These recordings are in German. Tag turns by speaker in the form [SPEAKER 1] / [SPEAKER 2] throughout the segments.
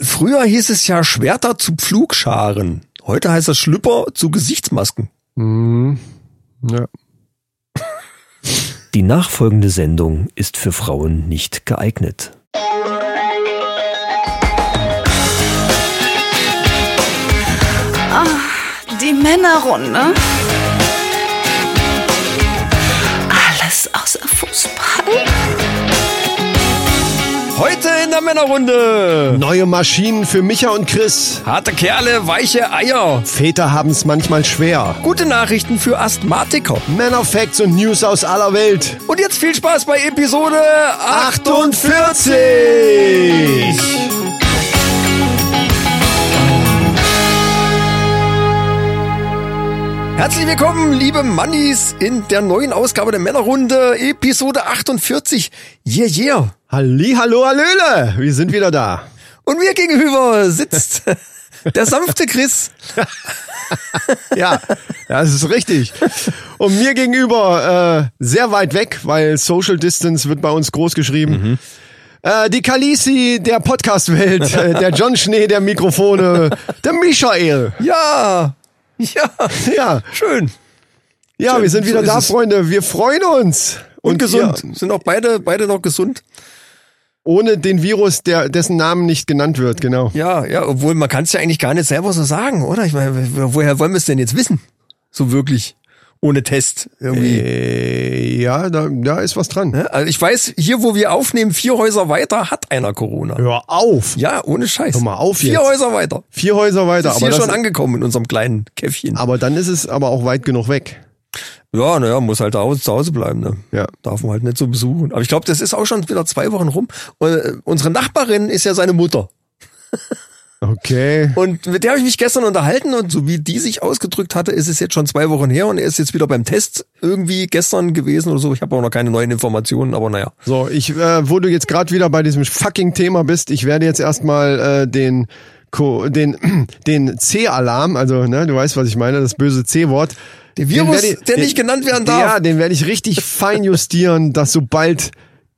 [SPEAKER 1] Früher hieß es ja Schwerter zu Pflugscharen. Heute heißt es Schlüpper zu Gesichtsmasken.
[SPEAKER 2] Mhm. Ja.
[SPEAKER 3] Die nachfolgende Sendung ist für Frauen nicht geeignet.
[SPEAKER 4] Ah, die Männerrunde. Alles außer Fußball.
[SPEAKER 1] Heute in der Männerrunde.
[SPEAKER 2] Neue Maschinen für Micha und Chris.
[SPEAKER 1] Harte Kerle, weiche Eier.
[SPEAKER 2] Väter haben es manchmal schwer.
[SPEAKER 1] Gute Nachrichten für Asthmatiker.
[SPEAKER 2] Männer Facts und News aus aller Welt.
[SPEAKER 1] Und jetzt viel Spaß bei Episode
[SPEAKER 2] 48!
[SPEAKER 1] Herzlich willkommen, liebe Mannis, in der neuen Ausgabe der Männerrunde, Episode 48. Yeah, yeah.
[SPEAKER 2] Halli, hallo, hallöle. Wir sind wieder da.
[SPEAKER 1] Und mir gegenüber sitzt der sanfte Chris.
[SPEAKER 2] Ja, das ist richtig. Und mir gegenüber äh, sehr weit weg, weil Social Distance wird bei uns groß geschrieben. Äh, die Kalisi der Podcast-Welt, äh, der John Schnee der Mikrofone, der Michael.
[SPEAKER 1] Ja. Ja.
[SPEAKER 2] Ja,
[SPEAKER 1] Schön.
[SPEAKER 2] ja, wir sind
[SPEAKER 1] so
[SPEAKER 2] wieder
[SPEAKER 1] ist
[SPEAKER 2] da,
[SPEAKER 1] es.
[SPEAKER 2] Freunde. Wir freuen uns.
[SPEAKER 1] Und, gesund.
[SPEAKER 2] Ihr,
[SPEAKER 1] Sind auch beide, beide noch gesund.
[SPEAKER 2] ohne den Virus, der, dessen Namen nicht genannt wird, genau.
[SPEAKER 1] Ja, ja, obwohl man kann es ja eigentlich gar nicht selber so sagen, oder? Ich meine, wo- woher wollen wir es denn jetzt wissen? So wirklich. Ohne Test. Irgendwie.
[SPEAKER 2] Äh, ja, da, da ist was dran.
[SPEAKER 1] Ne? Also ich weiß, hier wo wir aufnehmen, vier Häuser weiter hat einer Corona.
[SPEAKER 2] Hör auf.
[SPEAKER 1] Ja, ohne Scheiß. Hör
[SPEAKER 2] mal auf
[SPEAKER 1] Vier
[SPEAKER 2] jetzt.
[SPEAKER 1] Häuser weiter.
[SPEAKER 2] Vier Häuser weiter.
[SPEAKER 1] Ist
[SPEAKER 2] aber,
[SPEAKER 1] hier
[SPEAKER 2] das, Ah.
[SPEAKER 1] schon angekommen in unserem kleinen Käffchen.
[SPEAKER 2] aber dann ist es aber auch weit genug weg.
[SPEAKER 1] Ja, naja, muss halt zu Hause, zu Hause bleiben. Ne?
[SPEAKER 2] Ja.
[SPEAKER 1] Darf man halt nicht so besuchen. Aber ich glaube, das ist auch schon wieder zwei Wochen rum. Und, äh, unsere Nachbarin ist ja seine Mutter.
[SPEAKER 2] Okay.
[SPEAKER 1] Und mit der habe ich mich gestern unterhalten und so wie die sich ausgedrückt hatte, ist es jetzt schon zwei Wochen her und er ist jetzt wieder beim Test irgendwie gestern gewesen oder so. Ich habe auch noch keine neuen Informationen, aber naja.
[SPEAKER 2] So, ich, äh, wo du jetzt gerade wieder bei diesem fucking Thema bist, ich werde jetzt erstmal äh, den Co- den den C-Alarm, also ne, du weißt, was ich meine, das böse C-Wort.
[SPEAKER 1] Der
[SPEAKER 2] Den
[SPEAKER 1] Virus,
[SPEAKER 2] werde ich-
[SPEAKER 1] der
[SPEAKER 2] den-
[SPEAKER 1] nicht genannt werden darf.
[SPEAKER 2] Ja, den werde ich richtig fein justieren, dass sobald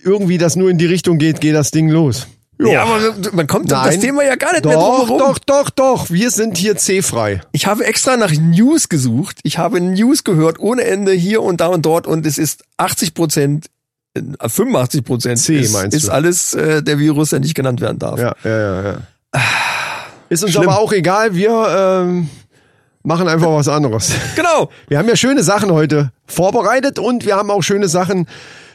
[SPEAKER 2] irgendwie das nur in die Richtung geht, geht das Ding los.
[SPEAKER 1] Ja, aber man kommt um das Thema ja gar nicht
[SPEAKER 2] doch,
[SPEAKER 1] mehr drum herum.
[SPEAKER 2] Doch, doch, doch, wir sind hier C-frei.
[SPEAKER 1] Ich habe extra nach News gesucht. Ich habe News gehört ohne Ende hier und da und dort und es ist 80 Prozent, 85 Prozent
[SPEAKER 2] C,
[SPEAKER 1] ist,
[SPEAKER 2] meinst
[SPEAKER 1] ist
[SPEAKER 2] du?
[SPEAKER 1] alles äh, der Virus, der nicht genannt werden darf.
[SPEAKER 2] Ja, ja, ja. ja. Ist uns
[SPEAKER 1] Ah, Schlimm. Äh,
[SPEAKER 2] aber auch egal, wir ähm, machen einfach was anderes.
[SPEAKER 1] Genau.
[SPEAKER 2] Wir haben ja schöne Sachen heute vorbereitet und wir haben auch schöne Sachen,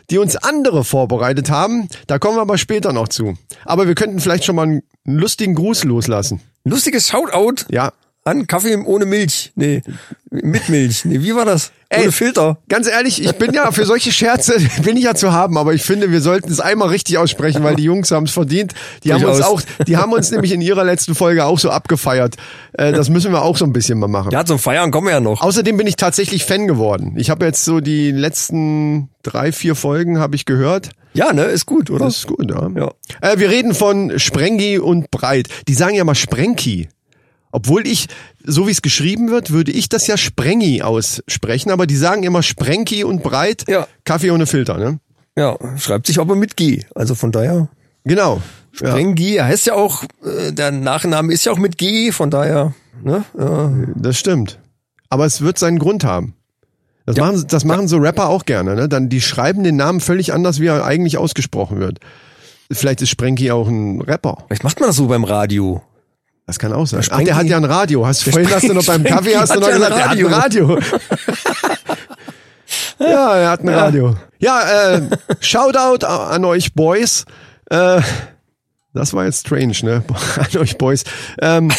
[SPEAKER 2] die uns andere vorbereitet haben. Da kommen wir aber später noch zu. Aber wir könnten vielleicht schon mal einen lustigen Gruß loslassen.
[SPEAKER 1] Lustiges Shoutout
[SPEAKER 2] Ja.
[SPEAKER 1] an Kaffee ohne Milch. Nee, mit Milch. Nee, wie war das?
[SPEAKER 2] Ey.
[SPEAKER 1] Ohne Filter.
[SPEAKER 2] Ganz ehrlich, ich bin ja für solche Scherze bin ich ja zu haben, aber ich finde, wir sollten es einmal richtig aussprechen, weil die Jungs haben es verdient. Die haben uns auch,
[SPEAKER 1] Durchaus.
[SPEAKER 2] die haben uns nämlich in ihrer letzten Folge auch so abgefeiert. Äh, das müssen wir auch so ein bisschen mal machen.
[SPEAKER 1] Ja, zum Feiern kommen wir ja noch.
[SPEAKER 2] Außerdem bin ich tatsächlich Fan geworden. Ich habe jetzt so die letzten drei, vier Folgen habe ich gehört.
[SPEAKER 1] Ja, ne, ist gut, oder?
[SPEAKER 2] Das ist gut, ja.
[SPEAKER 1] Ja.
[SPEAKER 2] Äh, wir reden von Sprengi und Breit. Die sagen ja mal Sprenki. Obwohl ich, so wie es geschrieben wird, würde ich das ja Sprengi aussprechen, aber die sagen immer Sprenki und Breit,
[SPEAKER 1] Ja.
[SPEAKER 2] Kaffee ohne Filter, ne?
[SPEAKER 1] Ja, schreibt sich aber mit G. Also von daher.
[SPEAKER 2] Genau. Ja.
[SPEAKER 1] Rengi heißt ja auch, äh, der Nachname ist ja auch mit G, von daher, ne? Ja.
[SPEAKER 2] Das stimmt. Aber es wird seinen Grund haben. Das, machen, das machen so Rapper auch gerne, ne? Dann, die schreiben den Namen völlig anders, wie er eigentlich ausgesprochen wird. Vielleicht ist Sprenki auch ein Rapper.
[SPEAKER 1] Vielleicht macht man das so beim Radio.
[SPEAKER 2] Das kann auch sein. Ach,
[SPEAKER 1] Sprenki-
[SPEAKER 2] der hat ja ein Radio. Hast du vorhin hast du noch beim
[SPEAKER 1] Sprenki
[SPEAKER 2] Kaffee hast du
[SPEAKER 1] hat
[SPEAKER 2] noch
[SPEAKER 1] ja ein
[SPEAKER 2] gesagt, der hat ein Radio. ja, er hat ein Radio. Ja, äh, Shoutout a- an euch Boys. Äh, das war jetzt strange, ne? An euch Boys. Ähm,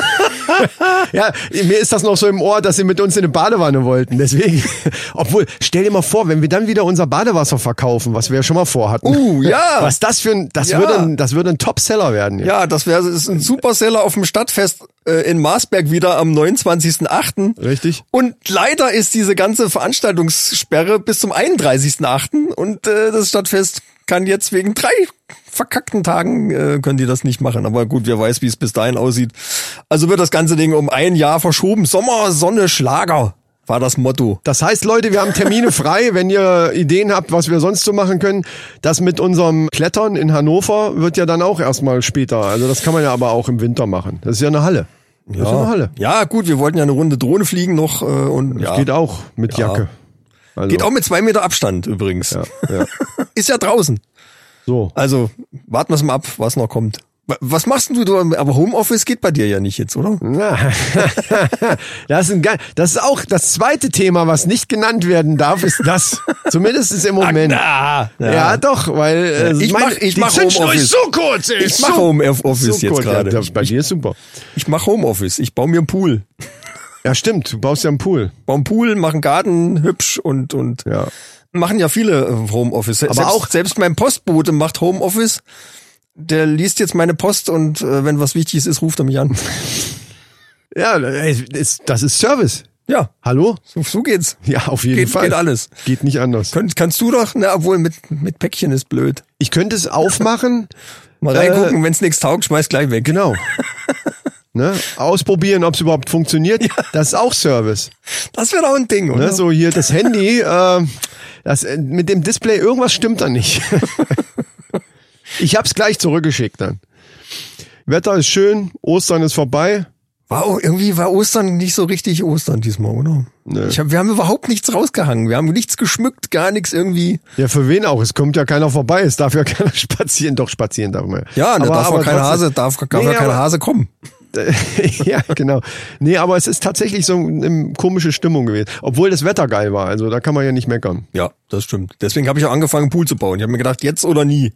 [SPEAKER 2] ja, mir ist das noch so im Ohr, dass sie mit uns in eine Badewanne wollten. Deswegen, obwohl, stell dir mal vor, wenn wir dann wieder unser Badewasser verkaufen, was wir ja schon mal vorhatten.
[SPEAKER 1] Uh, ja.
[SPEAKER 2] Was das für ein, das
[SPEAKER 1] Ja.
[SPEAKER 2] würde ein, das würde ein Topseller werden. Ja.
[SPEAKER 1] Ja, das wäre ist ein Superseller auf dem Stadtfest äh, in Marsberg wieder am 29.8.
[SPEAKER 2] Richtig.
[SPEAKER 1] Und leider ist diese ganze Veranstaltungssperre bis zum 31.8. Und äh, das Stadtfest kann jetzt wegen drei verkackten Tagen, äh, können die das nicht machen. Aber gut, wer weiß, wie es bis dahin aussieht. Also wird das ganze Ding um ein Jahr verschoben. Sommer, Sonne, Schlager. war das Motto.
[SPEAKER 2] Das heißt, Leute, wir haben Termine frei. Wenn ihr Ideen habt, was wir sonst so machen können, das mit unserem Klettern in Hannover wird ja dann auch erstmal später. Also das kann man ja aber auch im Winter machen. Das ist ja eine Halle. Das ist ja eine Halle.
[SPEAKER 1] Ja, gut, wir wollten ja eine Runde Drohne fliegen noch äh, und
[SPEAKER 2] Das
[SPEAKER 1] ja.
[SPEAKER 2] geht auch mit
[SPEAKER 1] Ja.
[SPEAKER 2] Jacke. Also,
[SPEAKER 1] Geht auch mit zwei Meter Abstand übrigens.
[SPEAKER 2] ja.
[SPEAKER 1] Ist ja draußen.
[SPEAKER 2] So.
[SPEAKER 1] Also warten wir mal ab, was noch kommt. Wa- Was machst denn du? da? Aber Homeoffice geht bei dir ja nicht jetzt, oder?
[SPEAKER 2] Na, das ist ein geil. Das ist auch das zweite Thema, was nicht genannt werden darf, ist das. Zumindest im Moment.
[SPEAKER 1] Ah,
[SPEAKER 2] Ja. doch, weil äh,
[SPEAKER 1] Ich mach- ich
[SPEAKER 2] die
[SPEAKER 1] mach
[SPEAKER 2] Zündschnur
[SPEAKER 1] Homeoffice.
[SPEAKER 2] ist so kurz. Ey,
[SPEAKER 1] Ich mach
[SPEAKER 2] so,
[SPEAKER 1] Homeoffice jetzt
[SPEAKER 2] kurz.
[SPEAKER 1] gerade.
[SPEAKER 2] Ja, das- bei dir ist super.
[SPEAKER 1] Ich mache Homeoffice. Ich baue mir einen Pool.
[SPEAKER 2] Ja, stimmt. Du baust ja einen Pool.
[SPEAKER 1] Baue einen Pool, mache einen Garten hübsch und und
[SPEAKER 2] Ja.
[SPEAKER 1] machen ja viele äh, Homeoffice. Aber selbst,
[SPEAKER 2] auch-
[SPEAKER 1] selbst mein Postbote macht Homeoffice. Der liest jetzt meine Post und äh, wenn was Wichtiges ist, ruft er mich an.
[SPEAKER 2] Ja, ey, ist- das ist Service.
[SPEAKER 1] Ja,
[SPEAKER 2] Hallo?
[SPEAKER 1] so, so geht's.
[SPEAKER 2] Ja, auf jeden
[SPEAKER 1] Geht-
[SPEAKER 2] Fall.
[SPEAKER 1] geht alles.
[SPEAKER 2] Geht nicht anders.
[SPEAKER 1] Könnt, kannst du doch, na, obwohl mit mit Päckchen ist blöd.
[SPEAKER 2] Ich könnte es aufmachen.
[SPEAKER 1] Mal reingucken, wenn's nichts taugt, schmeiß gleich weg.
[SPEAKER 2] Äh, Genau. ne? Ausprobieren, ob es überhaupt funktioniert. Das ist auch Service.
[SPEAKER 1] Das wäre auch ein Ding, oder?
[SPEAKER 2] Ne? So hier das Handy, äh, das, äh, mit dem Display, irgendwas stimmt da nicht. ich hab's gleich zurückgeschickt dann. Wetter ist schön, Ostern ist vorbei.
[SPEAKER 1] War auch, irgendwie war Ostern nicht so richtig Ostern diesmal, oder?
[SPEAKER 2] Nö.
[SPEAKER 1] Ich hab, wir haben überhaupt nichts rausgehangen. Wir haben nichts geschmückt, gar nichts irgendwie.
[SPEAKER 2] Ja, für wen auch? Es kommt ja keiner vorbei, es darf ja keiner spazieren. Doch, spazieren darf man.
[SPEAKER 1] Ja, da darf aber kein
[SPEAKER 2] trotzdem-
[SPEAKER 1] Hase, darf, darf ja
[SPEAKER 2] Nee,
[SPEAKER 1] kein
[SPEAKER 2] aber-
[SPEAKER 1] Hase kommen.
[SPEAKER 2] ja, genau. Nee, aber es ist tatsächlich so eine komische Stimmung gewesen. Obwohl das Wetter geil war, also da kann man ja nicht meckern.
[SPEAKER 1] Ja, das stimmt. Deswegen habe ich auch angefangen, einen Pool zu bauen. Ich habe mir gedacht, jetzt oder nie.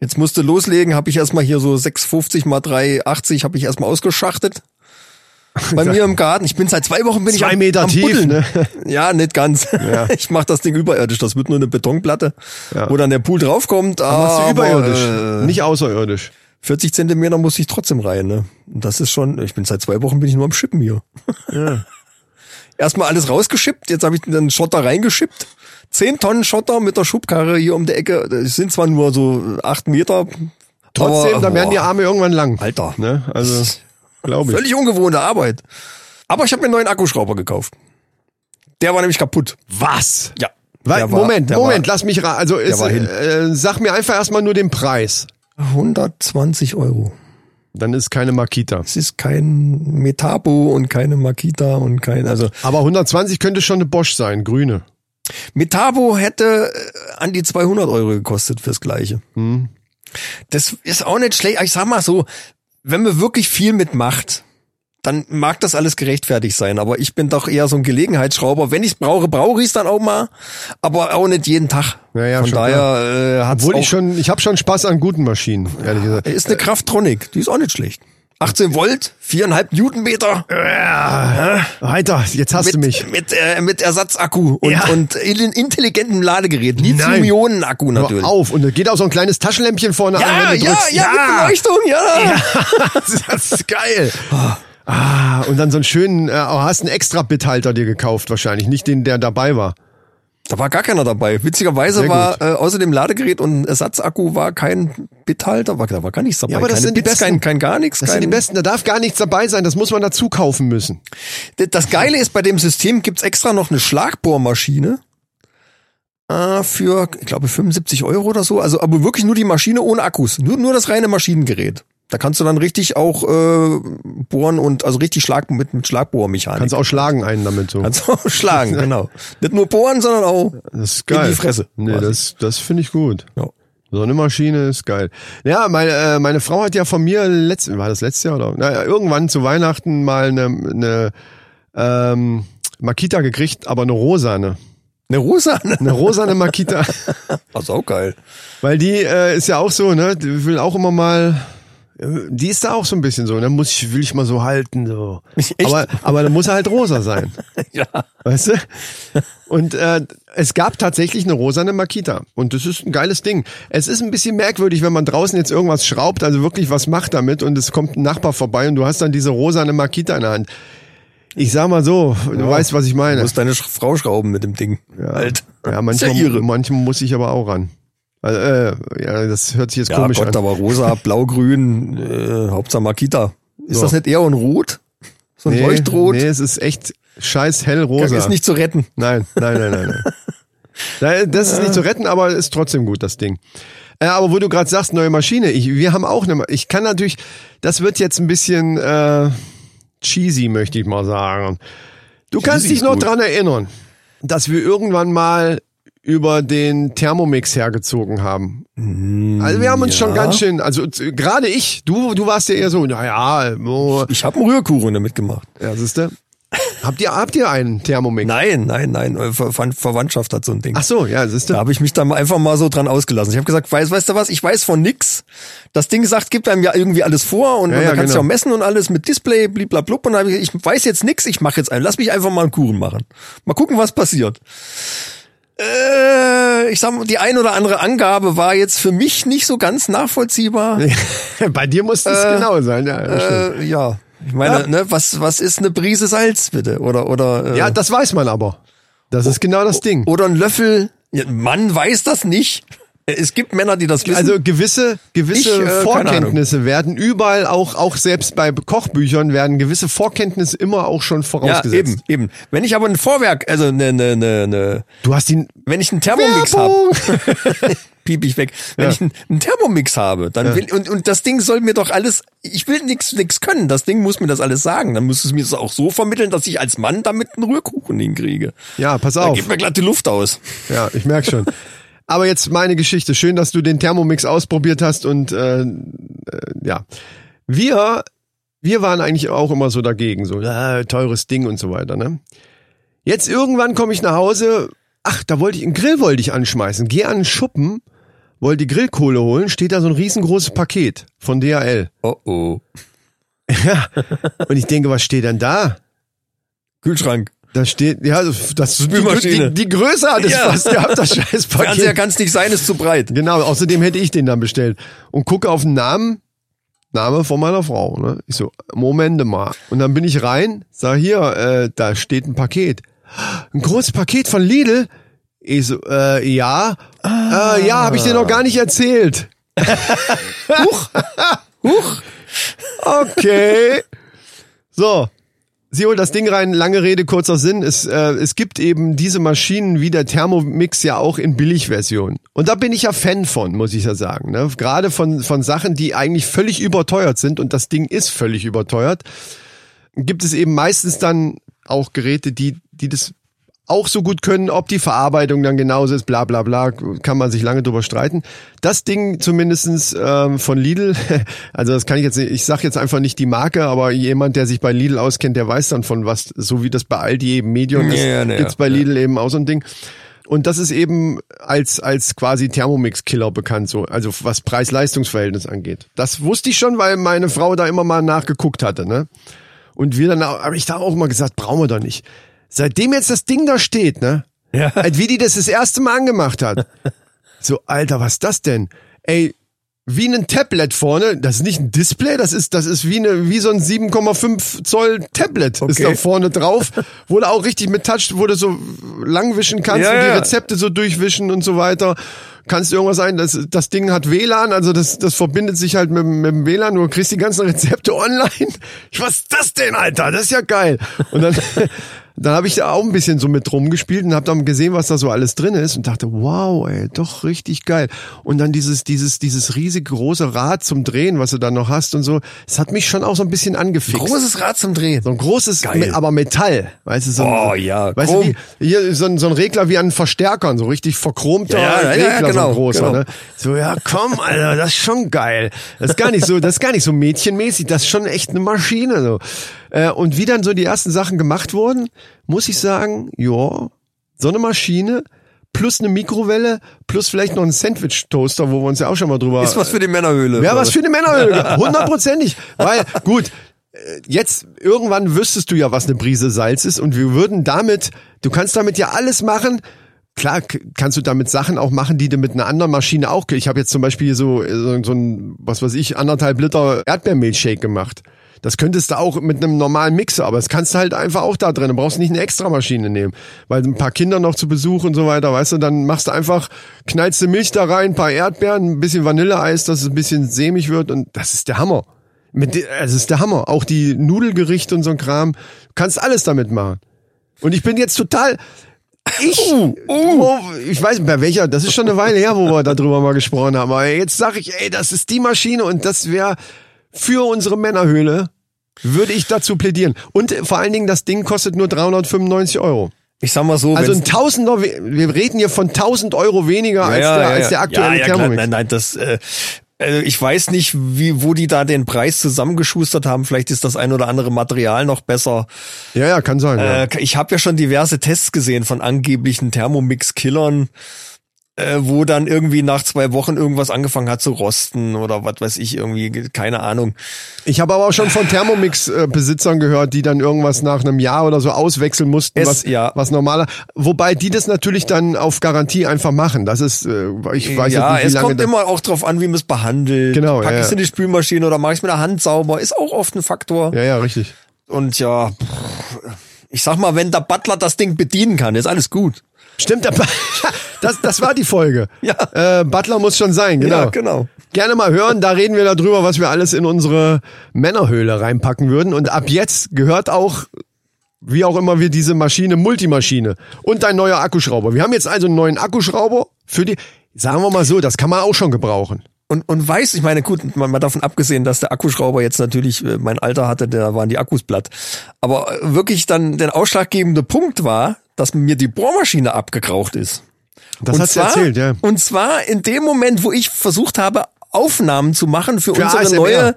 [SPEAKER 1] Jetzt musste loslegen, habe ich erstmal hier so 650 mal 380 habe ich erstmal ausgeschachtet. Bei mir im Garten. Ich bin seit zwei Wochen bin ich
[SPEAKER 2] Zwei
[SPEAKER 1] am,
[SPEAKER 2] Meter
[SPEAKER 1] am
[SPEAKER 2] tief,
[SPEAKER 1] Buddeln.
[SPEAKER 2] ne?
[SPEAKER 1] Ja, nicht ganz.
[SPEAKER 2] Ja.
[SPEAKER 1] Ich mache das Ding überirdisch. Das wird nur eine Betonplatte,
[SPEAKER 2] Ja.
[SPEAKER 1] wo dann der Pool draufkommt.
[SPEAKER 2] Machst du
[SPEAKER 1] Ah, aber, äh,
[SPEAKER 2] überirdisch, nicht außerirdisch.
[SPEAKER 1] 40 Zentimeter muss ich trotzdem rein, ne? Und das ist schon, ich bin seit zwei Wochen bin ich nur am Schippen hier. Erstmal alles rausgeschippt, jetzt habe ich den Schotter reingeschippt. Zehn Tonnen Schotter mit der Schubkarre hier um die Ecke. Es sind zwar nur so acht Meter.
[SPEAKER 2] Trotzdem,
[SPEAKER 1] aber,
[SPEAKER 2] dann werden die
[SPEAKER 1] boah,
[SPEAKER 2] Arme irgendwann lang.
[SPEAKER 1] Alter.
[SPEAKER 2] Ne? Also, glaube ich.
[SPEAKER 1] Völlig ungewohnte Arbeit. Aber ich habe mir einen neuen Akkuschrauber gekauft. Der war nämlich kaputt.
[SPEAKER 2] Was?
[SPEAKER 1] Ja.
[SPEAKER 2] Weil,
[SPEAKER 1] Der war-
[SPEAKER 2] Moment,
[SPEAKER 1] der
[SPEAKER 2] Moment,
[SPEAKER 1] war
[SPEAKER 2] lass mich ra Also, ist,
[SPEAKER 1] war hin.
[SPEAKER 2] äh, sag mir einfach erstmal nur den Preis.
[SPEAKER 1] 120 Euro.
[SPEAKER 2] Dann ist keine Makita.
[SPEAKER 1] Es ist kein Metabo und keine Makita und kein, also
[SPEAKER 2] Aber 120 könnte schon eine Bosch sein, grüne.
[SPEAKER 1] Metabo hätte äh, an die 200 Euro gekostet fürs Gleiche. Hm. Das ist auch nicht schlecht. Ich sag mal so, wenn man wirklich viel mitmacht, dann mag das alles gerechtfertigt sein. Aber ich bin doch eher so ein Gelegenheitsschrauber. Wenn ich es brauche, brauche ich es dann auch mal. Aber auch nicht jeden Tag.
[SPEAKER 2] Ja, ja,
[SPEAKER 1] Von
[SPEAKER 2] schon
[SPEAKER 1] daher äh, hat's
[SPEAKER 2] Obwohl
[SPEAKER 1] auch,
[SPEAKER 2] ich Äh, schon, ich habe schon Spaß an guten Maschinen, ehrlich gesagt.
[SPEAKER 1] ist eine Kraftronik. Die ist auch nicht schlecht.
[SPEAKER 2] äh,
[SPEAKER 1] 18 Volt, 4,5 Newtonmeter
[SPEAKER 2] Alter, jetzt hast du mich.
[SPEAKER 1] mit, mit, äh, mit Ersatzakku und,
[SPEAKER 2] Ja.
[SPEAKER 1] und in- intelligentem Ladegerät.
[SPEAKER 2] Nein.
[SPEAKER 1] Lithium-Ionen-Akku natürlich.
[SPEAKER 2] Hör auf. Und da geht auch so ein kleines Taschenlämpchen vorne an,
[SPEAKER 1] Ja,
[SPEAKER 2] wenn du
[SPEAKER 1] ja,
[SPEAKER 2] drückst.
[SPEAKER 1] ja, mit Beleuchtung, ja.
[SPEAKER 2] das ist geil. Ah, und dann so einen schönen, äh, hast einen extra Bithalter dir gekauft wahrscheinlich, nicht den, der dabei war.
[SPEAKER 1] Da war gar keiner dabei. Witzigerweise
[SPEAKER 2] Sehr
[SPEAKER 1] war
[SPEAKER 2] gut.
[SPEAKER 1] äh, außer dem Ladegerät und Ersatzakku war kein Bithalter, war, da war gar nichts dabei.
[SPEAKER 2] Ja, aber das
[SPEAKER 1] Keine
[SPEAKER 2] sind die
[SPEAKER 1] Bits,
[SPEAKER 2] besten.
[SPEAKER 1] Kein, kein gar nichts.
[SPEAKER 2] Das
[SPEAKER 1] kein,
[SPEAKER 2] sind die besten, da darf gar nichts dabei sein, das muss man dazu kaufen müssen.
[SPEAKER 1] D- Das Geile ist, bei dem System gibt's extra noch eine Schlagbohrmaschine. Äh, für, ich glaube, 75 Euro oder so. Also, aber wirklich nur die Maschine ohne Akkus. Nur, nur das reine Maschinengerät. Da kannst du dann richtig auch äh, bohren und also richtig Schlag mit, mit Schlagbohrmechanik.
[SPEAKER 2] Kannst auch schlagen einen damit so.
[SPEAKER 1] Kannst auch schlagen, genau. Nicht nur bohren, sondern auch
[SPEAKER 2] Das ist
[SPEAKER 1] in
[SPEAKER 2] geil.
[SPEAKER 1] die Fresse.
[SPEAKER 2] Nee,
[SPEAKER 1] quasi.
[SPEAKER 2] das, das finde ich gut.
[SPEAKER 1] Ja.
[SPEAKER 2] So eine Maschine ist geil. Ja, meine, äh, meine Frau hat ja von mir letzten, war das letztes Jahr oder? Naja, irgendwann zu Weihnachten mal eine, eine ähm, Makita gekriegt, aber eine rosane.
[SPEAKER 1] Eine rosa, ne?
[SPEAKER 2] Eine rosane Makita.
[SPEAKER 1] Das ist auch geil.
[SPEAKER 2] Weil die äh, ist ja auch so, ne? Die will auch immer mal. äh, Die ist da auch so ein bisschen so, ne? Muss ich, will ich mal so halten, so.
[SPEAKER 1] Echt?
[SPEAKER 2] Aber, aber dann muss er halt rosa sein.
[SPEAKER 1] Ja.
[SPEAKER 2] Weißt du? Und äh, es gab tatsächlich eine rosane Makita. Und das ist ein geiles Ding. Es ist ein bisschen merkwürdig, wenn man draußen jetzt irgendwas schraubt, also wirklich was macht damit und es kommt ein Nachbar vorbei und du hast dann diese rosane Makita in der Hand. Ich sag mal so, du weißt, was ich
[SPEAKER 1] Du
[SPEAKER 2] meine.
[SPEAKER 1] musst deine Sch- Frau schrauben mit dem Ding. Ja, halt.
[SPEAKER 2] Ja,
[SPEAKER 1] Ist ja
[SPEAKER 2] manchmal,
[SPEAKER 1] ihre.
[SPEAKER 2] manchmal muss ich aber auch ran. Also, äh, ja, das hört sich jetzt
[SPEAKER 1] Ja,
[SPEAKER 2] komisch
[SPEAKER 1] Gott,
[SPEAKER 2] an.
[SPEAKER 1] aber rosa, blau-grün, äh, Hauptsache Makita. Ist
[SPEAKER 2] Ja.
[SPEAKER 1] das nicht eher ein Rot? So ein
[SPEAKER 2] Nee,
[SPEAKER 1] Leuchtrot?
[SPEAKER 2] Nee, es ist echt Scheiß hellrosa.
[SPEAKER 1] Ist nicht zu retten.
[SPEAKER 2] Nein, nein, nein, nein. nein. Da- Das ist nicht zu retten, aber ist trotzdem gut, das Ding. Äh, aber wo du gerade sagst, neue Maschine, ich, wir haben auch eine. Ma- Ich kann natürlich, das wird jetzt ein bisschen äh, cheesy, möchte ich mal sagen. Du kannst dich
[SPEAKER 1] ist
[SPEAKER 2] noch
[SPEAKER 1] gut.
[SPEAKER 2] dran erinnern, dass wir irgendwann mal über den Thermomix hergezogen haben.
[SPEAKER 1] Hm,
[SPEAKER 2] Also wir haben uns schon ganz schön, also z- gerade ich, du, du warst ja eher so, naja, oh,
[SPEAKER 1] Ich habe einen Rührkuchen damit gemacht.
[SPEAKER 2] ja, siehste. habt ihr, habt ihr einen Thermomix?
[SPEAKER 1] Nein, nein, nein. äh, Ver Ver Verwandtschaft hat so ein Ding.
[SPEAKER 2] Ach so, ja, siehste.
[SPEAKER 1] Da habe ich mich dann einfach mal so dran ausgelassen. Ich habe gesagt, weiß, weißt du was, ich weiß von nix. Das Ding sagt, gibt einem ja irgendwie alles vor und,
[SPEAKER 2] Ja,
[SPEAKER 1] und
[SPEAKER 2] ja,
[SPEAKER 1] dann kannst du
[SPEAKER 2] genau.
[SPEAKER 1] auch messen und alles mit Display, bliblablub. Und dann hab ich, gesagt, ich weiß jetzt nix, ich mache jetzt einen. Lass mich einfach mal einen Kuchen machen. Mal gucken, was passiert. Äh, ich sag mal, die ein oder andere Angabe war jetzt für mich nicht so ganz nachvollziehbar.
[SPEAKER 2] Bei dir muss das genau sein, ja. das stimmt.
[SPEAKER 1] Äh, ja. Ich meine, ne, was, was ist eine Prise Salz, bitte? Oder, oder, äh, Oh,
[SPEAKER 2] Ja, das weiß man aber. Das ist genau das Ding.
[SPEAKER 1] oder ein Löffel. Ja, Mann weiß das nicht. Es gibt Männer, die das wissen.
[SPEAKER 2] Also gewisse,
[SPEAKER 1] Ich,
[SPEAKER 2] gewisse
[SPEAKER 1] äh, keine
[SPEAKER 2] Vorkenntnisse werden überall auch, auch selbst bei Kochbüchern werden gewisse Vorkenntnisse immer auch schon
[SPEAKER 1] Ja,
[SPEAKER 2] vorausgesetzt.
[SPEAKER 1] eben, eben. Wenn ich aber ein Vorwerk, also ne, ne, ne, ne,
[SPEAKER 2] Du hast ihn.
[SPEAKER 1] wenn ich einen Thermomix habe, piep ich weg. Wenn ich einen, einen Thermomix habe, dann will und und das Ding soll mir doch alles, ich will nix nix können. Das Ding muss mir das alles sagen. Dann muss es mir das auch so vermitteln, dass ich als Mann damit einen Rührkuchen hinkriege.
[SPEAKER 2] Ja, pass
[SPEAKER 1] Da
[SPEAKER 2] auf.
[SPEAKER 1] geht mir glatt die Luft aus.
[SPEAKER 2] Ja, ich merk schon. Aber jetzt meine Geschichte. Schön, dass du den Thermomix ausprobiert hast und äh, äh, ja. Wir, wir waren eigentlich auch immer so dagegen, so äh, teures Ding und so weiter. Ne? Jetzt irgendwann komme ich nach Hause. Ach, da wollte ich einen Grill wollte ich anschmeißen. Geh an den Schuppen, wollte die Grillkohle holen. Steht da so ein riesengroßes Paket von DHL.
[SPEAKER 1] Oh oh.
[SPEAKER 2] Und ich denke, was steht denn da?
[SPEAKER 1] Kühlschrank.
[SPEAKER 2] Da steht, ja, das die,
[SPEAKER 1] Spülmaschine.
[SPEAKER 2] die, die Größe hat es
[SPEAKER 1] Ja.
[SPEAKER 2] fast gehabt, das scheiß Paket.
[SPEAKER 1] Fernseher kann es nicht sein, ist zu breit.
[SPEAKER 2] Genau, außerdem hätte ich den dann bestellt. Und gucke auf den Namen, Name von meiner Frau. Ne? Ich so, Momente mal. Und dann bin ich rein, sag hier, äh, da steht ein Paket. Ein großes Paket von Lidl. Ich so, äh, ja. Äh, ja, habe ich dir noch gar nicht erzählt. Huch. Huch. Okay. So. Sie holt das Ding rein, lange Rede, kurzer Sinn. Es, äh, es gibt eben diese Maschinen wie der Thermomix ja auch in Billigversion. Und da bin ich ja Fan von, muss ich ja sagen. Ne? Gerade von, von Sachen, die eigentlich völlig überteuert sind und das Ding ist völlig überteuert, gibt es eben meistens dann auch Geräte, die, die das auch so gut können, ob die Verarbeitung dann genauso ist, bla bla bla, kann man sich lange drüber streiten. Das Ding zumindestens ähm, von Lidl, also das kann ich jetzt nicht, ich sage jetzt einfach nicht die Marke, aber jemand, der sich bei Lidl auskennt, der weiß dann von was, so wie das bei Aldi eben Medium ist,
[SPEAKER 1] Ja, ja,
[SPEAKER 2] gibt's bei Lidl eben auch so ein Ding. Und das ist eben als, als quasi Thermomix-Killer bekannt, so, also was Preis-Leistungs-Verhältnis angeht. Das wusste ich schon, weil meine Frau da immer mal nachgeguckt hatte, ne? Und wir dann, habe ich da auch mal gesagt, brauchen wir doch nicht. Seitdem jetzt das Ding da steht, ne?
[SPEAKER 1] Ja.
[SPEAKER 2] Als wie die das das erste Mal angemacht hat. So, Alter, was ist das denn? Ey, wie ein Tablet vorne, das ist nicht ein Display, das ist, das ist wie eine, wie so ein 7,5 Zoll Tablet ist
[SPEAKER 1] Okay.
[SPEAKER 2] da vorne drauf, wo du auch richtig mit Touch, wo du so langwischen kannst
[SPEAKER 1] Ja,
[SPEAKER 2] und die
[SPEAKER 1] ja.
[SPEAKER 2] Rezepte so durchwischen und so weiter. Kannst irgendwas sein, das, das Ding hat WLAN, also das, das verbindet sich halt mit, dem- mit dem WLAN, du kriegst die ganzen Rezepte online. Ich, was ist das denn, Alter? Das ist ja geil. Und dann, dann habe ich da auch ein bisschen so mit rumgespielt und habe dann gesehen, was da so alles drin ist und dachte, wow, ey, doch richtig geil. Und dann dieses, dieses, dieses riesige große Rad zum Drehen, was du dann noch hast und so, das hat mich schon auch so ein bisschen angefixt.
[SPEAKER 1] Großes Rad zum Drehen.
[SPEAKER 2] So ein großes,
[SPEAKER 1] Geil.
[SPEAKER 2] me- aber Metall. Weißt du, so ein,
[SPEAKER 1] Oh, ja,
[SPEAKER 2] weißt du,
[SPEAKER 1] chrom.
[SPEAKER 2] wie, hier so ein, so ein Regler wie an Verstärkern, so richtig verchromter
[SPEAKER 1] Ja, ja, ja,
[SPEAKER 2] Regler,
[SPEAKER 1] ja,
[SPEAKER 2] so
[SPEAKER 1] genau,
[SPEAKER 2] ein großer.
[SPEAKER 1] genau.
[SPEAKER 2] Ne? So, ja, komm, Alter, das ist schon geil. Das ist gar nicht so, das ist gar nicht so mädchenmäßig, das ist schon echt eine Maschine. So. Äh, und wie dann so die ersten Sachen gemacht wurden, muss ich sagen, ja, so eine Maschine plus eine Mikrowelle plus vielleicht noch einen Sandwich-Toaster, wo wir uns ja auch schon mal drüber...
[SPEAKER 1] Ist was für die Männerhöhle.
[SPEAKER 2] Ja, was für eine Männerhöhle. Hundertprozentig. Weil, gut, äh, jetzt irgendwann wüsstest du ja, was eine Brise Salz ist und wir würden damit, du kannst damit ja alles machen. Klar, k- kannst du damit Sachen auch machen, die du mit einer anderen Maschine auch. Ich habe jetzt zum Beispiel so, so, so ein, was weiß ich, anderthalb Liter Erdbeermilchshake gemacht. Das könntest du auch mit einem normalen Mixer, aber das kannst du halt einfach auch da drin. Du brauchst nicht eine extra Maschine nehmen, weil ein paar Kinder noch zu Besuch und so weiter, weißt du, dann machst du einfach, knallst du Milch da rein, ein paar Erdbeeren, ein bisschen Vanilleeis, dass es ein bisschen sämig wird und das ist der Hammer. Mit, de- das ist der Hammer. Auch die Nudelgerichte und so ein Kram. Du kannst alles damit machen. Und ich bin jetzt total. Ich,
[SPEAKER 1] Uh,
[SPEAKER 2] wo, ich weiß nicht, bei welcher, das ist schon eine Weile her, wo wir darüber mal gesprochen haben. Aber jetzt sage ich, ey, das ist die Maschine und das wäre für unsere Männerhöhle, würde ich dazu plädieren. Und vor allen Dingen, das Ding kostet nur 395 Euro.
[SPEAKER 1] Ich sag mal so,
[SPEAKER 2] Also
[SPEAKER 1] wenn's-
[SPEAKER 2] ein Tausender, we- wir reden hier von 1000 Euro weniger als, der, als der
[SPEAKER 1] ja,
[SPEAKER 2] aktuelle
[SPEAKER 1] ja, klar,
[SPEAKER 2] Thermomix.
[SPEAKER 1] Nein, nein, das, äh, also ich weiß nicht, wie, wo die da den Preis zusammengeschustert haben. Vielleicht ist das ein oder andere Material noch besser.
[SPEAKER 2] Ja, ja, kann sein. ja.
[SPEAKER 1] Äh, ich habe ja schon diverse Tests gesehen von angeblichen Thermomix-Killern, äh, wo dann irgendwie nach zwei Wochen irgendwas angefangen hat zu rosten oder was weiß ich irgendwie, ge- keine Ahnung.
[SPEAKER 2] Ich habe aber auch schon von Thermomix-Besitzern gehört, die dann irgendwas nach einem Jahr oder so auswechseln mussten,
[SPEAKER 1] Es-
[SPEAKER 2] was,
[SPEAKER 1] ja.
[SPEAKER 2] was normaler. Wobei die das natürlich dann auf Garantie einfach machen. Das ist, äh, ich weiß
[SPEAKER 1] ja,
[SPEAKER 2] nicht, wie
[SPEAKER 1] es
[SPEAKER 2] lange
[SPEAKER 1] kommt
[SPEAKER 2] das,
[SPEAKER 1] immer auch drauf an, wie man es behandelt.
[SPEAKER 2] Genau,
[SPEAKER 1] Pack
[SPEAKER 2] ja,
[SPEAKER 1] ich es
[SPEAKER 2] ja.
[SPEAKER 1] in die Spülmaschine oder mache ich es mit der Hand sauber, ist auch oft ein Faktor.
[SPEAKER 2] Ja, ja, richtig.
[SPEAKER 1] Und ja, pff, ich sag mal, wenn der Butler das Ding bedienen kann, ist alles gut.
[SPEAKER 2] Stimmt, aber- das, das war die Folge.
[SPEAKER 1] Ja.
[SPEAKER 2] Äh, Butler muss schon sein, genau.
[SPEAKER 1] Ja, genau.
[SPEAKER 2] Gerne mal hören, da reden wir darüber, was wir alles in unsere Männerhöhle reinpacken würden. Und ab jetzt gehört auch, wie auch immer wir diese Maschine, Multimaschine und ein neuer Akkuschrauber. Wir haben jetzt also einen neuen Akkuschrauber für die, sagen wir mal so, das kann man auch schon gebrauchen.
[SPEAKER 1] Und, und weiß, ich meine, gut, mal, mal davon abgesehen, dass der Akkuschrauber jetzt natürlich äh, mein Alter hatte, da waren die Akkus platt. Aber äh, wirklich dann der ausschlaggebende Punkt war, dass mir die Bohrmaschine abgegraucht ist.
[SPEAKER 2] Das
[SPEAKER 1] und
[SPEAKER 2] hast du erzählt, ja.
[SPEAKER 1] Und zwar in dem Moment, wo ich versucht habe, Aufnahmen zu machen für,
[SPEAKER 2] Für
[SPEAKER 1] unsere
[SPEAKER 2] ASMR.
[SPEAKER 1] neue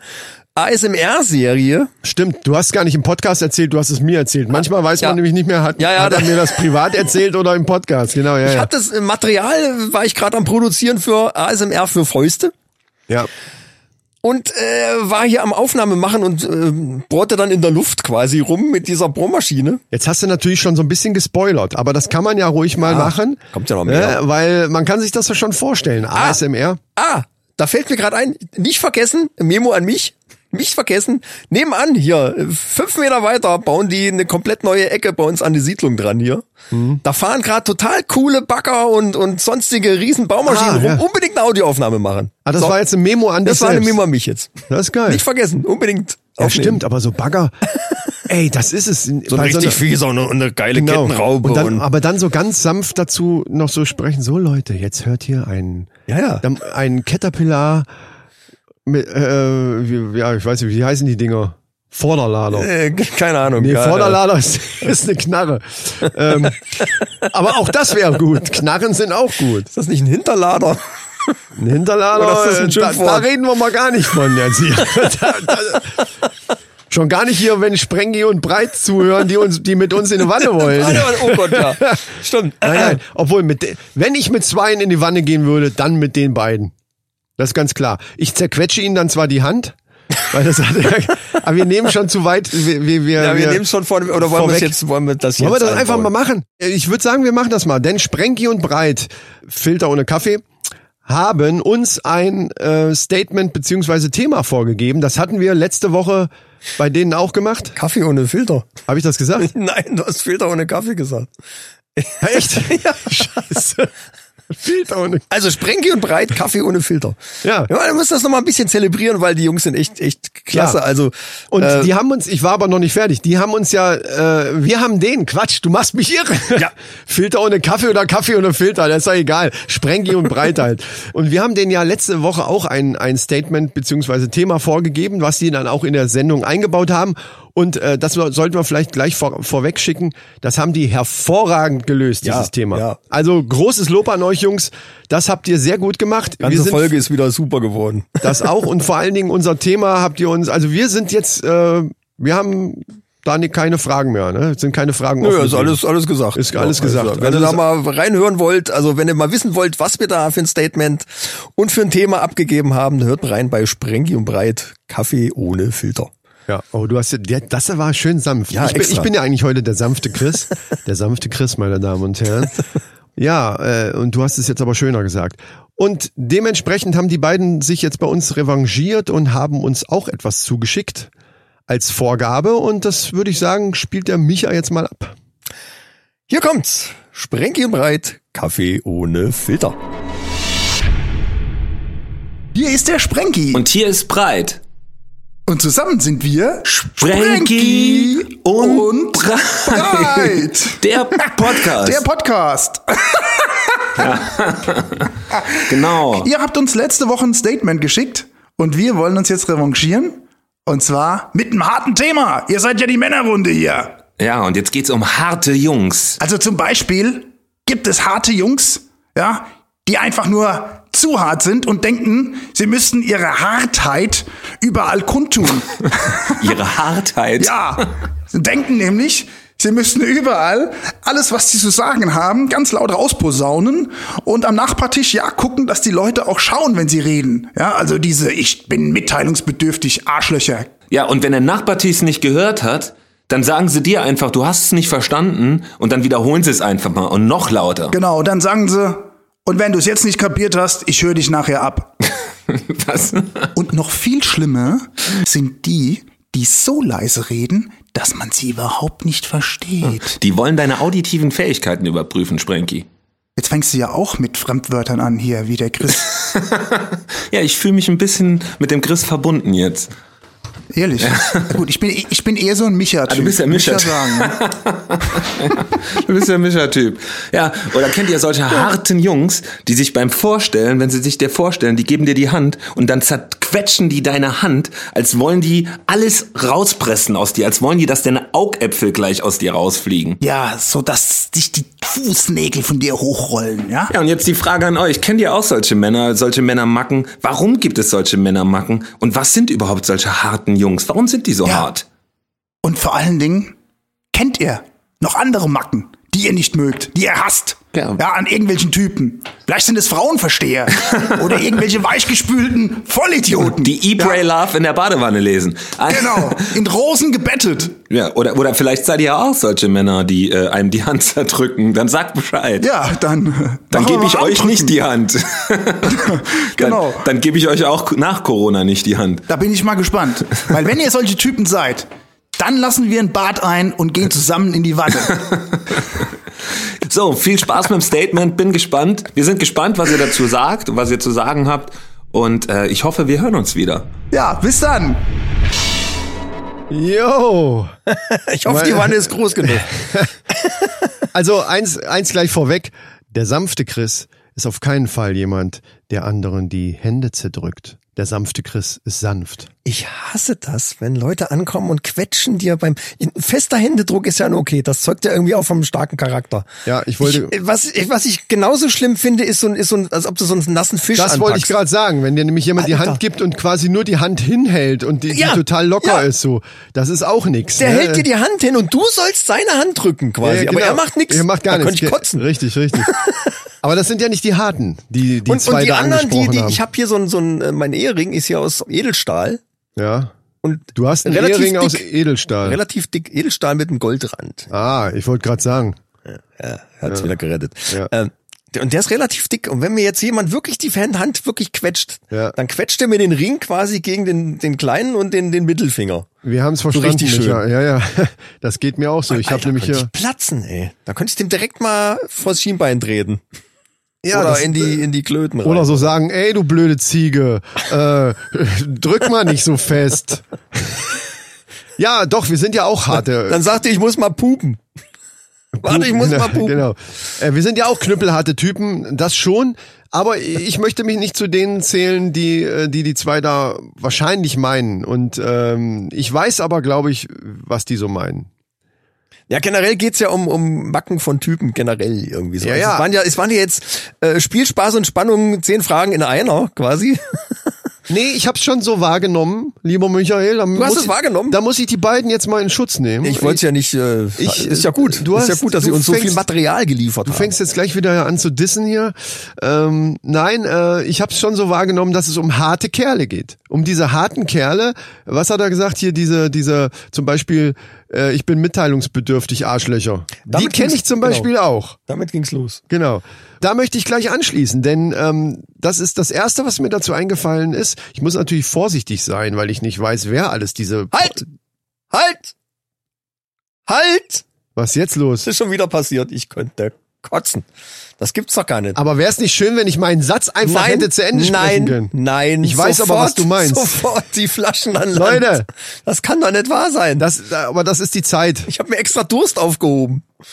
[SPEAKER 1] ASMR-Serie.
[SPEAKER 2] Stimmt, du hast gar nicht im Podcast erzählt, du hast es mir erzählt. Manchmal weiß
[SPEAKER 1] Ja.
[SPEAKER 2] man nämlich nicht mehr, hat,
[SPEAKER 1] Ja, ja,
[SPEAKER 2] hat er
[SPEAKER 1] da-
[SPEAKER 2] mir das privat erzählt oder im Podcast. Genau, ja,
[SPEAKER 1] Ich
[SPEAKER 2] ja.
[SPEAKER 1] habe das äh, Material, war ich gerade am Produzieren für ASMR für Fäuste.
[SPEAKER 2] ja.
[SPEAKER 1] und äh, war hier am Aufnahme machen und äh, bohrte dann in der Luft quasi rum mit dieser Bohrmaschine.
[SPEAKER 2] Jetzt hast du natürlich schon so ein bisschen gespoilert, aber das kann man ja ruhig mal machen.
[SPEAKER 1] kommt ja noch mehr.
[SPEAKER 2] Äh, weil man kann sich das ja schon vorstellen. ASMR.
[SPEAKER 1] Ah, da fällt mir gerade ein, nicht vergessen, Memo an mich, nicht vergessen, nebenan hier, fünf Meter weiter bauen die eine komplett neue Ecke bei uns an die Siedlung dran hier.
[SPEAKER 2] Mhm.
[SPEAKER 1] Da fahren gerade total coole Bagger und, und sonstige riesen Baumaschinen
[SPEAKER 2] Ah, ja.
[SPEAKER 1] rum, unbedingt eine Audioaufnahme machen.
[SPEAKER 2] Ah, das
[SPEAKER 1] So,
[SPEAKER 2] war jetzt eine Memo an
[SPEAKER 1] das
[SPEAKER 2] dich
[SPEAKER 1] war eine
[SPEAKER 2] selbst.
[SPEAKER 1] Memo an mich jetzt.
[SPEAKER 2] Das ist geil.
[SPEAKER 1] Nicht vergessen, unbedingt
[SPEAKER 2] ja,
[SPEAKER 1] aufnehmen.
[SPEAKER 2] stimmt, aber so Bagger. Ey, das ist es.
[SPEAKER 1] So ein richtig fieser und eine, und eine geile Kettenraube.
[SPEAKER 2] Genau. Und dann,
[SPEAKER 1] und-
[SPEAKER 2] aber dann so ganz sanft dazu noch so sprechen. So Leute, jetzt hört hier ein,
[SPEAKER 1] Ja, ja.
[SPEAKER 2] dann ein Caterpillar mit, äh, wie, ja, ich weiß nicht, wie heißen die Dinger? Vorderlader.
[SPEAKER 1] Äh, keine Ahnung.
[SPEAKER 2] Nee,
[SPEAKER 1] ja,
[SPEAKER 2] Vorderlader ist, ist eine Knarre. ähm, aber auch das wäre gut. Knarren sind auch gut.
[SPEAKER 1] Ist das nicht ein Hinterlader?
[SPEAKER 2] Ein Hinterlader,
[SPEAKER 1] Oder ist Oh, das ein
[SPEAKER 2] äh, da, da
[SPEAKER 1] Schimpfwort?
[SPEAKER 2] reden wir mal gar nicht von jetzt hier. da, da, schon gar nicht hier, wenn Sprengi und Breit zuhören, die, uns, die mit uns in die Wanne
[SPEAKER 1] Ah,
[SPEAKER 2] wollen.
[SPEAKER 1] ja, oh Gott, ja. Stimmt.
[SPEAKER 2] Nein, nein. Obwohl, mit, de- wenn ich mit zweien in die Wanne gehen würde, dann mit den beiden. Das ist ganz klar. Ich zerquetsche ihnen dann zwar die Hand, weil das hat er, aber wir nehmen schon zu weit. Wir, wir, wir,
[SPEAKER 1] Ja, wir nehmen es schon vor, oder wollen wir
[SPEAKER 2] vorweg.
[SPEAKER 1] es jetzt, wollen wir das jetzt?
[SPEAKER 2] Wollen wir das einfach mal
[SPEAKER 1] einbauen?
[SPEAKER 2] machen? Ich würde sagen, wir machen das mal. Denn Sprenki und Breit, Filter ohne Kaffee, haben uns ein äh, Statement beziehungsweise Thema vorgegeben. Das hatten wir letzte Woche bei denen auch gemacht.
[SPEAKER 1] Kaffee ohne Filter.
[SPEAKER 2] Habe ich das gesagt?
[SPEAKER 1] Nein, du hast Filter ohne Kaffee gesagt.
[SPEAKER 2] Echt?
[SPEAKER 1] Ja.
[SPEAKER 2] Scheiße. Filter ohne
[SPEAKER 1] Also Sprengi und Breit, Kaffee ohne Filter.
[SPEAKER 2] Ja.
[SPEAKER 1] ja man muss das nochmal ein bisschen zelebrieren, weil die Jungs sind echt, echt klasse.
[SPEAKER 2] Ja.
[SPEAKER 1] Also,
[SPEAKER 2] Und
[SPEAKER 1] äh,
[SPEAKER 2] die haben uns, ich war aber noch nicht fertig, die haben uns ja, äh, wir haben den, Quatsch, du machst mich irre.
[SPEAKER 1] Ja.
[SPEAKER 2] Filter ohne Kaffee oder Kaffee ohne Filter, das ist ja egal. Sprengi und Breit halt. Und wir haben denen ja letzte Woche auch ein, ein Statement beziehungsweise Thema vorgegeben, was die dann auch in der Sendung eingebaut haben. Und äh, das so- sollten wir vielleicht gleich vor, vorweg schicken. Das haben die hervorragend gelöst,
[SPEAKER 1] Ja,
[SPEAKER 2] dieses Thema.
[SPEAKER 1] ja.
[SPEAKER 2] Also großes Lob an euch Jungs. Das habt ihr sehr gut gemacht.
[SPEAKER 1] ganze
[SPEAKER 2] wir sind
[SPEAKER 1] Folge ist wieder super geworden.
[SPEAKER 2] das auch und vor allen Dingen unser Thema habt ihr uns, also wir sind jetzt, äh, wir haben da ne, keine Fragen mehr, ne? Es sind keine Fragen
[SPEAKER 1] Nö,
[SPEAKER 2] offen.
[SPEAKER 1] ist alles, alles gesagt.
[SPEAKER 2] Ist alles gesagt.
[SPEAKER 1] Also, wenn ihr
[SPEAKER 2] Also
[SPEAKER 1] da
[SPEAKER 2] ist-
[SPEAKER 1] mal reinhören wollt, also wenn ihr mal wissen wollt, was wir da für ein Statement und für ein Thema abgegeben haben, dann hört mal rein bei Sprengi und Breit, Kaffee ohne Filter.
[SPEAKER 2] Ja, oh, du hast, ja- der, das war schön sanft.
[SPEAKER 1] Ja,
[SPEAKER 2] ich, bin,
[SPEAKER 1] extra.
[SPEAKER 2] ich bin ja eigentlich heute der sanfte Chris, der sanfte Chris, meine Damen und Herren. Ja, äh, und du hast es jetzt aber schöner gesagt. Und dementsprechend haben die beiden sich jetzt bei uns revanchiert und haben uns auch etwas zugeschickt als Vorgabe und das würde ich sagen, spielt der Micha jetzt mal ab.
[SPEAKER 1] Hier kommt's. Sprengi und Breit, Kaffee ohne Filter.
[SPEAKER 5] Hier ist der Sprenki.
[SPEAKER 6] Und hier ist Breit.
[SPEAKER 5] Und zusammen sind wir
[SPEAKER 6] Sprenki und, und
[SPEAKER 5] Breit.
[SPEAKER 6] der Podcast.
[SPEAKER 5] Der Podcast.
[SPEAKER 6] genau.
[SPEAKER 5] Ihr habt uns letzte Woche ein Statement geschickt und wir wollen uns jetzt revanchieren. Und zwar mit einem harten Thema. Ihr seid ja die Männerrunde hier.
[SPEAKER 6] Ja, und jetzt geht's um harte Jungs.
[SPEAKER 5] Also zum Beispiel gibt es harte Jungs, ja, die einfach nur zu hart sind und denken, sie müssten ihre Hartheit überall kundtun.
[SPEAKER 6] Ihre Hartheit.
[SPEAKER 5] Ja, sie denken nämlich, sie müssten überall alles, was sie zu sagen haben, ganz laut rausposaunen und am Nachbartisch ja gucken, dass die Leute auch schauen, wenn sie reden. Ja, also diese ich bin mitteilungsbedürftig Arschlöcher.
[SPEAKER 6] Ja, und wenn der Nachbartisch nicht gehört hat, dann sagen sie dir einfach, du hast es nicht verstanden und dann wiederholen sie es einfach mal und noch lauter.
[SPEAKER 5] Genau, dann sagen sie, und wenn du es jetzt nicht kapiert hast, ich höre dich nachher ab.
[SPEAKER 6] Was?
[SPEAKER 5] Und noch viel schlimmer sind die, die so leise reden, dass man sie überhaupt nicht versteht.
[SPEAKER 6] Die wollen deine auditiven Fähigkeiten überprüfen, Sprenki.
[SPEAKER 5] Jetzt fängst du ja auch mit Fremdwörtern an hier, wie der Chris.
[SPEAKER 6] Ja, ich fühle mich ein bisschen mit dem Chris verbunden jetzt.
[SPEAKER 5] Ehrlich. Gut, ich bin, ich bin eher so ein Micha-Typ.
[SPEAKER 6] Ah, du bist ja
[SPEAKER 5] muss ich
[SPEAKER 6] Micha.
[SPEAKER 5] sagen. ne?
[SPEAKER 6] Du bist ja ein Mischer-Typ. Ja, oder kennt ihr solche harten Jungs, die sich beim Vorstellen, wenn sie sich dir vorstellen, die geben dir die Hand und dann zerquetschen die deine Hand, als wollen die alles rauspressen aus dir, als wollen die, dass deine Augäpfel gleich aus dir rausfliegen.
[SPEAKER 5] Ja, so dass sich die Fußnägel von dir hochrollen, ja?
[SPEAKER 6] Ja, und jetzt die Frage an euch. Kennt ihr auch solche Männer, solche Männermacken? Warum gibt es solche Männermacken? Und was sind überhaupt solche harten Jungs? Warum sind die so
[SPEAKER 5] Ja.
[SPEAKER 6] hart?
[SPEAKER 5] Und vor allen Dingen, kennt ihr noch andere Macken, die ihr nicht mögt, die ihr hasst?
[SPEAKER 6] Ja.
[SPEAKER 5] ja, an irgendwelchen Typen. Vielleicht sind es Frauenversteher oder irgendwelche weichgespülten Vollidioten.
[SPEAKER 6] Die E-Bray Love in der Badewanne lesen. Also
[SPEAKER 5] Genau, in Rosen gebettet.
[SPEAKER 6] Ja, oder, oder vielleicht seid ihr auch solche Männer, die äh, einem die Hand zerdrücken. Dann sagt Bescheid.
[SPEAKER 5] Ja, dann. äh,
[SPEAKER 6] Dann
[SPEAKER 5] machen wir
[SPEAKER 6] gebe ich
[SPEAKER 5] mal
[SPEAKER 6] euch
[SPEAKER 5] andrücken.
[SPEAKER 6] nicht die Hand.
[SPEAKER 5] Genau.
[SPEAKER 6] Dann, dann gebe ich euch auch nach Corona nicht die Hand.
[SPEAKER 5] Da bin ich mal gespannt. Weil wenn ihr solche Typen seid, dann lassen wir ein Bad ein und gehen zusammen in die Wanne.
[SPEAKER 6] So, viel Spaß mit dem Statement. Bin gespannt. Wir sind gespannt, was ihr dazu sagt und was ihr zu sagen habt. Und äh, ich hoffe, wir hören uns wieder.
[SPEAKER 5] Ja, bis dann.
[SPEAKER 2] Yo!
[SPEAKER 1] Ich hoffe, die Wanne ist groß genug.
[SPEAKER 2] Also eins, eins gleich vorweg. Der sanfte Chris ist auf keinen Fall jemand, der anderen die Hände zerdrückt. Der sanfte Chris ist sanft.
[SPEAKER 1] Ich hasse das, wenn Leute ankommen und quetschen dir beim in- fester Händedruck ist ja nur okay. Das zeugt ja irgendwie auch vom starken Charakter.
[SPEAKER 2] Ja, ich wollte-
[SPEAKER 1] Ich, was, ich, was ich genauso schlimm finde, ist so ein, ist so ein, als ob du so einen nassen Fisch
[SPEAKER 2] Das
[SPEAKER 1] anpackst.
[SPEAKER 2] wollte ich gerade sagen, wenn dir nämlich jemand die
[SPEAKER 1] Alter.
[SPEAKER 2] Hand gibt und quasi nur die Hand hinhält und die,
[SPEAKER 1] Ja,
[SPEAKER 2] die total locker
[SPEAKER 1] ja.
[SPEAKER 2] ist, so, das ist auch nichts.
[SPEAKER 1] Der
[SPEAKER 2] ne?
[SPEAKER 1] hält dir die Hand hin und du sollst seine Hand drücken quasi.
[SPEAKER 2] Ja,
[SPEAKER 1] Aber
[SPEAKER 2] genau.
[SPEAKER 1] er macht nichts.
[SPEAKER 2] Er macht gar
[SPEAKER 1] da
[SPEAKER 2] nichts.
[SPEAKER 1] könnte ich
[SPEAKER 2] Ge-
[SPEAKER 1] kotzen.
[SPEAKER 2] Richtig, richtig. Aber das sind ja nicht die Harten, die die
[SPEAKER 1] und,
[SPEAKER 2] zwei
[SPEAKER 1] und die
[SPEAKER 2] da
[SPEAKER 1] anderen, die,
[SPEAKER 2] angesprochen
[SPEAKER 1] die
[SPEAKER 2] haben.
[SPEAKER 1] ich habe hier so ein, so ein, äh, mein Ehering ist hier aus Edelstahl
[SPEAKER 2] ja.
[SPEAKER 1] und
[SPEAKER 2] Du hast einen
[SPEAKER 1] relativ
[SPEAKER 2] Ehering aus
[SPEAKER 1] dick-
[SPEAKER 2] Edelstahl.
[SPEAKER 1] relativ dick Edelstahl mit einem Goldrand.
[SPEAKER 2] ah, ich wollte gerade sagen.
[SPEAKER 1] Hat's wieder gerettet.
[SPEAKER 2] Ja.
[SPEAKER 1] Ähm, der- und der ist relativ dick. Und wenn mir jetzt jemand wirklich die Fan- Hand wirklich quetscht,
[SPEAKER 2] Ja.
[SPEAKER 1] dann quetscht er mir den Ring quasi gegen den, den kleinen und den, den Mittelfinger.
[SPEAKER 2] Wir haben es verstanden.
[SPEAKER 1] richtig
[SPEAKER 2] Micha.
[SPEAKER 1] schön.
[SPEAKER 2] Ja, ja. Das geht mir auch so. Ich habe
[SPEAKER 1] Alter,
[SPEAKER 2] nämlich
[SPEAKER 1] könnte
[SPEAKER 2] hier.
[SPEAKER 1] ich platzen, ey. Da könnte ich dem direkt mal vors Schienbein treten. Ja, Oder
[SPEAKER 2] das- äh,
[SPEAKER 1] in die, in die Klöten rein.
[SPEAKER 2] Oder so sagen, ey, du blöde Ziege, äh, drück mal nicht so fest. ja, doch, wir sind ja auch harte.
[SPEAKER 1] Dann sagt er, ich muss mal pupen. Warte, ich muss
[SPEAKER 2] Ja,
[SPEAKER 1] mal pupen.
[SPEAKER 2] Genau. Äh, wir sind ja auch knüppelharte Typen, das schon. Aber ich möchte mich nicht zu denen zählen, die äh, die, die zwei da wahrscheinlich meinen. Und ähm, ich weiß aber, glaube ich, was die so meinen.
[SPEAKER 1] Ja, generell geht's ja um, um Macken von Typen generell irgendwie so.
[SPEAKER 2] Ja,
[SPEAKER 1] Also
[SPEAKER 2] ja.
[SPEAKER 1] Es waren ja, es waren ja jetzt äh, Spiel, Spaß und Spannung, zehn Fragen in einer quasi.
[SPEAKER 2] Nee, ich habe es schon so wahrgenommen, lieber Michael. Da du
[SPEAKER 1] hast es wahrgenommen?
[SPEAKER 2] Da muss ich die beiden jetzt mal in Schutz nehmen.
[SPEAKER 1] Ich wollte ja nicht. Äh,
[SPEAKER 2] Ich-
[SPEAKER 1] ist ja gut.
[SPEAKER 2] du
[SPEAKER 1] ist ja
[SPEAKER 2] hast-
[SPEAKER 1] gut, dass
[SPEAKER 2] du
[SPEAKER 1] sie uns so viel
[SPEAKER 2] fängst-
[SPEAKER 1] Material geliefert
[SPEAKER 2] Du
[SPEAKER 1] haben.
[SPEAKER 2] fängst jetzt gleich wieder an zu dissen hier. Ähm, nein, äh, ich habe es schon so wahrgenommen, dass es um harte Kerle geht. Um diese harten Kerle. Was hat er gesagt hier? Diese, diese zum Beispiel, äh, ich bin mitteilungsbedürftig, Arschlöcher.
[SPEAKER 1] Damit genau.
[SPEAKER 2] Die kenne ich
[SPEAKER 1] ging's-
[SPEAKER 2] zum Beispiel auch.
[SPEAKER 1] Damit ging's los.
[SPEAKER 2] Genau. Da möchte ich gleich anschließen, denn ähm, das ist das Erste, was mir dazu eingefallen ist. Ich muss natürlich vorsichtig sein, weil ich nicht weiß, wer alles diese.
[SPEAKER 1] Halt! Halt! Halt!
[SPEAKER 2] Was ist jetzt
[SPEAKER 1] Es
[SPEAKER 2] los?
[SPEAKER 1] ist schon wieder passiert. Ich könnte kotzen. Das gibt's doch gar nicht.
[SPEAKER 2] Aber wäre es nicht schön, wenn ich meinen Satz einfach hätte zu Ende sprechen
[SPEAKER 1] nein,
[SPEAKER 2] können?
[SPEAKER 1] nein.
[SPEAKER 2] Ich weiß aber, was
[SPEAKER 1] sofort-
[SPEAKER 2] du meinst.
[SPEAKER 1] Sofort die Flaschen an Land.
[SPEAKER 2] Leute.
[SPEAKER 1] das kann doch nicht wahr sein.
[SPEAKER 2] Das, aber das ist die Zeit.
[SPEAKER 1] ich habe mir extra Durst aufgehoben. Ich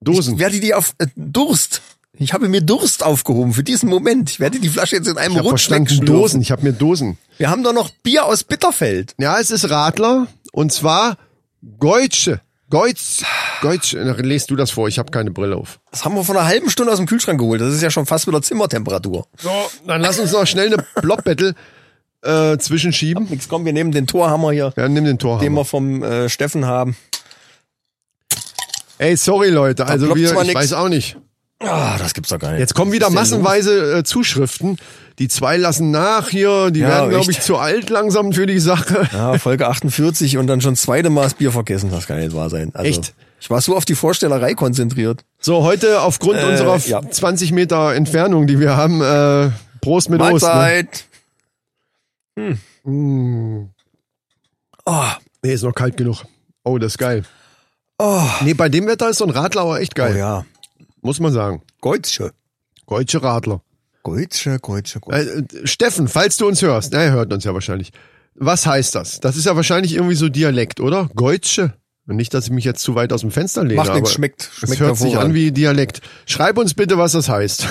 [SPEAKER 2] Dosen.
[SPEAKER 1] werde die auf äh, Durst. Ich habe mir Durst aufgehoben für diesen Moment. Ich werde die Flasche jetzt in einem
[SPEAKER 2] Ich habe
[SPEAKER 1] Rutsch
[SPEAKER 2] verstanden,
[SPEAKER 1] wegschlürfen.
[SPEAKER 2] Dosen. Ich habe mir Dosen.
[SPEAKER 1] Wir haben doch noch Bier aus Bitterfeld.
[SPEAKER 2] Ja, es ist Radler und zwar Deutsche. Deutsch, Deutsch, lest du das vor, ich habe keine Brille auf.
[SPEAKER 1] Das haben wir vor einer halben Stunde aus dem Kühlschrank geholt. Das ist ja schon fast wieder Zimmertemperatur.
[SPEAKER 2] So, dann lass uns noch schnell eine Blob-Battle äh, zwischenschieben.
[SPEAKER 1] Nix, komm, wir nehmen den Torhammer hier,
[SPEAKER 2] Ja, nimm den
[SPEAKER 1] den
[SPEAKER 2] Torhammer.
[SPEAKER 1] wir vom äh, Steffen haben.
[SPEAKER 2] Ey, sorry Leute, also
[SPEAKER 1] ploppt
[SPEAKER 2] wir,
[SPEAKER 1] zwar
[SPEAKER 2] ich
[SPEAKER 1] nix.
[SPEAKER 2] weiß auch nicht.
[SPEAKER 1] Ah, das gibt's doch gar nicht.
[SPEAKER 2] Jetzt kommen wieder
[SPEAKER 1] Was ist denn los?
[SPEAKER 2] massenweise äh, Zuschriften. Die zwei lassen nach hier, die
[SPEAKER 1] Ja,
[SPEAKER 2] werden, glaube ich,
[SPEAKER 1] echt.
[SPEAKER 2] zu alt langsam für die Sache.
[SPEAKER 1] Ja, Folge 48 und dann schon zweite Mal das Bier vergessen. Das kann nicht wahr sein. Also,
[SPEAKER 2] Echt?
[SPEAKER 1] Ich war so auf die Vorstellerei konzentriert.
[SPEAKER 2] So, heute aufgrund unserer f-
[SPEAKER 1] Äh, ja.
[SPEAKER 2] 20 Meter Entfernung, die wir haben, äh, Prost mit Ost. Ne?
[SPEAKER 1] Mahlzeit. Hm.
[SPEAKER 2] Nee, ist noch kalt genug. Oh, das ist geil. Nee, bei dem Wetter ist so ein Radlauer echt
[SPEAKER 1] ah, Oh,
[SPEAKER 2] geil.
[SPEAKER 1] oh ja.
[SPEAKER 2] Muss man sagen.
[SPEAKER 1] Goldsche.
[SPEAKER 2] Deutsche Radler.
[SPEAKER 1] Goldsche, Goldsche, Goldsche.
[SPEAKER 2] Äh, äh, Steffen, falls du uns hörst, na, er hört uns ja wahrscheinlich. Was heißt das? Das ist ja wahrscheinlich irgendwie so Dialekt, oder? Deutsche. Und Nicht, dass ich mich jetzt zu weit aus dem Fenster lehne.
[SPEAKER 1] Macht nichts,
[SPEAKER 2] aber
[SPEAKER 1] schmeckt-
[SPEAKER 2] Es
[SPEAKER 1] schmeckt
[SPEAKER 2] hört sich an
[SPEAKER 1] hervorragend. Ah.
[SPEAKER 2] wie Dialekt. Schreib uns bitte, was das heißt.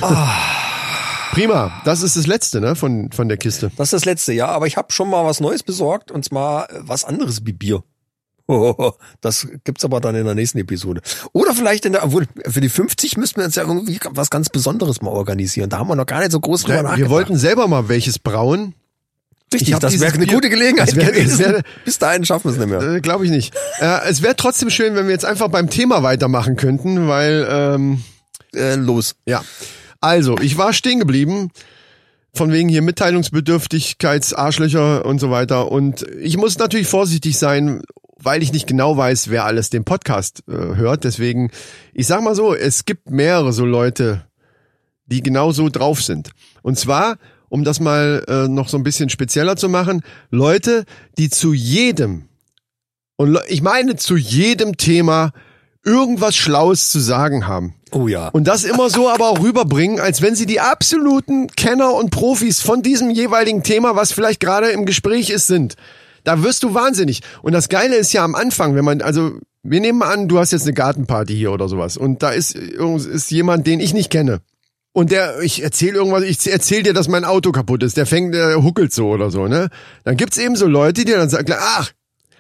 [SPEAKER 2] Prima. Das ist das Letzte, ne, von, von der Kiste.
[SPEAKER 1] Das ist das letzte, ja, aber ich habe schon mal was Neues besorgt und zwar äh, was anderes wie Bier. Oh, das gibt's aber dann in der nächsten Episode. Oder vielleicht in der, obwohl, für die 50 müssten wir uns ja irgendwie was ganz Besonderes mal organisieren. Da haben wir noch gar nicht so groß drüber
[SPEAKER 2] Ja,
[SPEAKER 1] nachgedacht.
[SPEAKER 2] wir wollten selber mal welches brauen. ich
[SPEAKER 1] Richtig,
[SPEAKER 2] hab
[SPEAKER 1] das
[SPEAKER 2] dieses
[SPEAKER 1] wäre eine
[SPEAKER 2] Bier-
[SPEAKER 1] gute Gelegenheit
[SPEAKER 2] Das wär- das
[SPEAKER 1] gewesen.
[SPEAKER 2] wär-
[SPEAKER 1] Bis dahin schaffen wir es nicht mehr.
[SPEAKER 2] Äh, Glaube ich nicht. äh, es wäre trotzdem schön, wenn wir jetzt einfach beim Thema weitermachen könnten, weil, ähm,
[SPEAKER 1] Äh, los.
[SPEAKER 2] Ja. Also, ich war stehen geblieben. Von wegen hier Mitteilungsbedürftigkeitsarschlöcher und so weiter. Und ich muss natürlich vorsichtig sein, weil ich nicht genau weiß, wer alles den Podcast äh, hört. Deswegen, ich sag mal so, es gibt mehrere so Leute, die genau so drauf sind. Und zwar, um das mal äh, noch so ein bisschen spezieller zu machen, Leute, die zu jedem, und Le- ich meine zu jedem Thema irgendwas Schlaues zu sagen haben.
[SPEAKER 1] Oh ja.
[SPEAKER 2] Und das immer so aber auch rüberbringen, als wenn sie die absoluten Kenner und Profis von diesem jeweiligen Thema, was vielleicht gerade im Gespräch ist, sind. Da wirst du wahnsinnig. Und das Geile ist ja am Anfang, wenn man, also wir nehmen mal an, du hast jetzt eine Gartenparty hier oder sowas und da ist, irgend- ist jemand, den ich nicht kenne. Und der, ich erzähle irgendwas, ich erzähle dir, dass mein Auto kaputt ist. Der fängt, der huckelt so oder so, ne? Dann gibt's eben so Leute, die dann sagen, ach,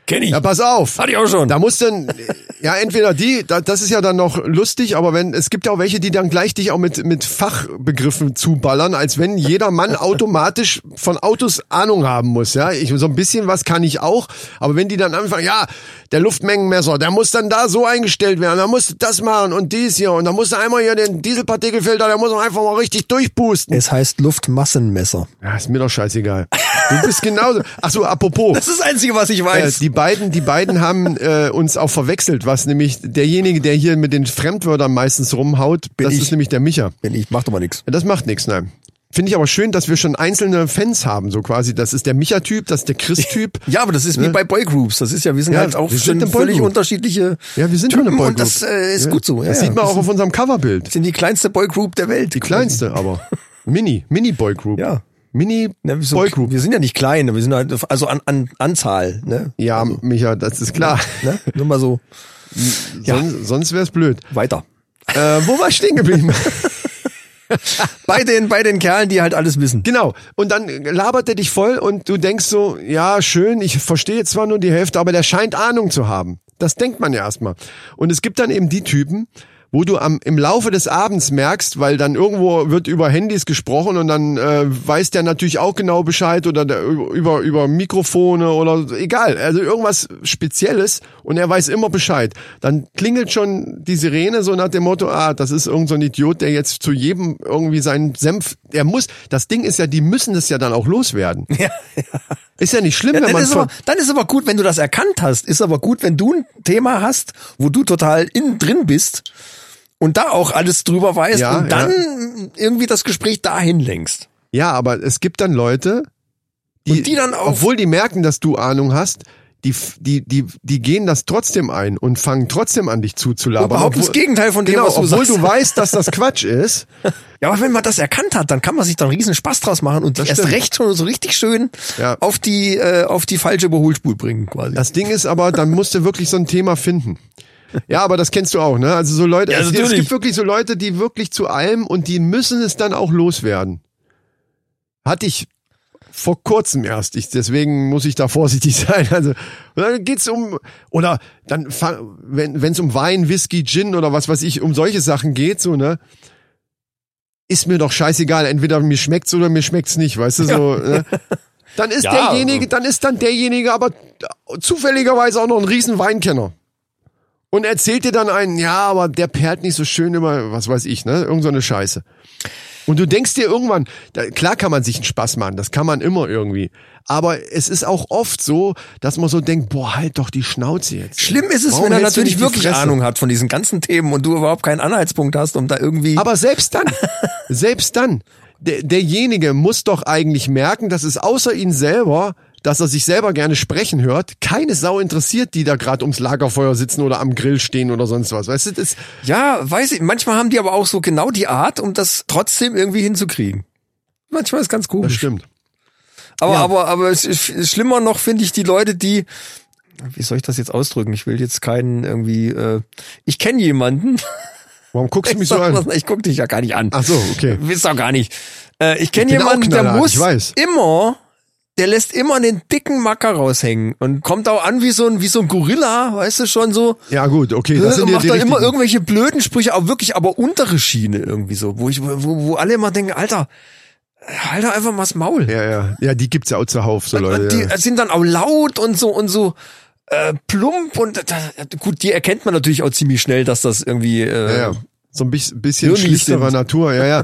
[SPEAKER 1] Kenn ich.
[SPEAKER 2] ja, pass auf.
[SPEAKER 1] Hatte ich auch schon.
[SPEAKER 2] Da muss dann, äh, ja, entweder die, da, das ist ja dann noch lustig, aber wenn, es gibt ja auch welche, die dann gleich dich auch mit, mit Fachbegriffen zuballern, als wenn jeder Mann automatisch von Autos Ahnung haben muss, ja. Ich, so ein bisschen was kann ich auch, aber wenn die dann anfangen, ja, der Luftmengenmesser, der muss dann da so eingestellt werden, da muss das machen und dies hier und da muss einmal hier den Dieselpartikelfilter, der muss man einfach mal richtig durchpusten.
[SPEAKER 1] es heißt Luftmassenmesser.
[SPEAKER 2] Ja, ist mir doch scheißegal. Du bist genauso. Ach so, apropos.
[SPEAKER 1] Das ist das Einzige, was ich
[SPEAKER 2] Äh,
[SPEAKER 1] weiß.
[SPEAKER 2] die beiden, die beiden haben äh, uns auch verwechselt, was nämlich derjenige, der hier mit den Fremdwörtern meistens rumhaut, das
[SPEAKER 1] ich.
[SPEAKER 2] ist nämlich der Micha.
[SPEAKER 1] Wenn ich, mach doch mal nix.
[SPEAKER 2] Ja, Das macht nichts, nein. Finde ich aber schön, dass wir schon einzelne Fans haben, so quasi. Das ist der Micha-Typ, das ist der Chris-Typ.
[SPEAKER 1] Ja, aber das ist wie bei Boygroups. Das ist ja, wir sind
[SPEAKER 2] Äh. Ja,
[SPEAKER 1] halt auch
[SPEAKER 2] wir sind
[SPEAKER 1] sind
[SPEAKER 2] eine
[SPEAKER 1] völlig
[SPEAKER 2] Boygroup.
[SPEAKER 1] unterschiedliche.
[SPEAKER 2] Ja, wir sind schon
[SPEAKER 1] Typen
[SPEAKER 2] eine Boygroup.
[SPEAKER 1] Und das äh, ist
[SPEAKER 2] ja.
[SPEAKER 1] gut so. Ja,
[SPEAKER 2] das
[SPEAKER 1] ja.
[SPEAKER 2] sieht man
[SPEAKER 1] das
[SPEAKER 2] auch auf unserem Coverbild.
[SPEAKER 1] sind die kleinste Boygroup der Welt.
[SPEAKER 2] Die kleinste aber. Mini, Mini-Boy-Group.
[SPEAKER 1] Ja. Ne, so,
[SPEAKER 2] Mini-Boy-Group.
[SPEAKER 1] wir sind ja nicht klein, wir sind halt, also an, an Anzahl, ne?
[SPEAKER 2] Ja, Micha, das ist klar.
[SPEAKER 1] ne? Nur mal so
[SPEAKER 2] Sonst, sonst wär's blöd.
[SPEAKER 1] weiter.
[SPEAKER 2] Äh, wo war ich stehen geblieben?
[SPEAKER 1] Bei den, bei den Kerlen, die halt alles wissen.
[SPEAKER 2] Genau. Und dann labert er dich voll und du denkst so, ja, schön, ich verstehe zwar nur die Hälfte, aber der scheint Ahnung zu haben. Das denkt man ja erstmal. Und es gibt dann eben die Typen, wo du am, im Laufe des Abends merkst, weil dann irgendwo wird über Handys gesprochen und dann äh, weiß der natürlich auch genau Bescheid oder der, über, über Mikrofone oder egal, also irgendwas Spezielles und er weiß immer Bescheid. Dann klingelt schon die Sirene so nach dem Motto, ah, das ist irgend so ein Idiot, der jetzt zu jedem irgendwie seinen Senf, er muss, das Ding ist ja, die müssen das ja dann auch loswerden.
[SPEAKER 1] Ja.
[SPEAKER 2] Ist ja nicht schlimm, wenn
[SPEAKER 1] dann,
[SPEAKER 2] man
[SPEAKER 1] ist aber,
[SPEAKER 2] von,
[SPEAKER 1] dann ist aber gut, wenn du das erkannt hast, ist aber gut, wenn du ein Thema hast, wo du total innen drin bist und da auch alles drüber weißt
[SPEAKER 2] Ja,
[SPEAKER 1] und dann irgendwie das Gespräch dahin lenkst.
[SPEAKER 2] ja, aber es gibt dann Leute, die,
[SPEAKER 1] Und die dann auch-
[SPEAKER 2] obwohl die merken, dass du Ahnung hast, die, die, die, die gehen das trotzdem ein und fangen trotzdem an, dich zuzulabern.
[SPEAKER 1] Überhaupt das
[SPEAKER 2] Obwohl-
[SPEAKER 1] Gegenteil von dem,
[SPEAKER 2] genau,
[SPEAKER 1] was du
[SPEAKER 2] obwohl
[SPEAKER 1] sagst.
[SPEAKER 2] du weißt, dass das Quatsch ist.
[SPEAKER 1] Ja, aber wenn man das erkannt hat, dann kann man sich dann riesen Spaß draus machen und dich erst
[SPEAKER 2] stimmt.
[SPEAKER 1] recht schon so richtig schön
[SPEAKER 2] Ja.
[SPEAKER 1] auf die äh, auf die falsche Überholspur bringen quasi.
[SPEAKER 2] Das Ding ist aber, dann musst du wirklich so ein Thema finden. Ja, aber das kennst du auch, ne? Also so Leute,
[SPEAKER 1] Ja,
[SPEAKER 2] es, es
[SPEAKER 1] natürlich.
[SPEAKER 2] gibt wirklich so Leute, die wirklich zu allem und die müssen es dann auch loswerden. Hatte ich vor kurzem erst. Ich, deswegen muss ich da vorsichtig sein. Also und dann geht's um oder dann fang- wenn wenn's um Wein, Whisky, Gin oder was weiß ich um solche Sachen geht, so ne, ist mir doch scheißegal. Entweder mir schmeckt's oder mir schmeckt's nicht, weißt du so. Ne? Dann ist
[SPEAKER 1] Ja, also.
[SPEAKER 2] derjenige, dann ist dann derjenige aber zufälligerweise auch noch ein riesen Weinkenner. Und erzählt dir dann einen, ja, aber der perlt nicht so schön immer, was weiß ich, ne? Irgend so eine Scheiße. Und du denkst dir irgendwann, da, klar kann man sich einen Spaß machen, das kann man immer irgendwie. Aber es ist auch oft so, dass man so denkt, boah, halt doch die Schnauze jetzt.
[SPEAKER 1] Schlimm ist es,
[SPEAKER 2] Warum
[SPEAKER 1] wenn er
[SPEAKER 2] hältst du
[SPEAKER 1] natürlich
[SPEAKER 2] nicht die
[SPEAKER 1] wirklich
[SPEAKER 2] Fresse?
[SPEAKER 1] Ahnung hat von diesen ganzen Themen und du überhaupt keinen Anhaltspunkt hast, um da irgendwie.
[SPEAKER 2] Aber selbst dann, selbst dann, der, derjenige muss doch eigentlich merken, dass es außer ihn selber, dass er sich selber gerne sprechen hört, keine Sau interessiert, die da gerade ums Lagerfeuer sitzen oder am Grill stehen oder sonst was. Weißt du, das,
[SPEAKER 1] ja, weiß ich. Manchmal haben die aber auch so genau die Art, um das trotzdem irgendwie hinzukriegen. Manchmal ist ganz
[SPEAKER 2] das
[SPEAKER 1] komisch.
[SPEAKER 2] stimmt.
[SPEAKER 1] Aber, aber, aber es ist ist schlimmer noch finde ich die Leute, die, wie soll ich das jetzt ausdrücken? Ich will jetzt keinen irgendwie, äh, ich kenne jemanden.
[SPEAKER 2] Warum guckst du mich
[SPEAKER 1] Ich,
[SPEAKER 2] so
[SPEAKER 1] sag
[SPEAKER 2] an?
[SPEAKER 1] was- ich guck dich ja gar nicht an.
[SPEAKER 2] Ach so, okay.
[SPEAKER 1] Wisst doch gar nicht. Äh, ich kenne
[SPEAKER 2] bin auch
[SPEAKER 1] jemanden, der
[SPEAKER 2] knallhart,
[SPEAKER 1] muss
[SPEAKER 2] ich weiß.
[SPEAKER 1] immer, der lässt immer den dicken Macker raushängen und kommt auch an wie so ein, wie so ein Gorilla, weißt du schon so.
[SPEAKER 2] Ja gut, okay, das sind
[SPEAKER 1] und Äh,
[SPEAKER 2] ja
[SPEAKER 1] macht
[SPEAKER 2] die
[SPEAKER 1] dann immer
[SPEAKER 2] richtigen.
[SPEAKER 1] irgendwelche blöden Sprüche, aber wirklich aber untere Schiene irgendwie so, wo ich, wo, wo alle immer denken, Alter, halt doch einfach mal das Maul.
[SPEAKER 2] Ja, ja, ja, die gibt's ja auch zuhauf, so
[SPEAKER 1] Und
[SPEAKER 2] Leute.
[SPEAKER 1] Äh, die
[SPEAKER 2] ja.
[SPEAKER 1] sind dann auch laut und so und so äh, plump und da, gut, die erkennt man natürlich auch ziemlich schnell, dass das irgendwie äh,
[SPEAKER 2] Ja, ja. Ähm, So ein bis- bisschen
[SPEAKER 1] Hirnis
[SPEAKER 2] schlichterer
[SPEAKER 1] sind.
[SPEAKER 2] Natur, ja, ja.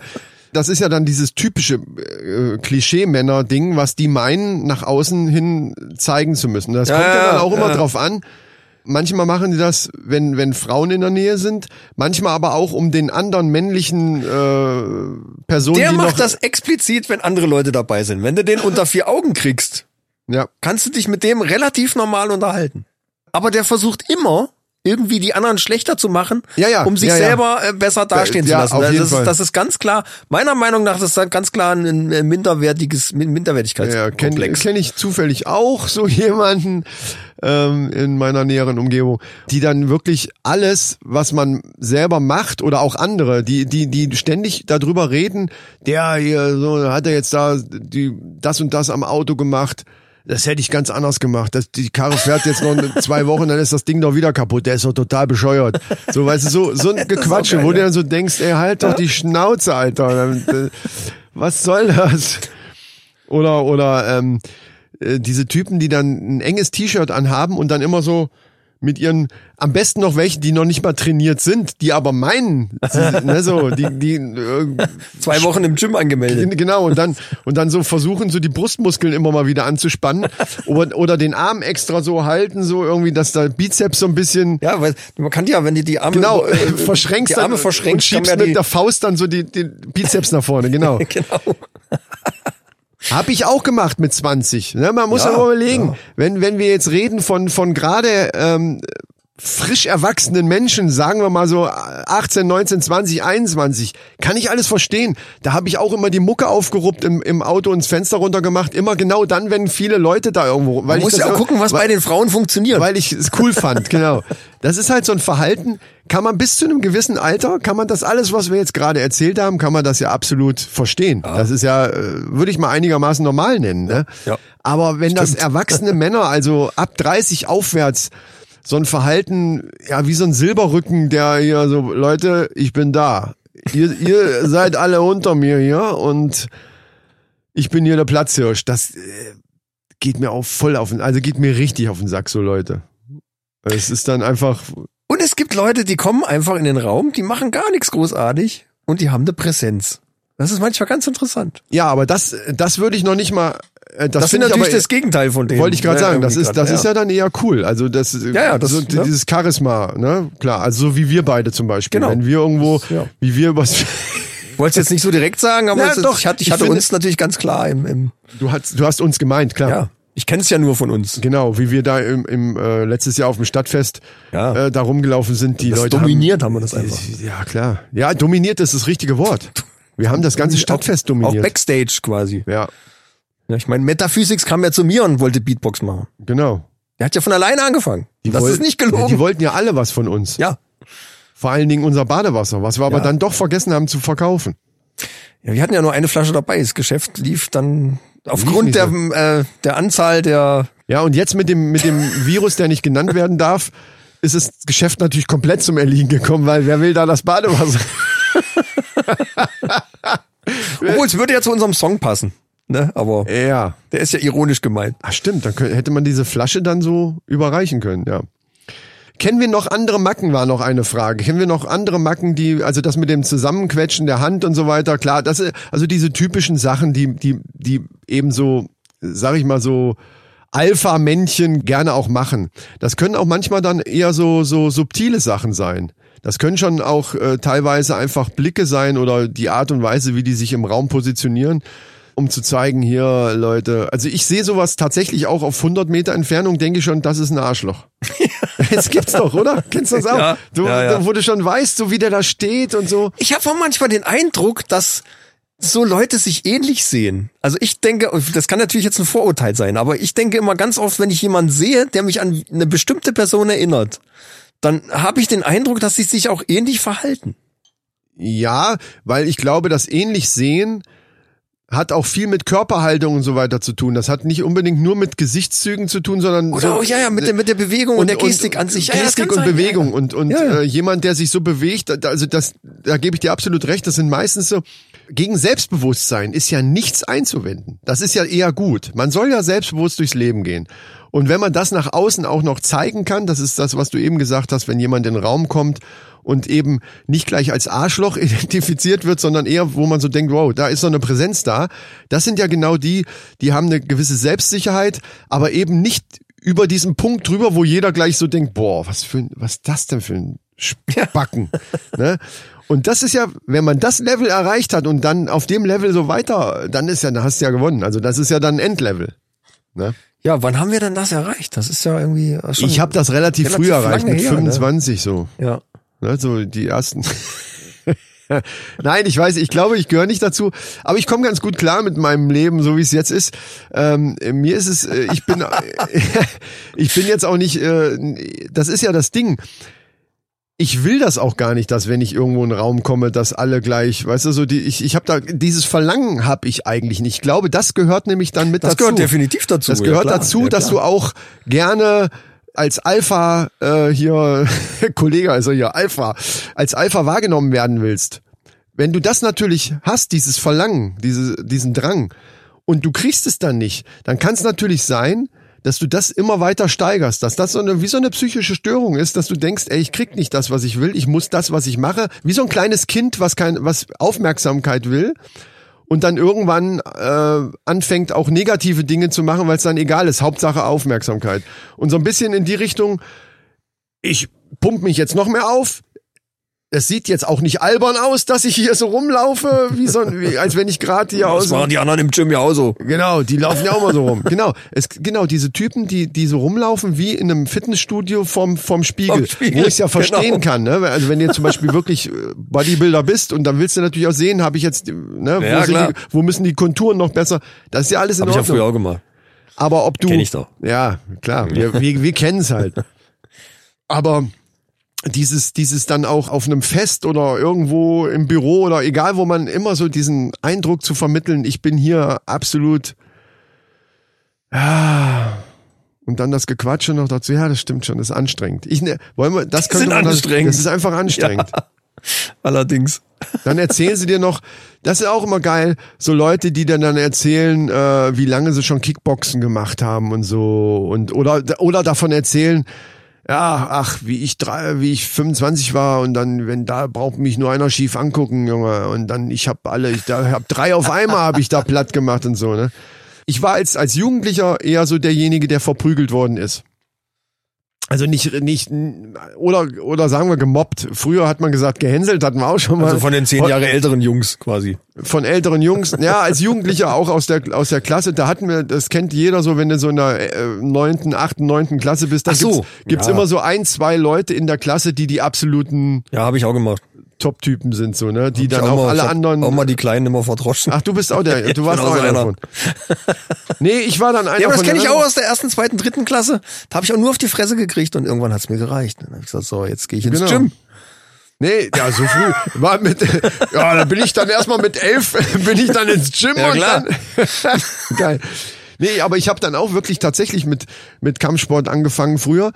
[SPEAKER 2] Das ist ja dann dieses typische äh, Klischee-Männer-Ding, was die meinen, nach außen hin zeigen zu müssen. Das kommt ja
[SPEAKER 1] ja,
[SPEAKER 2] dann auch immer drauf an. Manchmal machen die das, wenn, wenn Frauen in der Nähe sind, manchmal aber auch um den anderen männlichen äh, Personen,
[SPEAKER 1] Der
[SPEAKER 2] die noch,
[SPEAKER 1] macht das explizit, wenn andere Leute dabei sind. Wenn du den unter vier Augen kriegst,
[SPEAKER 2] ja,
[SPEAKER 1] kannst du dich mit dem relativ normal unterhalten. Aber der versucht immer, irgendwie die anderen schlechter zu machen,
[SPEAKER 2] Ja, ja,
[SPEAKER 1] um sich
[SPEAKER 2] ja, ja.
[SPEAKER 1] selber äh, besser dastehen
[SPEAKER 2] ja,
[SPEAKER 1] zu lassen. Also
[SPEAKER 2] auf
[SPEAKER 1] das,
[SPEAKER 2] jeden
[SPEAKER 1] ist,
[SPEAKER 2] Fall.
[SPEAKER 1] das ist ganz klar, meiner Meinung nach, das ist halt ganz klar ein äh, minderwertiges, min-
[SPEAKER 2] ja kenne
[SPEAKER 1] Minderwertigkeitskomplex.
[SPEAKER 2] kenn ich zufällig auch so jemanden ähm, in meiner näheren Umgebung, die dann wirklich alles, was man selber macht oder auch andere, die die die ständig darüber reden, der hier so hat er jetzt da die das und das am Auto gemacht. Das hätte ich ganz anders gemacht. Das, die Karre fährt jetzt noch zwei Wochen, dann ist das Ding doch wieder kaputt. Der ist doch total bescheuert. So, weißt du, so, so ein Gequatsche, wo du dann so denkst, ey, halt doch die Schnauze, Alter. äh, Was soll das? Oder oder ähm, äh, diese Typen, die dann ein enges T-Shirt anhaben und dann immer so mit ihren, am besten noch welche, die noch nicht mal trainiert sind, die aber meinen, sie, sind- ne, so, die, die äh,
[SPEAKER 1] Zwei Wochen im Gym angemeldet.
[SPEAKER 2] genau und dann und dann so versuchen, so die Brustmuskeln immer mal wieder anzuspannen oder, oder den Arm extra so halten, so irgendwie, dass der Bizeps so ein bisschen
[SPEAKER 1] Ja, weil man kann ja, wenn die die Arme
[SPEAKER 2] Genau,
[SPEAKER 1] äh,
[SPEAKER 2] verschränkst
[SPEAKER 1] die Arme
[SPEAKER 2] dann und
[SPEAKER 1] verschränkst, kann
[SPEAKER 2] schiebst
[SPEAKER 1] man ja
[SPEAKER 2] mit
[SPEAKER 1] die,
[SPEAKER 2] der Faust dann so die, die Bizeps nach vorne, genau.
[SPEAKER 1] genau.
[SPEAKER 2] Hab ich auch gemacht mit 20. Ne? Man muss
[SPEAKER 1] Ja,
[SPEAKER 2] aber überlegen, wenn, wenn wir jetzt reden von, von gerade ähm, frisch erwachsenen Menschen, sagen wir mal so 18, 19, 20, 21, kann ich alles verstehen. Da habe ich auch immer die Mucke aufgeruppt im, im Auto und das Fenster runtergemacht. Immer genau dann, wenn viele Leute da irgendwo... Weil
[SPEAKER 1] Man
[SPEAKER 2] ich
[SPEAKER 1] muss
[SPEAKER 2] das
[SPEAKER 1] ja auch
[SPEAKER 2] immer-
[SPEAKER 1] gucken, was bei den Frauen funktioniert.
[SPEAKER 2] weil ich es cool fand, genau. Das ist halt so ein Verhalten, kann man bis zu einem gewissen Alter, kann man das alles, was wir jetzt gerade erzählt haben, kann man das ja absolut verstehen. Das ist ja, äh, würde ich mal einigermaßen normal nennen. Ne?
[SPEAKER 1] Ja.
[SPEAKER 2] Aber wenn das erwachsene Männer, also ab 30 aufwärts, so ein Verhalten, ja, wie so ein Silberrücken, der hier so, Leute, ich bin da. Ihr, ihr seid alle unter mir hier und ich bin hier der Platzhirsch. Das äh, geht mir auch voll auf den, also geht mir richtig auf den Sack, so Leute. Es ist dann einfach,
[SPEAKER 1] Und es gibt Leute, die kommen einfach in den Raum, die machen gar nichts großartig und die haben eine Präsenz. Das ist manchmal ganz interessant.
[SPEAKER 2] ja, aber das, das würde ich noch nicht mal, äh, das,
[SPEAKER 1] Das,
[SPEAKER 2] finde
[SPEAKER 1] ist
[SPEAKER 2] ich
[SPEAKER 1] natürlich
[SPEAKER 2] aber,
[SPEAKER 1] das Gegenteil von dem.
[SPEAKER 2] wollte ich gerade
[SPEAKER 1] ne,
[SPEAKER 2] sagen, das
[SPEAKER 1] irgendwie
[SPEAKER 2] ist,
[SPEAKER 1] gerade,
[SPEAKER 2] das ist ja dann eher cool. Also das, ja,
[SPEAKER 1] ja, das-
[SPEAKER 2] so,
[SPEAKER 1] ne?
[SPEAKER 2] dieses Charisma, ne, klar. Also so wie wir beide zum Beispiel,
[SPEAKER 1] Genau.
[SPEAKER 2] wenn wir irgendwo,
[SPEAKER 1] Das- ja.
[SPEAKER 2] wie wir übers
[SPEAKER 1] Ich wollte es jetzt nicht so direkt sagen, aber
[SPEAKER 2] Ja,
[SPEAKER 1] es ist,
[SPEAKER 2] doch,
[SPEAKER 1] ich hatte, ich
[SPEAKER 2] ich
[SPEAKER 1] hatte
[SPEAKER 2] finde-
[SPEAKER 1] uns natürlich ganz klar im, im
[SPEAKER 2] Du hast, du hast uns gemeint, klar.
[SPEAKER 1] Ja. Ich kenne es ja nur von uns.
[SPEAKER 2] Genau, wie wir da im, im äh, letztes Jahr auf dem Stadtfest
[SPEAKER 1] Ja.
[SPEAKER 2] äh, da rumgelaufen sind, die
[SPEAKER 1] Das
[SPEAKER 2] Leute
[SPEAKER 1] dominiert haben wir das einfach.
[SPEAKER 2] Ja, klar. Ja, dominiert ist das richtige Wort. Wir haben das ganze Stadtfest
[SPEAKER 1] Auch
[SPEAKER 2] dominiert.
[SPEAKER 1] Backstage quasi.
[SPEAKER 2] ja,
[SPEAKER 1] Ja, ich meine, Metaphysics kam ja zu mir und wollte Beatbox machen.
[SPEAKER 2] genau.
[SPEAKER 1] Der hat ja von alleine angefangen. das
[SPEAKER 2] wollten-
[SPEAKER 1] ist nicht
[SPEAKER 2] Ja,
[SPEAKER 1] gelogen.
[SPEAKER 2] die wollten ja alle was von uns.
[SPEAKER 1] ja.
[SPEAKER 2] Vor allen Dingen unser Badewasser, was wir aber
[SPEAKER 1] Ja.
[SPEAKER 2] dann doch vergessen haben zu verkaufen.
[SPEAKER 1] Ja, wir hatten ja nur eine Flasche dabei. Das Geschäft lief dann
[SPEAKER 2] nicht
[SPEAKER 1] aufgrund der, äh, der Anzahl der.
[SPEAKER 2] Ja, und jetzt mit dem, mit dem Virus, der nicht genannt werden darf, ist das Geschäft natürlich komplett zum Erliegen gekommen, weil wer will da das Badewasser? Äh.
[SPEAKER 1] Obwohl, es würde ja zu unserem Song passen. Ne? Aber
[SPEAKER 2] Ja.
[SPEAKER 1] der ist ja ironisch gemeint.
[SPEAKER 2] Ah, stimmt, dann kö- hätte man diese Flasche dann so überreichen können, ja. Kennen wir noch andere Macken, war noch eine Frage. Kennen wir noch andere Macken, die, also das mit dem Zusammenquetschen der Hand und so weiter, klar, das, äh, also diese typischen Sachen, die, die, die eben so, sag ich mal so, Alpha-Männchen gerne auch machen. Das können auch manchmal dann eher so, so subtile Sachen sein. Das können schon auch äh, teilweise einfach Blicke sein oder die Art und Weise, wie die sich im Raum positionieren um zu zeigen, hier, Leute, also ich sehe sowas tatsächlich auch auf 100 Meter Entfernung, denke ich schon, das ist ein Arschloch. Jetzt gibt's doch, oder? Kennst du das auch?
[SPEAKER 1] Ja,
[SPEAKER 2] du,
[SPEAKER 1] ja, ja.
[SPEAKER 2] Wo du schon weißt, so wie der da steht und so.
[SPEAKER 1] Ich habe auch manchmal den Eindruck, dass so Leute sich ähnlich sehen. Also ich denke, das kann natürlich jetzt ein Vorurteil sein, aber ich denke immer ganz oft, wenn ich jemanden sehe, der mich an eine bestimmte Person erinnert, dann habe ich den Eindruck, dass sie sich auch ähnlich verhalten.
[SPEAKER 2] Ja, weil ich glaube, das ähnlich sehen hat auch viel mit Körperhaltung und so weiter zu tun. Das hat nicht unbedingt nur mit Gesichtszügen zu tun, sondern
[SPEAKER 1] Oder
[SPEAKER 2] so,
[SPEAKER 1] oh, ja, ja, mit der, mit der Bewegung und, der Gestik an sich. Ja, ja, das
[SPEAKER 2] Gestik
[SPEAKER 1] kann
[SPEAKER 2] und
[SPEAKER 1] sein.
[SPEAKER 2] Bewegung und, und Äh, jemand, der sich so bewegt, da- also das, da gebe ich dir absolut recht, das sind meistens so, gegen Selbstbewusstsein ist ja nichts einzuwenden. Das ist ja eher gut. Man soll ja selbstbewusst durchs Leben gehen. Und wenn man das nach außen auch noch zeigen kann, das ist das, was du eben gesagt hast, wenn jemand in den Raum kommt und eben nicht gleich als Arschloch identifiziert wird, sondern eher, wo man so denkt, wow, da ist so eine Präsenz da. Das sind ja genau die, die haben eine gewisse Selbstsicherheit, aber eben nicht über diesen Punkt drüber, wo jeder gleich so denkt, boah, was für ein, was ist das denn für ein Spacken, ne? Und das ist ja, wenn man das Level erreicht hat und dann auf dem Level so weiter, dann ist ja, dann hast du ja gewonnen. Also das ist ja dann Endlevel.
[SPEAKER 1] Ja, wann haben wir denn das erreicht? Das ist ja irgendwie schon.
[SPEAKER 2] Ich habe das relativ,
[SPEAKER 1] Relativ
[SPEAKER 2] früh erreicht,
[SPEAKER 1] lange
[SPEAKER 2] mit
[SPEAKER 1] her, ne?
[SPEAKER 2] 25 so.
[SPEAKER 1] ja.
[SPEAKER 2] Ne, so die ersten. Nein, ich weiß, ich glaube, ich gehöre nicht dazu, aber ich komme ganz gut klar mit meinem Leben, so wie es jetzt ist. Ähm, mir ist es, äh, ich bin, äh, ich bin jetzt auch nicht, äh, das ist ja das Ding. Ich will das auch gar nicht, dass wenn ich irgendwo in den Raum komme, dass alle gleich, weißt du, so die, ich, ich habe da dieses Verlangen habe ich eigentlich nicht. Ich glaube, das gehört nämlich dann mit
[SPEAKER 1] Das
[SPEAKER 2] dazu.
[SPEAKER 1] gehört definitiv dazu.
[SPEAKER 2] Das
[SPEAKER 1] ja,
[SPEAKER 2] gehört
[SPEAKER 1] klar,
[SPEAKER 2] dazu,
[SPEAKER 1] ja,
[SPEAKER 2] dass du
[SPEAKER 1] klar.
[SPEAKER 2] auch gerne als Alpha äh, hier, Kollege, also hier Alpha, als Alpha wahrgenommen werden willst. Wenn du das natürlich hast, dieses Verlangen, diese, diesen Drang, und du kriegst es dann nicht, dann kann es natürlich sein, dass du das immer weiter steigerst, dass das so eine, wie so eine psychische Störung ist, dass du denkst, ey, ich krieg nicht das, was ich will, ich muss das, was ich mache, wie so ein kleines Kind, was kein, was Aufmerksamkeit will, und dann irgendwann äh, anfängt auch negative Dinge zu machen, weil es dann egal ist. Hauptsache Aufmerksamkeit. Und so ein bisschen in die Richtung, ich pump mich jetzt noch mehr auf. Es sieht jetzt auch nicht albern aus, dass ich hier so rumlaufe, wie so ein, wie, als wenn ich gerade hier aus.
[SPEAKER 1] Das waren die anderen im Gym ja auch so.
[SPEAKER 2] Genau, die laufen ja auch mal so rum. Genau, es, genau diese Typen, die, die so rumlaufen wie in einem Fitnessstudio vom, vom Spiegel,
[SPEAKER 1] Vom Spiegel,
[SPEAKER 2] wo ich ja verstehen
[SPEAKER 1] genau.
[SPEAKER 2] kann. Ne? Also wenn du jetzt zum Beispiel wirklich äh, Bodybuilder bist und dann willst du natürlich auch sehen, habe ich jetzt, ne, wo,
[SPEAKER 1] Ja,
[SPEAKER 2] sind
[SPEAKER 1] klar.
[SPEAKER 2] die, wo müssen die Konturen noch besser, das ist ja alles in
[SPEAKER 1] Hab ich ja
[SPEAKER 2] Ordnung.
[SPEAKER 1] früher auch gemacht.
[SPEAKER 2] Aber ob du.
[SPEAKER 1] Kenn ich doch.
[SPEAKER 2] Ja, klar. Wir, wir, wir kennen es halt. Aber dieses, dieses dann auch auf einem Fest oder irgendwo im Büro oder egal wo man immer so diesen Eindruck zu vermitteln, ich bin hier absolut. Ja. Und dann das Gequatsche noch dazu, ja, das stimmt schon, das ist anstrengend. Ich, ne, wollen wir, das
[SPEAKER 1] Die sind
[SPEAKER 2] könnte man,
[SPEAKER 1] anstrengend.
[SPEAKER 2] Das ist einfach anstrengend.
[SPEAKER 1] Allerdings.
[SPEAKER 2] Dann erzählen sie dir noch, das ist auch immer geil, so Leute, die dann dann erzählen, äh, wie lange sie schon Kickboxen gemacht haben und so und oder oder davon erzählen, ja, ach, wie ich drei, wie ich 25 war und dann wenn da braucht mich nur einer schief angucken, Junge, und dann ich habe alle, ich da habe drei auf einmal habe ich da platt gemacht und so, ne? Ich war als als Jugendlicher eher so derjenige, der verprügelt worden ist. Also nicht, nicht, oder, oder sagen wir gemobbt. Früher hat man gesagt, gehänselt hatten wir auch schon mal.
[SPEAKER 1] Also von den zehn
[SPEAKER 2] Heu-
[SPEAKER 1] Jahre älteren Jungs quasi.
[SPEAKER 2] von älteren Jungs, ja, als Jugendlicher auch aus der, aus der Klasse, da hatten wir, das kennt jeder so, wenn du so in der äh, neunten, achten, neunten Klasse bist, da
[SPEAKER 1] Ach so.
[SPEAKER 2] gibt's, gibt's
[SPEAKER 1] Ja.
[SPEAKER 2] immer so ein, zwei Leute in der Klasse, die die absoluten
[SPEAKER 1] Ja, habe ich auch gemacht.
[SPEAKER 2] Top-Typen sind, so, ne, die
[SPEAKER 1] Ich
[SPEAKER 2] dann
[SPEAKER 1] hab
[SPEAKER 2] auch,
[SPEAKER 1] mal- ich
[SPEAKER 2] alle
[SPEAKER 1] hab
[SPEAKER 2] anderen.
[SPEAKER 1] Auch mal die Kleinen immer verdroschen.
[SPEAKER 2] Ach, du bist auch der,
[SPEAKER 1] Ja,
[SPEAKER 2] du warst
[SPEAKER 1] ich bin
[SPEAKER 2] auch
[SPEAKER 1] auch so
[SPEAKER 2] einer
[SPEAKER 1] einer.
[SPEAKER 2] von. Nee, ich war dann einer
[SPEAKER 1] ja, aber das
[SPEAKER 2] von
[SPEAKER 1] kenne ich
[SPEAKER 2] den
[SPEAKER 1] auch
[SPEAKER 2] anderen.
[SPEAKER 1] aus der ersten, zweiten, dritten Klasse. Da habe ich auch nur auf die Fresse gekriegt und irgendwann hat's mir gereicht. Dann habe ich gesagt, so, jetzt gehe ich ins
[SPEAKER 2] Genau.
[SPEAKER 1] Gym.
[SPEAKER 2] Nee, ja, so früh. War mit, ja, da bin ich dann erstmal mit elf, bin ich dann ins Gym
[SPEAKER 1] Ja,
[SPEAKER 2] und
[SPEAKER 1] klar.
[SPEAKER 2] dann. Geil. Nee, aber ich habe dann auch wirklich tatsächlich mit, mit Kampfsport angefangen früher.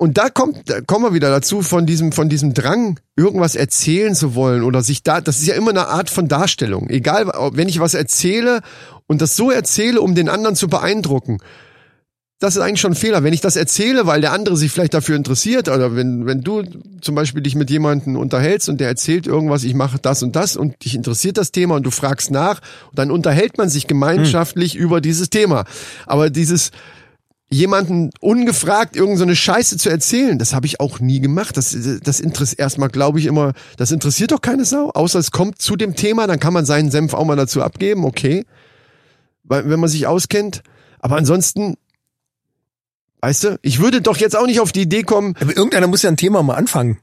[SPEAKER 2] Und da kommt, da kommen wir wieder dazu, von diesem, von diesem Drang, irgendwas erzählen zu wollen oder sich da, das ist ja immer eine Art von Darstellung. Egal, ob- wenn ich was erzähle und das so erzähle, um den anderen zu beeindrucken, das ist eigentlich schon ein Fehler. Wenn ich das erzähle, weil der andere sich vielleicht dafür interessiert, oder wenn, wenn du zum Beispiel dich mit jemandem unterhältst und der erzählt irgendwas, ich mache das und das und dich interessiert das Thema und du fragst nach, und dann unterhält man sich gemeinschaftlich über dieses Thema. Aber dieses jemanden ungefragt irgendeine so eine Scheiße zu erzählen, das habe ich auch nie gemacht. Das, das interessiert erstmal, glaube ich, immer, das interessiert doch keine Sau, außer es kommt zu dem Thema, dann kann man seinen Senf auch mal dazu abgeben, okay. Weil, wenn man sich auskennt. Aber ansonsten, Weißt du, ich würde doch jetzt auch nicht auf die Idee kommen,
[SPEAKER 1] Aber irgendeiner muss ja ein Thema mal anfangen.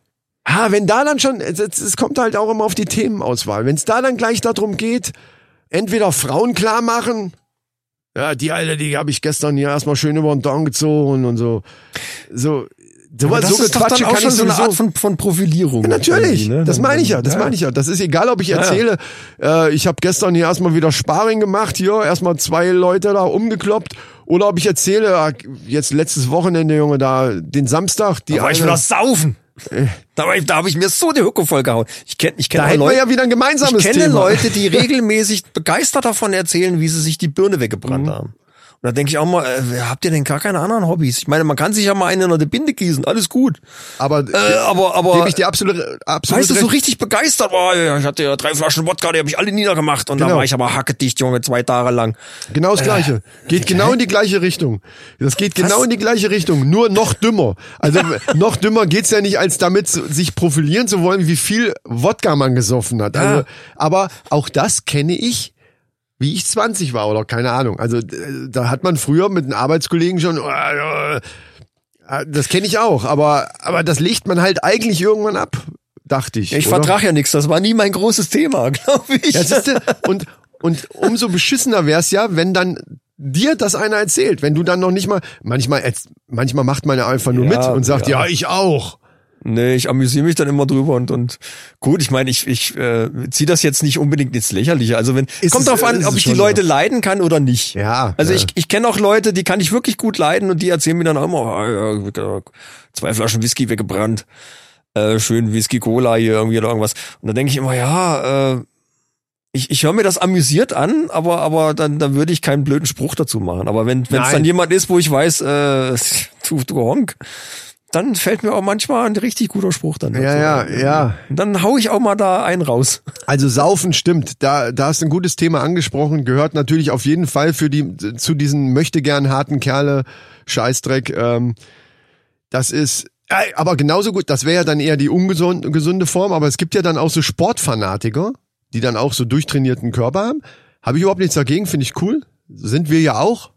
[SPEAKER 2] ah, wenn da dann schon, es- es es kommt halt auch immer auf die Themenauswahl. Wenn es da dann gleich darum geht, entweder Frauen klar machen, ja, die Alte, die habe ich gestern hier erstmal schön über den Daumen gezogen und so. So, so,
[SPEAKER 1] Aber
[SPEAKER 2] was- so Gequatsche kann ich
[SPEAKER 1] so eine
[SPEAKER 2] sowieso.
[SPEAKER 1] Art von, von Profilierung.
[SPEAKER 2] Ja, Natürlich,
[SPEAKER 1] irgendwie, ne?
[SPEAKER 2] das
[SPEAKER 1] Dann-
[SPEAKER 2] meine ich ja, das
[SPEAKER 1] ja.
[SPEAKER 2] meine ich ja. Das ist egal, ob ich erzähle, äh, ich habe gestern hier erstmal wieder Sparring gemacht, hier erstmal zwei Leute da umgekloppt, oder ob ich erzähle, ah, jetzt letztes Wochenende, Junge, da den Samstag, die
[SPEAKER 1] Da war ich
[SPEAKER 2] eine-
[SPEAKER 1] wieder saufen. Da, war ich- da habe ich mir so die Hücke vollgehauen. Ich kenne ich kenn
[SPEAKER 2] Äh. Da
[SPEAKER 1] auch
[SPEAKER 2] hätten wir
[SPEAKER 1] Leute,
[SPEAKER 2] ja wieder ein gemeinsames
[SPEAKER 1] ich kenne
[SPEAKER 2] Thema.
[SPEAKER 1] Leute, die regelmäßig begeistert davon erzählen, wie sie sich die Birne weggebrannt haben. Und da denke ich auch mal, äh, habt ihr denn gar keine anderen Hobbys? Ich meine, man kann sich ja mal eine in der Binde gießen, alles gut.
[SPEAKER 2] Aber,
[SPEAKER 1] Äh, aber, aber
[SPEAKER 2] gebe ich dir absolut, absolut
[SPEAKER 1] weißt du,
[SPEAKER 2] recht.
[SPEAKER 1] so richtig begeistert war. ja, Ich hatte ja drei Flaschen Wodka, die habe ich alle niedergemacht. Und
[SPEAKER 2] Genau.
[SPEAKER 1] dann war ich aber hackedicht, Junge, zwei Tage lang.
[SPEAKER 2] Genau das Gleiche. Geht genau in die gleiche Richtung. Das geht genau in die gleiche Richtung, nur noch dümmer. Also noch dümmer geht's ja nicht, als damit zu- sich profilieren zu wollen, wie viel Wodka man gesoffen hat. Also, Aber auch das kenne ich, wie ich 20 war oder keine Ahnung. Also d- da hat man früher mit den Arbeitskollegen schon... äh, äh, Das kenne ich auch, aber, aber das legt man halt eigentlich irgendwann ab, dachte ich.
[SPEAKER 1] Ja, ich
[SPEAKER 2] oder?
[SPEAKER 1] vertrag ja nichts, das war nie mein großes Thema, glaube ich.
[SPEAKER 2] Ja, siehste, und, und umso beschissener wär's ja, wenn dann dir das einer erzählt, wenn du dann noch nicht mal, manchmal, erz- manchmal macht man ja einfach nur
[SPEAKER 1] Ja,
[SPEAKER 2] mit und sagt, ja,
[SPEAKER 1] ja.
[SPEAKER 2] ich auch.
[SPEAKER 1] Nee, ich amüsiere mich dann immer drüber und, und gut, ich meine, ich, ich äh, ziehe das jetzt nicht unbedingt ins Lächerliche. Also wenn
[SPEAKER 2] Ist
[SPEAKER 1] kommt
[SPEAKER 2] es- äh,
[SPEAKER 1] drauf an,
[SPEAKER 2] ist
[SPEAKER 1] ob
[SPEAKER 2] es
[SPEAKER 1] ich die
[SPEAKER 2] schon
[SPEAKER 1] Leute leiden kann oder nicht.
[SPEAKER 2] Ja,
[SPEAKER 1] Also
[SPEAKER 2] ja.
[SPEAKER 1] ich, ich kenne auch Leute, die kann ich wirklich gut leiden und die erzählen mir dann auch immer, oh, ja, zwei Flaschen Whisky weggebrannt, äh, schön Whisky Cola hier irgendwie oder irgendwas. Und dann denke ich immer, ja, äh, ich, ich höre mir das amüsiert an, aber, aber dann, dann würde ich keinen blöden Spruch dazu machen. Aber wenn es
[SPEAKER 2] Nein.
[SPEAKER 1] dann jemand ist, wo ich weiß, äh, du, du Honk, dann fällt mir auch manchmal ein richtig guter Spruch dann.
[SPEAKER 2] Ja,
[SPEAKER 1] dazu
[SPEAKER 2] ja,
[SPEAKER 1] ein.
[SPEAKER 2] ja.
[SPEAKER 1] Und dann hau ich auch mal da einen raus.
[SPEAKER 2] Also saufen stimmt, da, da hast du ein gutes Thema angesprochen, gehört natürlich auf jeden Fall für die, zu diesen möchte gern harten Kerle, Scheißdreck, ähm, das ist, äh, aber genauso gut, das wäre ja dann eher die ungesunde gesunde Form, aber es gibt ja dann auch so Sportfanatiker, die dann auch so durchtrainierten Körper haben. Habe ich überhaupt nichts dagegen, finde ich cool. Sind wir ja auch.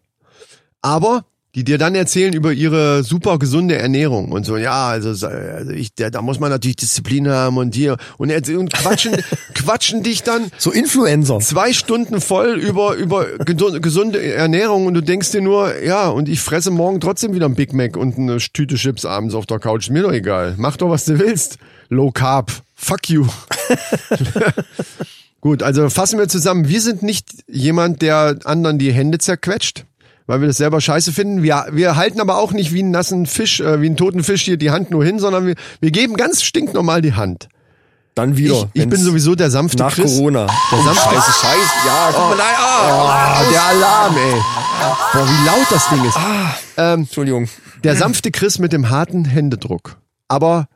[SPEAKER 2] Aber die dir dann erzählen über ihre super gesunde Ernährung und so, ja, also, sa- also ich, da, da muss man natürlich Disziplin haben und hier und, erz- und quatschen, quatschen dich dann
[SPEAKER 1] So Influencer.
[SPEAKER 2] zwei Stunden voll über, über gedu- gesunde Ernährung und du denkst dir nur, ja, und ich fresse morgen trotzdem wieder ein Big Mac und eine Tüte Chips abends auf der Couch. Mir doch egal. Mach doch, was du willst. Low Carb. Fuck you. Gut, also fassen wir zusammen. Wir sind nicht jemand, der anderen die Hände zerquetscht, weil wir das selber scheiße finden. Wir, wir halten aber auch nicht wie einen nassen Fisch, äh, wie einen toten Fisch hier die Hand nur hin, sondern wir, wir geben ganz stinknormal die Hand.
[SPEAKER 1] Dann
[SPEAKER 2] Ich,
[SPEAKER 1] wieder.
[SPEAKER 2] ich bin
[SPEAKER 1] wenn's
[SPEAKER 2] sowieso der sanfte
[SPEAKER 1] nach
[SPEAKER 2] Chris.
[SPEAKER 1] Corona. Oh,
[SPEAKER 2] Der Oh. sanfte
[SPEAKER 1] Scheiße, scheiße. Ja, guck mal, nein, ah,
[SPEAKER 2] Ah, der Alarm, ey. Boah, wie laut das Ding ist.
[SPEAKER 1] Entschuldigung.
[SPEAKER 2] Der sanfte Chris mit dem harten Händedruck. Aber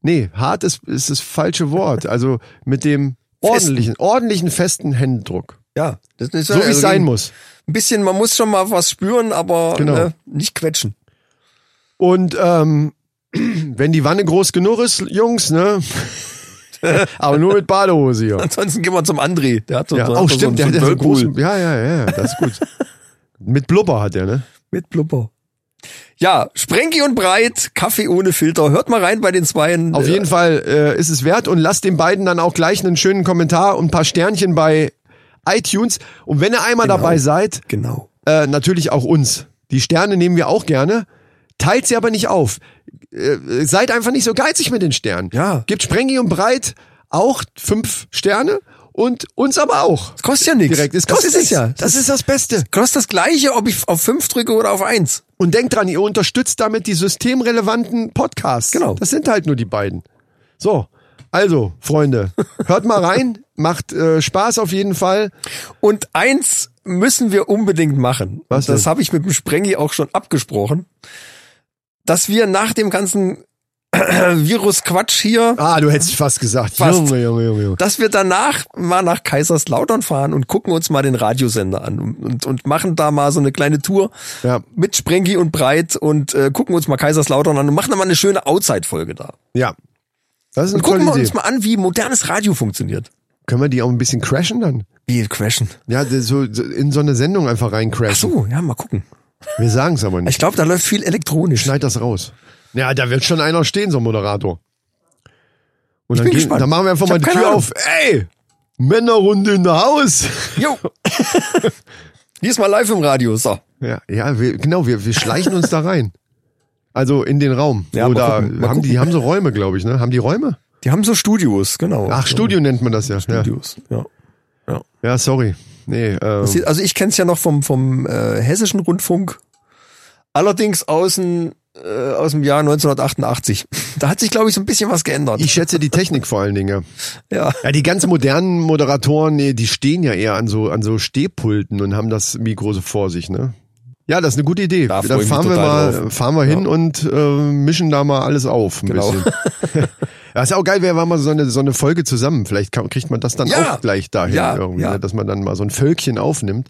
[SPEAKER 2] nee, hart ist, ist das falsche Wort. Also mit dem ordentlichen, ordentlichen, festen Händedruck.
[SPEAKER 1] Ja, also das ist
[SPEAKER 2] So also wie es sein muss.
[SPEAKER 1] Ein bisschen, man muss schon mal was spüren, aber
[SPEAKER 2] Genau.
[SPEAKER 1] ne, nicht quetschen.
[SPEAKER 2] Und ähm, wenn die Wanne groß genug ist, Jungs, ne? Aber nur mit Badehose hier.
[SPEAKER 1] Ansonsten gehen wir zum André. Der hat so,
[SPEAKER 2] Ja,
[SPEAKER 1] so,
[SPEAKER 2] oh,
[SPEAKER 1] so,
[SPEAKER 2] stimmt,
[SPEAKER 1] so,
[SPEAKER 2] der hat ja
[SPEAKER 1] so
[SPEAKER 2] so einen
[SPEAKER 1] Whirlpool
[SPEAKER 2] großen, ja, ja, ja, das ist gut. Mit Blubber hat er, ne?
[SPEAKER 1] mit Blubber. Ja, Sprenki und Breit, Kaffee ohne Filter. Hört mal rein bei den Zweien.
[SPEAKER 2] Auf jeden Fall äh, ist es wert und lasst den beiden dann auch gleich einen schönen Kommentar und ein paar Sternchen bei iTunes. Und wenn ihr einmal dabei seid,
[SPEAKER 1] Genau.
[SPEAKER 2] äh, natürlich auch uns. Die Sterne nehmen wir auch gerne. Teilt sie aber nicht auf. Äh, seid einfach nicht so geizig mit den Sternen.
[SPEAKER 1] Ja.
[SPEAKER 2] Gibt Sprengi und Breit auch fünf Sterne und uns aber auch.
[SPEAKER 1] Das kostet ja nichts.
[SPEAKER 2] Direkt. Es
[SPEAKER 1] Das
[SPEAKER 2] kostet
[SPEAKER 1] ist es
[SPEAKER 2] nichts.
[SPEAKER 1] ja.
[SPEAKER 2] Das ist das Beste.
[SPEAKER 1] Kostet das gleiche, ob ich auf fünf drücke oder auf eins.
[SPEAKER 2] Und denkt dran, ihr unterstützt damit die systemrelevanten Podcasts.
[SPEAKER 1] Genau.
[SPEAKER 2] Das sind halt nur die beiden. So. Also, Freunde, hört mal rein. Macht äh, Spaß auf jeden Fall.
[SPEAKER 1] Und eins müssen wir unbedingt machen.
[SPEAKER 2] Was
[SPEAKER 1] das
[SPEAKER 2] denn?
[SPEAKER 1] habe ich mit dem Sprengi auch schon abgesprochen, dass wir nach dem ganzen Virus-Quatsch hier,
[SPEAKER 2] Ah, du hättest fast gesagt.
[SPEAKER 1] Fast.
[SPEAKER 2] Junge, Junge, Junge, Junge.
[SPEAKER 1] dass wir danach mal nach Kaiserslautern fahren und gucken uns mal den Radiosender an und, und, und machen da mal so eine kleine Tour
[SPEAKER 2] Ja.
[SPEAKER 1] mit Sprengi und Breit und äh, gucken uns mal Kaiserslautern an und machen da mal eine schöne Outside-Folge da.
[SPEAKER 2] Ja. Das ist
[SPEAKER 1] Und
[SPEAKER 2] eine
[SPEAKER 1] gucken
[SPEAKER 2] tolle
[SPEAKER 1] wir
[SPEAKER 2] Idee.
[SPEAKER 1] uns mal an, wie modernes Radio funktioniert.
[SPEAKER 2] Können wir die auch ein bisschen crashen dann?
[SPEAKER 1] Wie crashen.
[SPEAKER 2] Ja, so, so in so eine Sendung einfach rein
[SPEAKER 1] Ach
[SPEAKER 2] crashen.
[SPEAKER 1] so, ja, mal gucken.
[SPEAKER 2] Wir sagen es aber nicht.
[SPEAKER 1] Ich glaube, da läuft viel elektronisch.
[SPEAKER 2] Schneid das raus. Ja, da wird schon einer stehen, so ein Moderator.
[SPEAKER 1] Ich
[SPEAKER 2] Und dann,
[SPEAKER 1] bin
[SPEAKER 2] gehen-
[SPEAKER 1] gespannt.
[SPEAKER 2] dann machen wir einfach
[SPEAKER 1] Ich
[SPEAKER 2] mal
[SPEAKER 1] hab
[SPEAKER 2] die
[SPEAKER 1] keine
[SPEAKER 2] Tür
[SPEAKER 1] Ahnung.
[SPEAKER 2] auf. Ey! Männerrunde in der Haus!
[SPEAKER 1] Jo. Diesmal live im Radio, so.
[SPEAKER 2] Ja, ja wir, genau, wir, wir schleichen uns da rein. Also in den Raum.
[SPEAKER 1] Ja, mal
[SPEAKER 2] Oder
[SPEAKER 1] gucken, mal
[SPEAKER 2] haben die
[SPEAKER 1] gucken.
[SPEAKER 2] haben so Räume, glaube ich, ne? Haben die Räume?
[SPEAKER 1] Die haben so Studios, genau.
[SPEAKER 2] Ach,
[SPEAKER 1] So
[SPEAKER 2] Studio nennt man das ja. Ja,
[SPEAKER 1] Studios, ja.
[SPEAKER 2] ja sorry. Nee, ähm,
[SPEAKER 1] Sie- Also ich kenne es ja noch vom, vom äh, hessischen Rundfunk. Allerdings aus dem, äh, aus dem Jahr 1988. Da hat sich, glaube ich, so ein bisschen was geändert.
[SPEAKER 2] ich schätze die Technik vor allen Dingen. ja.
[SPEAKER 1] ja.
[SPEAKER 2] Ja, die ganz modernen Moderatoren, nee, die stehen ja eher an so, an so Stehpulten und haben das Mikro so vor sich, ne? Ja, das ist eine gute Idee.
[SPEAKER 1] Da freu
[SPEAKER 2] Dann
[SPEAKER 1] ich mich
[SPEAKER 2] fahren wir, mal,
[SPEAKER 1] total drauf.
[SPEAKER 2] fahren wir hin und äh, mischen da mal alles auf ein
[SPEAKER 1] Genau.
[SPEAKER 2] bisschen. Ja, ist ja auch geil, wäre mal so eine, so eine Folge zusammen. Vielleicht kann, kriegt man das dann
[SPEAKER 1] Ja.
[SPEAKER 2] auch gleich dahin
[SPEAKER 1] Ja,
[SPEAKER 2] irgendwie,
[SPEAKER 1] ja.
[SPEAKER 2] ne? dass man dann mal so ein Völkchen aufnimmt.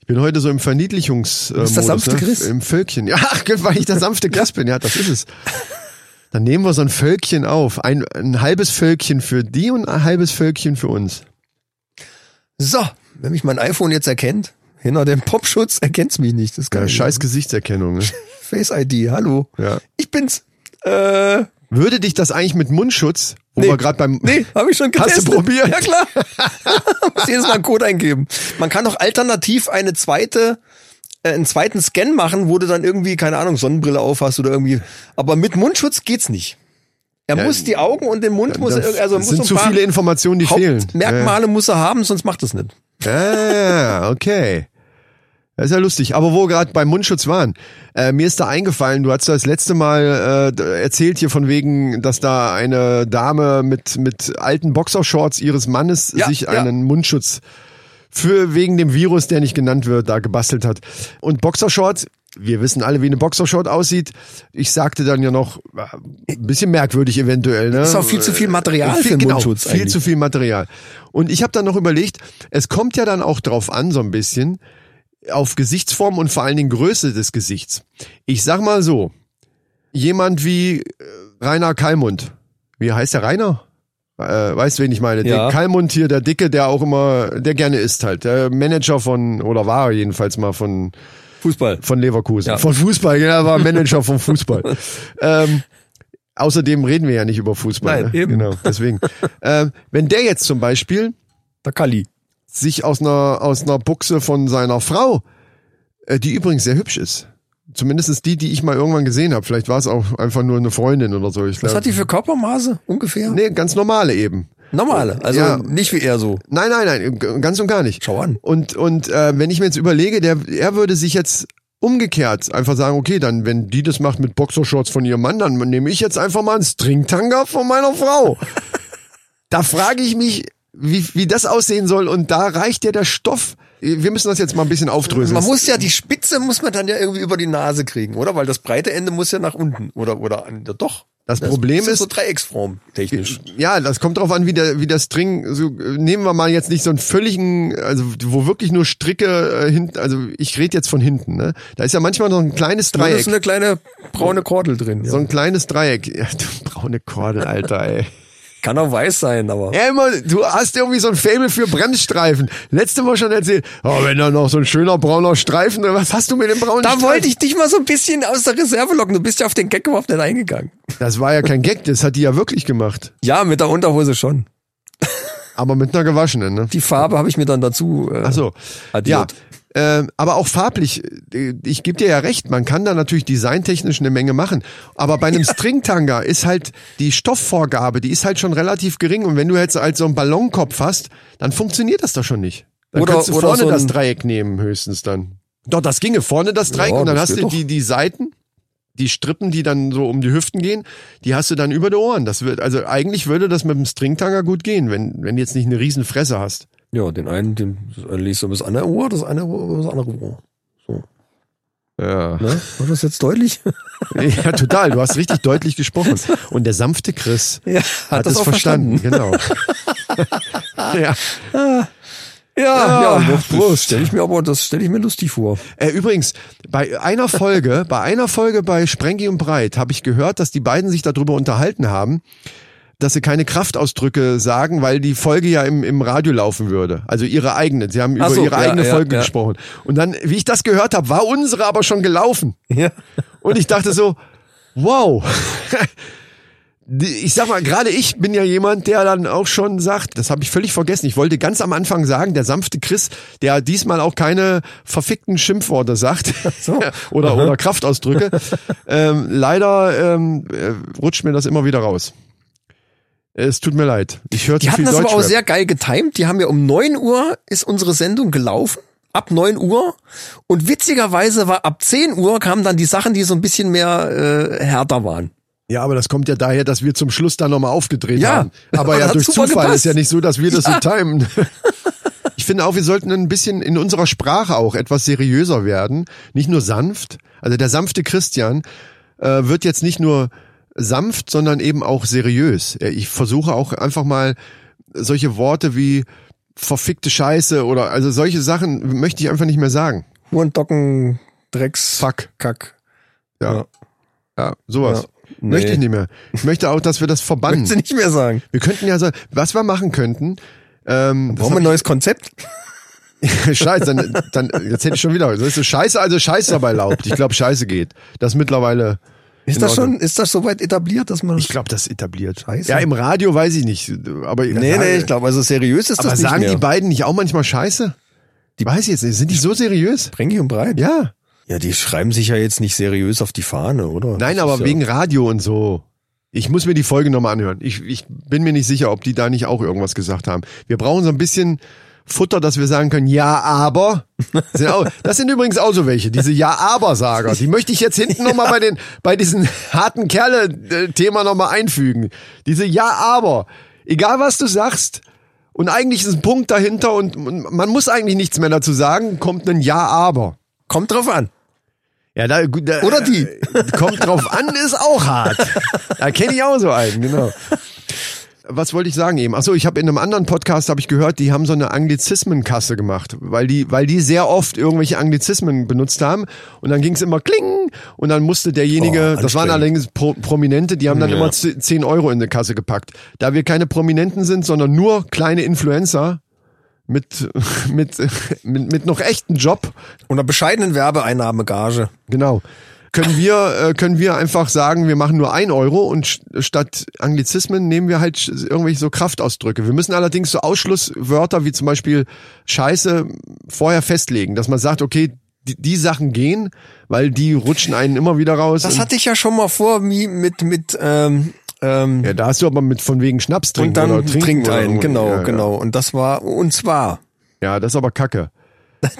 [SPEAKER 2] Ich bin heute so im Verniedlichungs äh,
[SPEAKER 1] bist das
[SPEAKER 2] Modus,
[SPEAKER 1] sanfte Chris.
[SPEAKER 2] Im Völkchen. Ja, ach, Gott, weil ich der sanfte Chris bin. Ja, das ist es. Dann nehmen wir so ein Völkchen auf. Ein, ein halbes Völkchen für die und ein halbes Völkchen für uns.
[SPEAKER 1] So, wenn mich mein iPhone jetzt erkennt, hinter dem Popschutz erkennt's mich nicht. Das ist
[SPEAKER 2] Ja,
[SPEAKER 1] geil.
[SPEAKER 2] scheiß Gesichtserkennung. Ne?
[SPEAKER 1] Face ID, hallo.
[SPEAKER 2] Ja.
[SPEAKER 1] Ich bin's. Äh,
[SPEAKER 2] Würde dich das eigentlich mit Mundschutz, wo
[SPEAKER 1] Nee.
[SPEAKER 2] wir gerade beim...
[SPEAKER 1] nee, habe ich schon getestet.
[SPEAKER 2] Hast du probiert?
[SPEAKER 1] Ja, klar. Muss jedes Mal einen Code eingeben. Man kann auch alternativ eine zweite, äh, einen zweiten Scan machen, wo du dann irgendwie, keine Ahnung, Sonnenbrille auf hast oder irgendwie. Aber mit Mundschutz geht's nicht. Er muss die Augen und den Mund muss er,
[SPEAKER 2] Das
[SPEAKER 1] irg- also muss so
[SPEAKER 2] sind
[SPEAKER 1] ein
[SPEAKER 2] zu
[SPEAKER 1] paar
[SPEAKER 2] viele Informationen, die fehlen.
[SPEAKER 1] Hauptmerkmale muss er haben, sonst macht es nicht.
[SPEAKER 2] Ah, okay. Das ist ja lustig. Aber wo wir gerade beim Mundschutz waren, äh, mir ist da eingefallen, du hast das letzte Mal äh, d- erzählt hier von wegen, dass da eine Dame mit, mit alten Boxershorts ihres Mannes
[SPEAKER 1] Ja,
[SPEAKER 2] sich
[SPEAKER 1] ja.
[SPEAKER 2] einen Mundschutz für wegen dem Virus, der nicht genannt wird, da gebastelt hat. Und Boxershorts, wir wissen alle, wie eine Boxershort aussieht. Ich sagte dann ja noch, äh, ein bisschen merkwürdig eventuell. Ne?
[SPEAKER 1] Ist auch viel zu viel Material für den
[SPEAKER 2] genau,
[SPEAKER 1] Mundschutz
[SPEAKER 2] Viel
[SPEAKER 1] eigentlich.
[SPEAKER 2] zu viel Material. Und ich habe dann noch überlegt, es kommt ja dann auch drauf an, so ein bisschen, auf Gesichtsform und vor allen Dingen Größe des Gesichts. Ich sag mal so, jemand wie äh, Rainer Kallmund. Wie heißt der Rainer? Äh, weißt wen ich meine?
[SPEAKER 1] Ja.
[SPEAKER 2] Der Kallmund hier, der Dicke, der auch immer, der gerne isst halt. Der Manager von, oder war jedenfalls mal von,
[SPEAKER 1] Fußball.
[SPEAKER 2] von Leverkusen.
[SPEAKER 1] Ja.
[SPEAKER 2] Von Fußball, genau, er war Manager von Fußball. ähm, außerdem reden wir ja nicht über Fußball.
[SPEAKER 1] Nein,
[SPEAKER 2] ne?
[SPEAKER 1] eben.
[SPEAKER 2] Genau, deswegen. ähm, wenn der jetzt zum Beispiel
[SPEAKER 1] Der Kali.
[SPEAKER 2] sich aus einer, aus einer Buchse von seiner Frau, äh, die übrigens sehr hübsch ist. Zumindest die, die ich mal irgendwann gesehen habe. Vielleicht war es auch einfach nur eine Freundin oder so. Ich
[SPEAKER 1] Was
[SPEAKER 2] glaub-
[SPEAKER 1] hat die für Körpermaße ungefähr?
[SPEAKER 2] Nee, ganz normale eben.
[SPEAKER 1] Normale. Also
[SPEAKER 2] Ja.
[SPEAKER 1] nicht wie er so.
[SPEAKER 2] Nein, nein, nein, g- ganz und gar nicht.
[SPEAKER 1] Schau an.
[SPEAKER 2] Und, und äh, wenn ich mir jetzt überlege, der, er würde sich jetzt umgekehrt einfach sagen, okay, dann, wenn die das macht mit Boxershorts von ihrem Mann, dann nehme ich jetzt einfach mal einen Stringtanga von meiner Frau. da frage ich mich, wie, wie das aussehen soll und da reicht ja der Stoff. Wir müssen das jetzt mal ein bisschen aufdröseln.
[SPEAKER 1] Man muss ja die Spitze muss man dann ja irgendwie über die Nase kriegen, oder? Weil das breite Ende muss ja nach unten oder oder an- ja, doch.
[SPEAKER 2] Das, Problem
[SPEAKER 1] Das ist
[SPEAKER 2] ist,
[SPEAKER 1] so Dreiecksform technisch.
[SPEAKER 2] ja, das kommt drauf an, wie der, wie der String, so, äh, nehmen wir mal jetzt nicht so einen völligen, also wo wirklich nur Stricke äh, hinten, also ich rede jetzt von hinten, ne? Da ist ja manchmal noch ein kleines
[SPEAKER 1] Da
[SPEAKER 2] Dreieck.
[SPEAKER 1] ist eine kleine braune Kordel drin.
[SPEAKER 2] So
[SPEAKER 1] Ja.
[SPEAKER 2] ein kleines Dreieck. Ja, du braune Kordel, Alter, ey.
[SPEAKER 1] Kann auch weiß sein, aber.
[SPEAKER 2] Ja, immer, du hast irgendwie so ein Faible für Bremsstreifen. Letzte Mal schon erzählt, oh, wenn da noch so ein schöner brauner Streifen, drin- was hast du mit dem braunen
[SPEAKER 1] Da
[SPEAKER 2] Streifen?
[SPEAKER 1] wollte ich dich mal so ein bisschen aus der Reserve locken. Du bist ja auf den Gag überhaupt nicht eingegangen.
[SPEAKER 2] Das war ja kein Gag, das hat die ja wirklich gemacht.
[SPEAKER 1] Ja, mit der Unterhose schon.
[SPEAKER 2] Aber mit einer gewaschenen, ne?
[SPEAKER 1] Die Farbe habe ich mir dann dazu. Äh,
[SPEAKER 2] Ach so. Ja.
[SPEAKER 1] Addiert.
[SPEAKER 2] Ähm, aber auch farblich, äh, ich gebe dir ja recht, man kann da natürlich designtechnisch eine Menge machen. Aber bei einem Stringtanga ist halt die Stoffvorgabe, die ist halt schon relativ gering. Und wenn du jetzt halt so einen Ballonkopf hast, dann funktioniert das doch schon nicht. Dann
[SPEAKER 1] Oder-
[SPEAKER 2] kannst du
[SPEAKER 1] oder
[SPEAKER 2] vorne
[SPEAKER 1] so ein-
[SPEAKER 2] das Dreieck nehmen, höchstens dann. Doch, das ginge vorne das Dreieck
[SPEAKER 1] Ja,
[SPEAKER 2] und dann
[SPEAKER 1] das
[SPEAKER 2] hast
[SPEAKER 1] geht
[SPEAKER 2] du die, die Seiten, die Strippen, die dann so um die Hüften gehen, die hast du dann über die Ohren. Das wird, also eigentlich würde das mit dem Stringtanga gut gehen, wenn, wenn du jetzt nicht eine riesen Fresse hast.
[SPEAKER 1] Ja, den einen, den das eine liest du bis an der Uhr, das eine Uhr, das andere Uhr.
[SPEAKER 2] Ja.
[SPEAKER 1] Ne? War das jetzt deutlich?
[SPEAKER 2] Ja, total. Du hast richtig deutlich gesprochen. Und der sanfte Chris
[SPEAKER 1] Ja,
[SPEAKER 2] hat, es verstanden. Genau. ja.
[SPEAKER 1] Ja, ja,
[SPEAKER 2] Ja,
[SPEAKER 1] doch, das stelle ich mir aber, das stelle ich mir lustig vor.
[SPEAKER 2] äh, übrigens, bei einer Folge, bei einer Folge bei Sprengi und Breit habe ich gehört, dass die beiden sich darüber unterhalten haben, dass sie keine Kraftausdrücke sagen, weil die Folge ja im, im Radio laufen würde. Also ihre eigene. Sie haben
[SPEAKER 1] Ach
[SPEAKER 2] über
[SPEAKER 1] so,
[SPEAKER 2] ihre
[SPEAKER 1] ja,
[SPEAKER 2] eigene
[SPEAKER 1] ja,
[SPEAKER 2] Folge
[SPEAKER 1] ja.
[SPEAKER 2] gesprochen. Und dann, wie ich das gehört habe, war unsere aber schon gelaufen.
[SPEAKER 1] Ja.
[SPEAKER 2] Und ich dachte so, wow. Die- Ich sag mal, gerade ich bin ja jemand, der dann auch schon sagt, das habe ich völlig vergessen. Ich wollte ganz am Anfang sagen, der sanfte Chris, der diesmal auch keine verfickten Schimpfworte sagt oder, oder Kraftausdrücke. ähm, leider ähm, äh, rutscht mir das immer wieder raus. Es tut mir leid. Ich höre
[SPEAKER 1] Die
[SPEAKER 2] zu
[SPEAKER 1] hatten
[SPEAKER 2] viel
[SPEAKER 1] das aber auch
[SPEAKER 2] Deutschrap.
[SPEAKER 1] sehr geil getimt. Die haben ja um 9 Uhr ist unsere Sendung gelaufen. Ab 9 Uhr. Und witzigerweise war ab 10 Uhr kamen dann die Sachen, die so ein bisschen mehr äh, härter waren.
[SPEAKER 2] Ja, aber das kommt ja daher, dass wir zum Schluss da nochmal aufgedreht
[SPEAKER 1] Ja,
[SPEAKER 2] haben. Aber
[SPEAKER 1] aber
[SPEAKER 2] ja,
[SPEAKER 1] hat
[SPEAKER 2] durch
[SPEAKER 1] super
[SPEAKER 2] Zufall ist
[SPEAKER 1] gepasst.
[SPEAKER 2] ja nicht so, dass wir das so timen. Ich finde auch, wir sollten ein bisschen in unserer Sprache auch etwas seriöser werden. Nicht nur sanft. Also der sanfte Christian äh, wird jetzt nicht nur sanft, sondern eben auch seriös. Äh, Ich versuche auch einfach mal solche Worte wie verfickte Scheiße oder also solche Sachen möchte ich einfach nicht mehr sagen.
[SPEAKER 1] Hurendocken, Drecks,
[SPEAKER 2] Fuck.
[SPEAKER 1] Kack.
[SPEAKER 2] Ja. Ja, sowas.
[SPEAKER 1] Ja. Nee.
[SPEAKER 2] Möchte ich nicht mehr. Ich möchte auch, dass wir das verbannen.
[SPEAKER 1] Kannst du nicht mehr sagen.
[SPEAKER 2] Wir könnten ja so, was wir machen könnten, ähm,
[SPEAKER 1] Brauchen wir ein neues Konzept?
[SPEAKER 2] Scheiße, dann, dann, jetzt hätte ich schon wieder, so ist es Scheiße, also Scheiße dabei erlaubt. Ich glaube, Scheiße geht. Das ist mittlerweile,
[SPEAKER 1] Ist das schon, ist das soweit etabliert, dass man.
[SPEAKER 2] ich glaube, das ist etabliert.
[SPEAKER 1] Scheiße.
[SPEAKER 2] Ja, im Radio weiß ich nicht, aber,
[SPEAKER 1] nee, nee, ich glaube, also seriös ist
[SPEAKER 2] aber
[SPEAKER 1] das nicht
[SPEAKER 2] sagen
[SPEAKER 1] mehr.
[SPEAKER 2] die beiden nicht auch manchmal Scheiße? Die weiß ich jetzt nicht, sind die so seriös?
[SPEAKER 1] Bringi und Breit?
[SPEAKER 2] Ja.
[SPEAKER 1] Ja, die schreiben sich ja jetzt nicht seriös auf die Fahne, oder?
[SPEAKER 2] Nein,
[SPEAKER 1] Das
[SPEAKER 2] aber
[SPEAKER 1] ist ja-
[SPEAKER 2] wegen Radio und so. Ich muss mir die Folge nochmal anhören. Ich, ich bin mir nicht sicher, ob die da nicht auch irgendwas gesagt haben. Wir brauchen so ein bisschen Futter, dass wir sagen können, ja, aber. Das Sind auch, das sind übrigens auch so welche, diese Ja-Aber-Sager. Die möchte ich jetzt hinten nochmal bei den, bei diesen harten äh, Kerle-Thema nochmal einfügen. Diese Ja-Aber. Egal was du sagst, und eigentlich ist ein Punkt dahinter und und man muss eigentlich nichts mehr dazu sagen, kommt ein Ja-Aber.
[SPEAKER 1] Kommt drauf an.
[SPEAKER 2] Ja, da, gut, da, äh,
[SPEAKER 1] Oder die.
[SPEAKER 2] Kommt drauf an, ist auch hart. Da kenne ich auch so einen, genau. Was wollte ich sagen eben? Achso, ich habe in einem anderen Podcast habe ich gehört, die haben so eine Anglizismenkasse gemacht, weil die, weil die sehr oft irgendwelche Anglizismen benutzt haben und dann ging es immer kling und dann musste derjenige,
[SPEAKER 1] Oh,
[SPEAKER 2] das waren
[SPEAKER 1] anstrengend.
[SPEAKER 2] allerdings Pro Prominente, die haben dann immer 10 Euro in die Kasse gepackt. Da wir keine Prominenten sind, sondern nur kleine Influencer mit, mit, mit, mit noch echten Job,
[SPEAKER 1] Unter bescheidenen Werbeeinnahmegage.
[SPEAKER 2] Genau. Können wir, äh, können wir einfach sagen, wir machen nur ein Euro und st- statt Anglizismen nehmen wir halt sch- irgendwelche so Kraftausdrücke. Wir müssen allerdings so Ausschlusswörter wie zum Beispiel Scheiße vorher festlegen, dass man sagt, okay, die, die Sachen gehen, weil die rutschen einen immer wieder raus.
[SPEAKER 1] Das
[SPEAKER 2] und-
[SPEAKER 1] hatte ich ja schon mal vor, wie mit, mit, ähm, ähm,
[SPEAKER 2] ja, da hast du aber mit von wegen Schnaps trinken
[SPEAKER 1] und dann
[SPEAKER 2] oder trinken
[SPEAKER 1] trinkt
[SPEAKER 2] oder
[SPEAKER 1] einen,
[SPEAKER 2] irgendwo-
[SPEAKER 1] genau,
[SPEAKER 2] ja,
[SPEAKER 1] genau. Und das war, und zwar.
[SPEAKER 2] Ja. ja, das ist aber Kacke.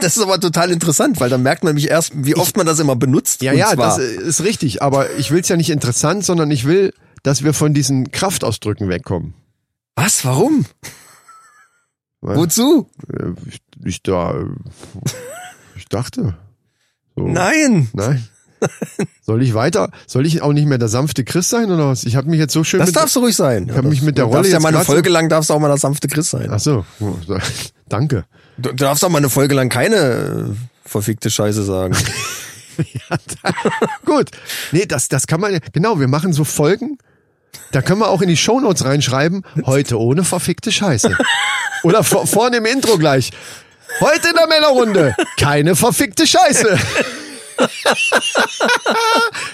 [SPEAKER 1] Das ist aber total interessant, weil dann merkt man nämlich erst, wie oft man das immer benutzt.
[SPEAKER 2] Ja,
[SPEAKER 1] und
[SPEAKER 2] ja,
[SPEAKER 1] zwar.
[SPEAKER 2] das äh, ist richtig, aber ich will's ja nicht interessant, sondern ich will, dass wir von diesen Kraftausdrücken wegkommen.
[SPEAKER 1] Was? Warum?
[SPEAKER 2] Weil-
[SPEAKER 1] Wozu?
[SPEAKER 2] Äh, ich, ich da. Ich äh, dachte. So.
[SPEAKER 1] Nein.
[SPEAKER 2] Nein. Soll ich weiter? Soll ich auch nicht mehr der sanfte Chris sein oder was? Ich habe mich jetzt so schön.
[SPEAKER 1] Das
[SPEAKER 2] mit-
[SPEAKER 1] darfst du ruhig sein. Ich
[SPEAKER 2] hab mich mit der Rolle
[SPEAKER 1] darfst ja
[SPEAKER 2] jetzt
[SPEAKER 1] mal eine
[SPEAKER 2] grad so-
[SPEAKER 1] Folge lang darfst du auch mal das sanfte Chris sein.
[SPEAKER 2] Ach so. Oh, da- Danke.
[SPEAKER 1] Du du darfst auch mal eine Folge lang keine äh, verfickte Scheiße sagen.
[SPEAKER 2] Gut. Nee, das, das kann man. Genau, wir machen so Folgen. Da können wir auch in die Shownotes reinschreiben. Heute ohne verfickte Scheiße. Oder vor, vorne im Intro gleich. Heute in der Männerrunde. Keine verfickte Scheiße.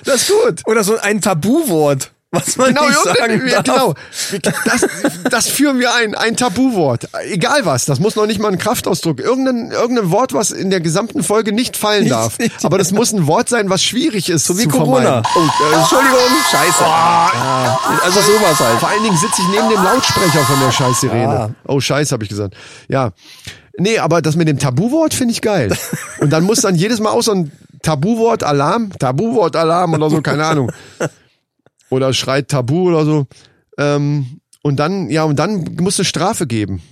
[SPEAKER 2] Das ist gut.
[SPEAKER 1] Oder so ein Tabuwort, was man
[SPEAKER 2] Genau,
[SPEAKER 1] nicht sagen
[SPEAKER 2] irgendwie-
[SPEAKER 1] darf.
[SPEAKER 2] genau. Das, das führen wir ein. Ein Tabuwort. Egal was. Das muss noch nicht mal ein Kraftausdruck. Irgendein, irgendein Wort, was in der gesamten Folge nicht fallen
[SPEAKER 1] Nicht-
[SPEAKER 2] darf.
[SPEAKER 1] nicht-
[SPEAKER 2] Aber das muss ein Wort sein, was schwierig ist.
[SPEAKER 1] So wie
[SPEAKER 2] zu
[SPEAKER 1] Corona.
[SPEAKER 2] vermeiden.
[SPEAKER 1] Oh, äh, Entschuldigung, Scheiße. Ja. Also sowas halt.
[SPEAKER 2] Vor allen Dingen sitze ich neben dem Lautsprecher von der Scheißsirene.
[SPEAKER 1] Ja.
[SPEAKER 2] Oh, Scheiß, habe ich gesagt. Ja. Nee, aber das mit dem Tabuwort finde ich geil. Und dann muss dann jedes Mal auch so ein Tabuwort Alarm, Tabuwort Alarm oder so, keine Ahnung. Oder schreit Tabu oder so. Ähm, und dann, ja, und dann muss eine Strafe geben.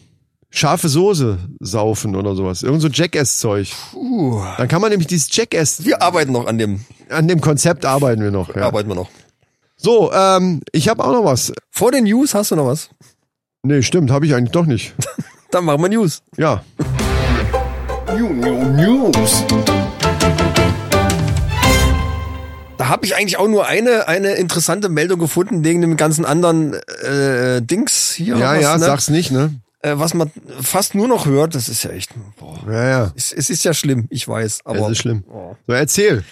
[SPEAKER 2] Scharfe Soße saufen oder sowas. Irgend so Jackass-Zeug. Dann kann man nämlich dieses Jackass,
[SPEAKER 1] Wir arbeiten noch an dem.
[SPEAKER 2] an dem Konzept arbeiten wir noch. Ja.
[SPEAKER 1] Arbeiten wir noch.
[SPEAKER 2] So, ähm, ich habe auch noch was.
[SPEAKER 1] Vor den News hast du noch was?
[SPEAKER 2] Nee, stimmt, habe ich eigentlich doch nicht.
[SPEAKER 1] Dann machen wir News.
[SPEAKER 2] Ja.
[SPEAKER 1] Da habe ich eigentlich auch nur eine, eine interessante Meldung gefunden, wegen dem ganzen anderen äh, Dings hier.
[SPEAKER 2] Ja,
[SPEAKER 1] was,
[SPEAKER 2] ja,
[SPEAKER 1] ne?
[SPEAKER 2] sag's nicht, ne?
[SPEAKER 1] Äh, was man fast nur noch hört, das ist ja echt. Boah.
[SPEAKER 2] Ja, ja.
[SPEAKER 1] Es, es ist ja schlimm, ich weiß. Aber
[SPEAKER 2] es ist schlimm.
[SPEAKER 1] Oh.
[SPEAKER 2] So, erzähl.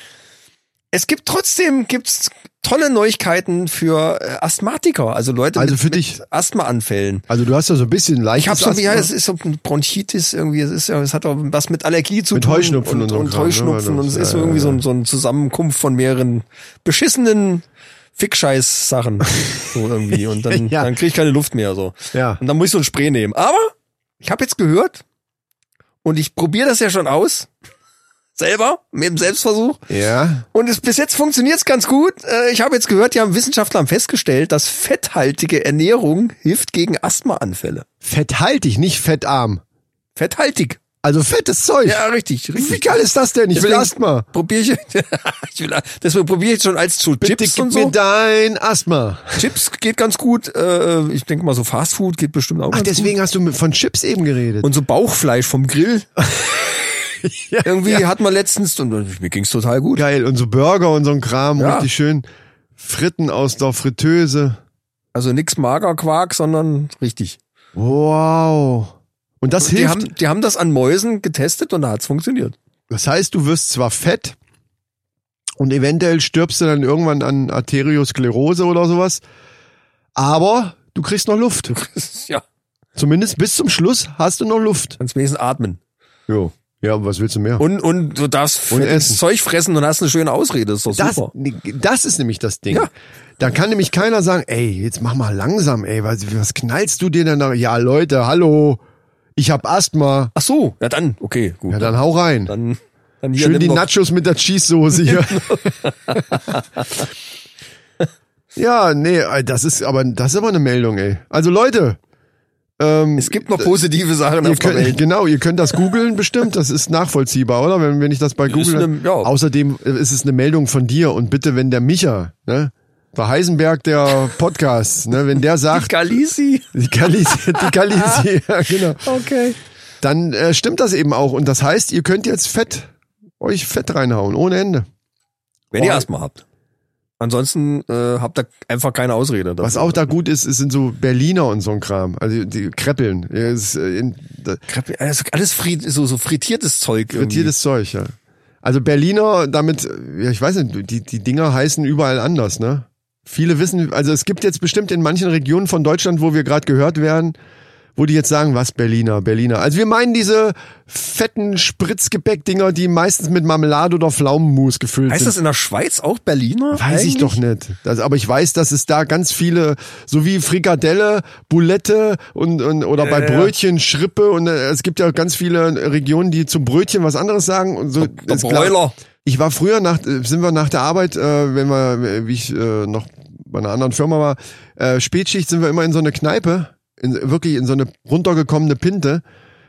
[SPEAKER 1] Es gibt trotzdem gibt's tolle Neuigkeiten für äh, Asthmatiker, also Leute
[SPEAKER 2] Also
[SPEAKER 1] mit,
[SPEAKER 2] für dich.
[SPEAKER 1] mit Asthmaanfällen.
[SPEAKER 2] Also du hast ja so ein bisschen leicht.
[SPEAKER 1] Ich habe so, ja, es ist so ein Bronchitis irgendwie, es ist ja, es hat auch was mit Allergie zu
[SPEAKER 2] Mit
[SPEAKER 1] tun
[SPEAKER 2] Heuschnupfen und
[SPEAKER 1] und,
[SPEAKER 2] so
[SPEAKER 1] und
[SPEAKER 2] Kram, ne?
[SPEAKER 1] Heuschnupfen und es
[SPEAKER 2] Ja,
[SPEAKER 1] ist
[SPEAKER 2] ja,
[SPEAKER 1] irgendwie
[SPEAKER 2] ja.
[SPEAKER 1] so ein, so ein Zusammenkunft von mehreren beschissenen Fickscheiß Sachen so irgendwie und dann
[SPEAKER 2] Ja.
[SPEAKER 1] dann kriege ich keine Luft mehr so.
[SPEAKER 2] Ja.
[SPEAKER 1] Und dann muss ich so ein Spray nehmen, aber ich habe jetzt gehört und ich probiere das ja schon aus selber mit dem Selbstversuch
[SPEAKER 2] Ja.
[SPEAKER 1] und es, bis jetzt funktioniert's ganz gut. Äh, Ich habe jetzt gehört, die haben Wissenschaftler haben festgestellt, dass fetthaltige Ernährung hilft gegen Asthmaanfälle.
[SPEAKER 2] Fetthaltig, nicht fettarm.
[SPEAKER 1] Fetthaltig.
[SPEAKER 2] Also fettes Zeug.
[SPEAKER 1] Ja, richtig,
[SPEAKER 2] Wie
[SPEAKER 1] richtig.
[SPEAKER 2] geil ist das denn? Ich will
[SPEAKER 1] Deswegen
[SPEAKER 2] Asthma.
[SPEAKER 1] Probier ich, ich will, deswegen probiere ich schon als zu
[SPEAKER 2] Bitte
[SPEAKER 1] Chips
[SPEAKER 2] gib
[SPEAKER 1] und
[SPEAKER 2] mir
[SPEAKER 1] so.
[SPEAKER 2] dein Asthma.
[SPEAKER 1] Chips geht ganz gut. Äh, ich denke mal, so Fast Food geht bestimmt auch
[SPEAKER 2] Ach,
[SPEAKER 1] ganz gut.
[SPEAKER 2] deswegen hast du mit- von Chips eben geredet.
[SPEAKER 1] Und so Bauchfleisch vom Grill. Irgendwie hat man letztens, und mir ging's total gut.
[SPEAKER 2] geil. Und so Burger und so ein Kram,
[SPEAKER 1] Ja.
[SPEAKER 2] richtig schön. Fritten aus der Fritteuse.
[SPEAKER 1] Also nix Magerquark, sondern richtig.
[SPEAKER 2] Wow. Und das
[SPEAKER 1] Die
[SPEAKER 2] hilft.
[SPEAKER 1] haben, die haben das an Mäusen getestet und da hat's funktioniert.
[SPEAKER 2] Das heißt, du wirst zwar fett und eventuell stirbst du dann irgendwann an Arteriosklerose oder sowas, aber du kriegst noch Luft.
[SPEAKER 1] ja.
[SPEAKER 2] Zumindest bis zum Schluss hast du noch Luft.
[SPEAKER 1] Kannst wenigstens atmen.
[SPEAKER 2] Jo. Ja, und was willst du mehr?
[SPEAKER 1] Und, und du darfst
[SPEAKER 2] Und
[SPEAKER 1] fettiges
[SPEAKER 2] essen.
[SPEAKER 1] Zeug fressen und hast eine schöne Ausrede. Ist doch
[SPEAKER 2] das, ne,
[SPEAKER 1] super.
[SPEAKER 2] das ist nämlich das Ding.
[SPEAKER 1] Ja.
[SPEAKER 2] Da kann nämlich keiner sagen, ey, jetzt mach mal langsam, ey, was, was knallst du dir denn da? Ja, Leute, hallo, ich hab Asthma.
[SPEAKER 1] Ach so, ja dann, okay, gut.
[SPEAKER 2] Ja, dann hau rein.
[SPEAKER 1] dann, dann hier
[SPEAKER 2] Schön
[SPEAKER 1] nimm
[SPEAKER 2] die
[SPEAKER 1] noch-
[SPEAKER 2] Nachos mit der Cheese-Soße hier. ja, nee, ey, das ist aber das ist aber eine Meldung, ey. Also Leute, ähm,
[SPEAKER 1] Es gibt noch positive Sachen
[SPEAKER 2] ihr
[SPEAKER 1] auf der
[SPEAKER 2] könnt,
[SPEAKER 1] Welt.
[SPEAKER 2] genau, ihr könnt das googeln bestimmt, das ist nachvollziehbar, oder? Wenn, wenn ich das bei Google.
[SPEAKER 1] eine- ja.
[SPEAKER 2] Außerdem ist es eine Meldung von dir und bitte, wenn der Micha, ne? Der Heisenberg der Podcast, ne, wenn der sagt,
[SPEAKER 1] Galisi.
[SPEAKER 2] die Kalisi, die Kalisi, ja, genau
[SPEAKER 1] Okay.
[SPEAKER 2] dann äh, stimmt das eben auch. Und das heißt, ihr könnt jetzt Fett, euch Fett reinhauen, ohne Ende.
[SPEAKER 1] Wenn ihr erstmal habt. Ansonsten äh, habt ihr einfach keine Ausrede. dafür.
[SPEAKER 2] Was auch da gut ist, ist sind so Berliner und so ein Kram. Also die Kreppeln. Ja, es Ist, äh, in, da,
[SPEAKER 1] Krepp- alles, alles fried, so, so frittiertes Zeug. Irgendwie.
[SPEAKER 2] frittiertes Zeug, ja. Also Berliner, damit, äh, ja, ich weiß nicht, die, die Dinger heißen überall anders, ne? Viele wissen, also es gibt jetzt bestimmt in manchen Regionen von Deutschland, wo wir gerade gehört werden, wo die jetzt sagen, was Berliner, Berliner. Also wir meinen diese fetten Spritzgebäckdinger, die meistens mit Marmelade oder Pflaumenmus gefüllt
[SPEAKER 1] Heißt
[SPEAKER 2] sind.
[SPEAKER 1] das in der Schweiz auch Berliner?
[SPEAKER 2] Weiß ich doch nicht. Das, aber ich weiß, dass es da ganz viele, so wie Frikadelle, Boulette und, und oder bei Brötchen Schrippe und äh, es gibt ja ganz viele Regionen, die zum Brötchen was anderes sagen und so.
[SPEAKER 1] der
[SPEAKER 2] ist klar.
[SPEAKER 1] Broiler.
[SPEAKER 2] Ich war früher nach, äh, sind wir nach der Arbeit, äh, wenn wir, wie ich äh, noch bei einer anderen Firma war, äh, Spätschicht sind wir immer in so eine Kneipe, in, wirklich in so eine runtergekommene Pinte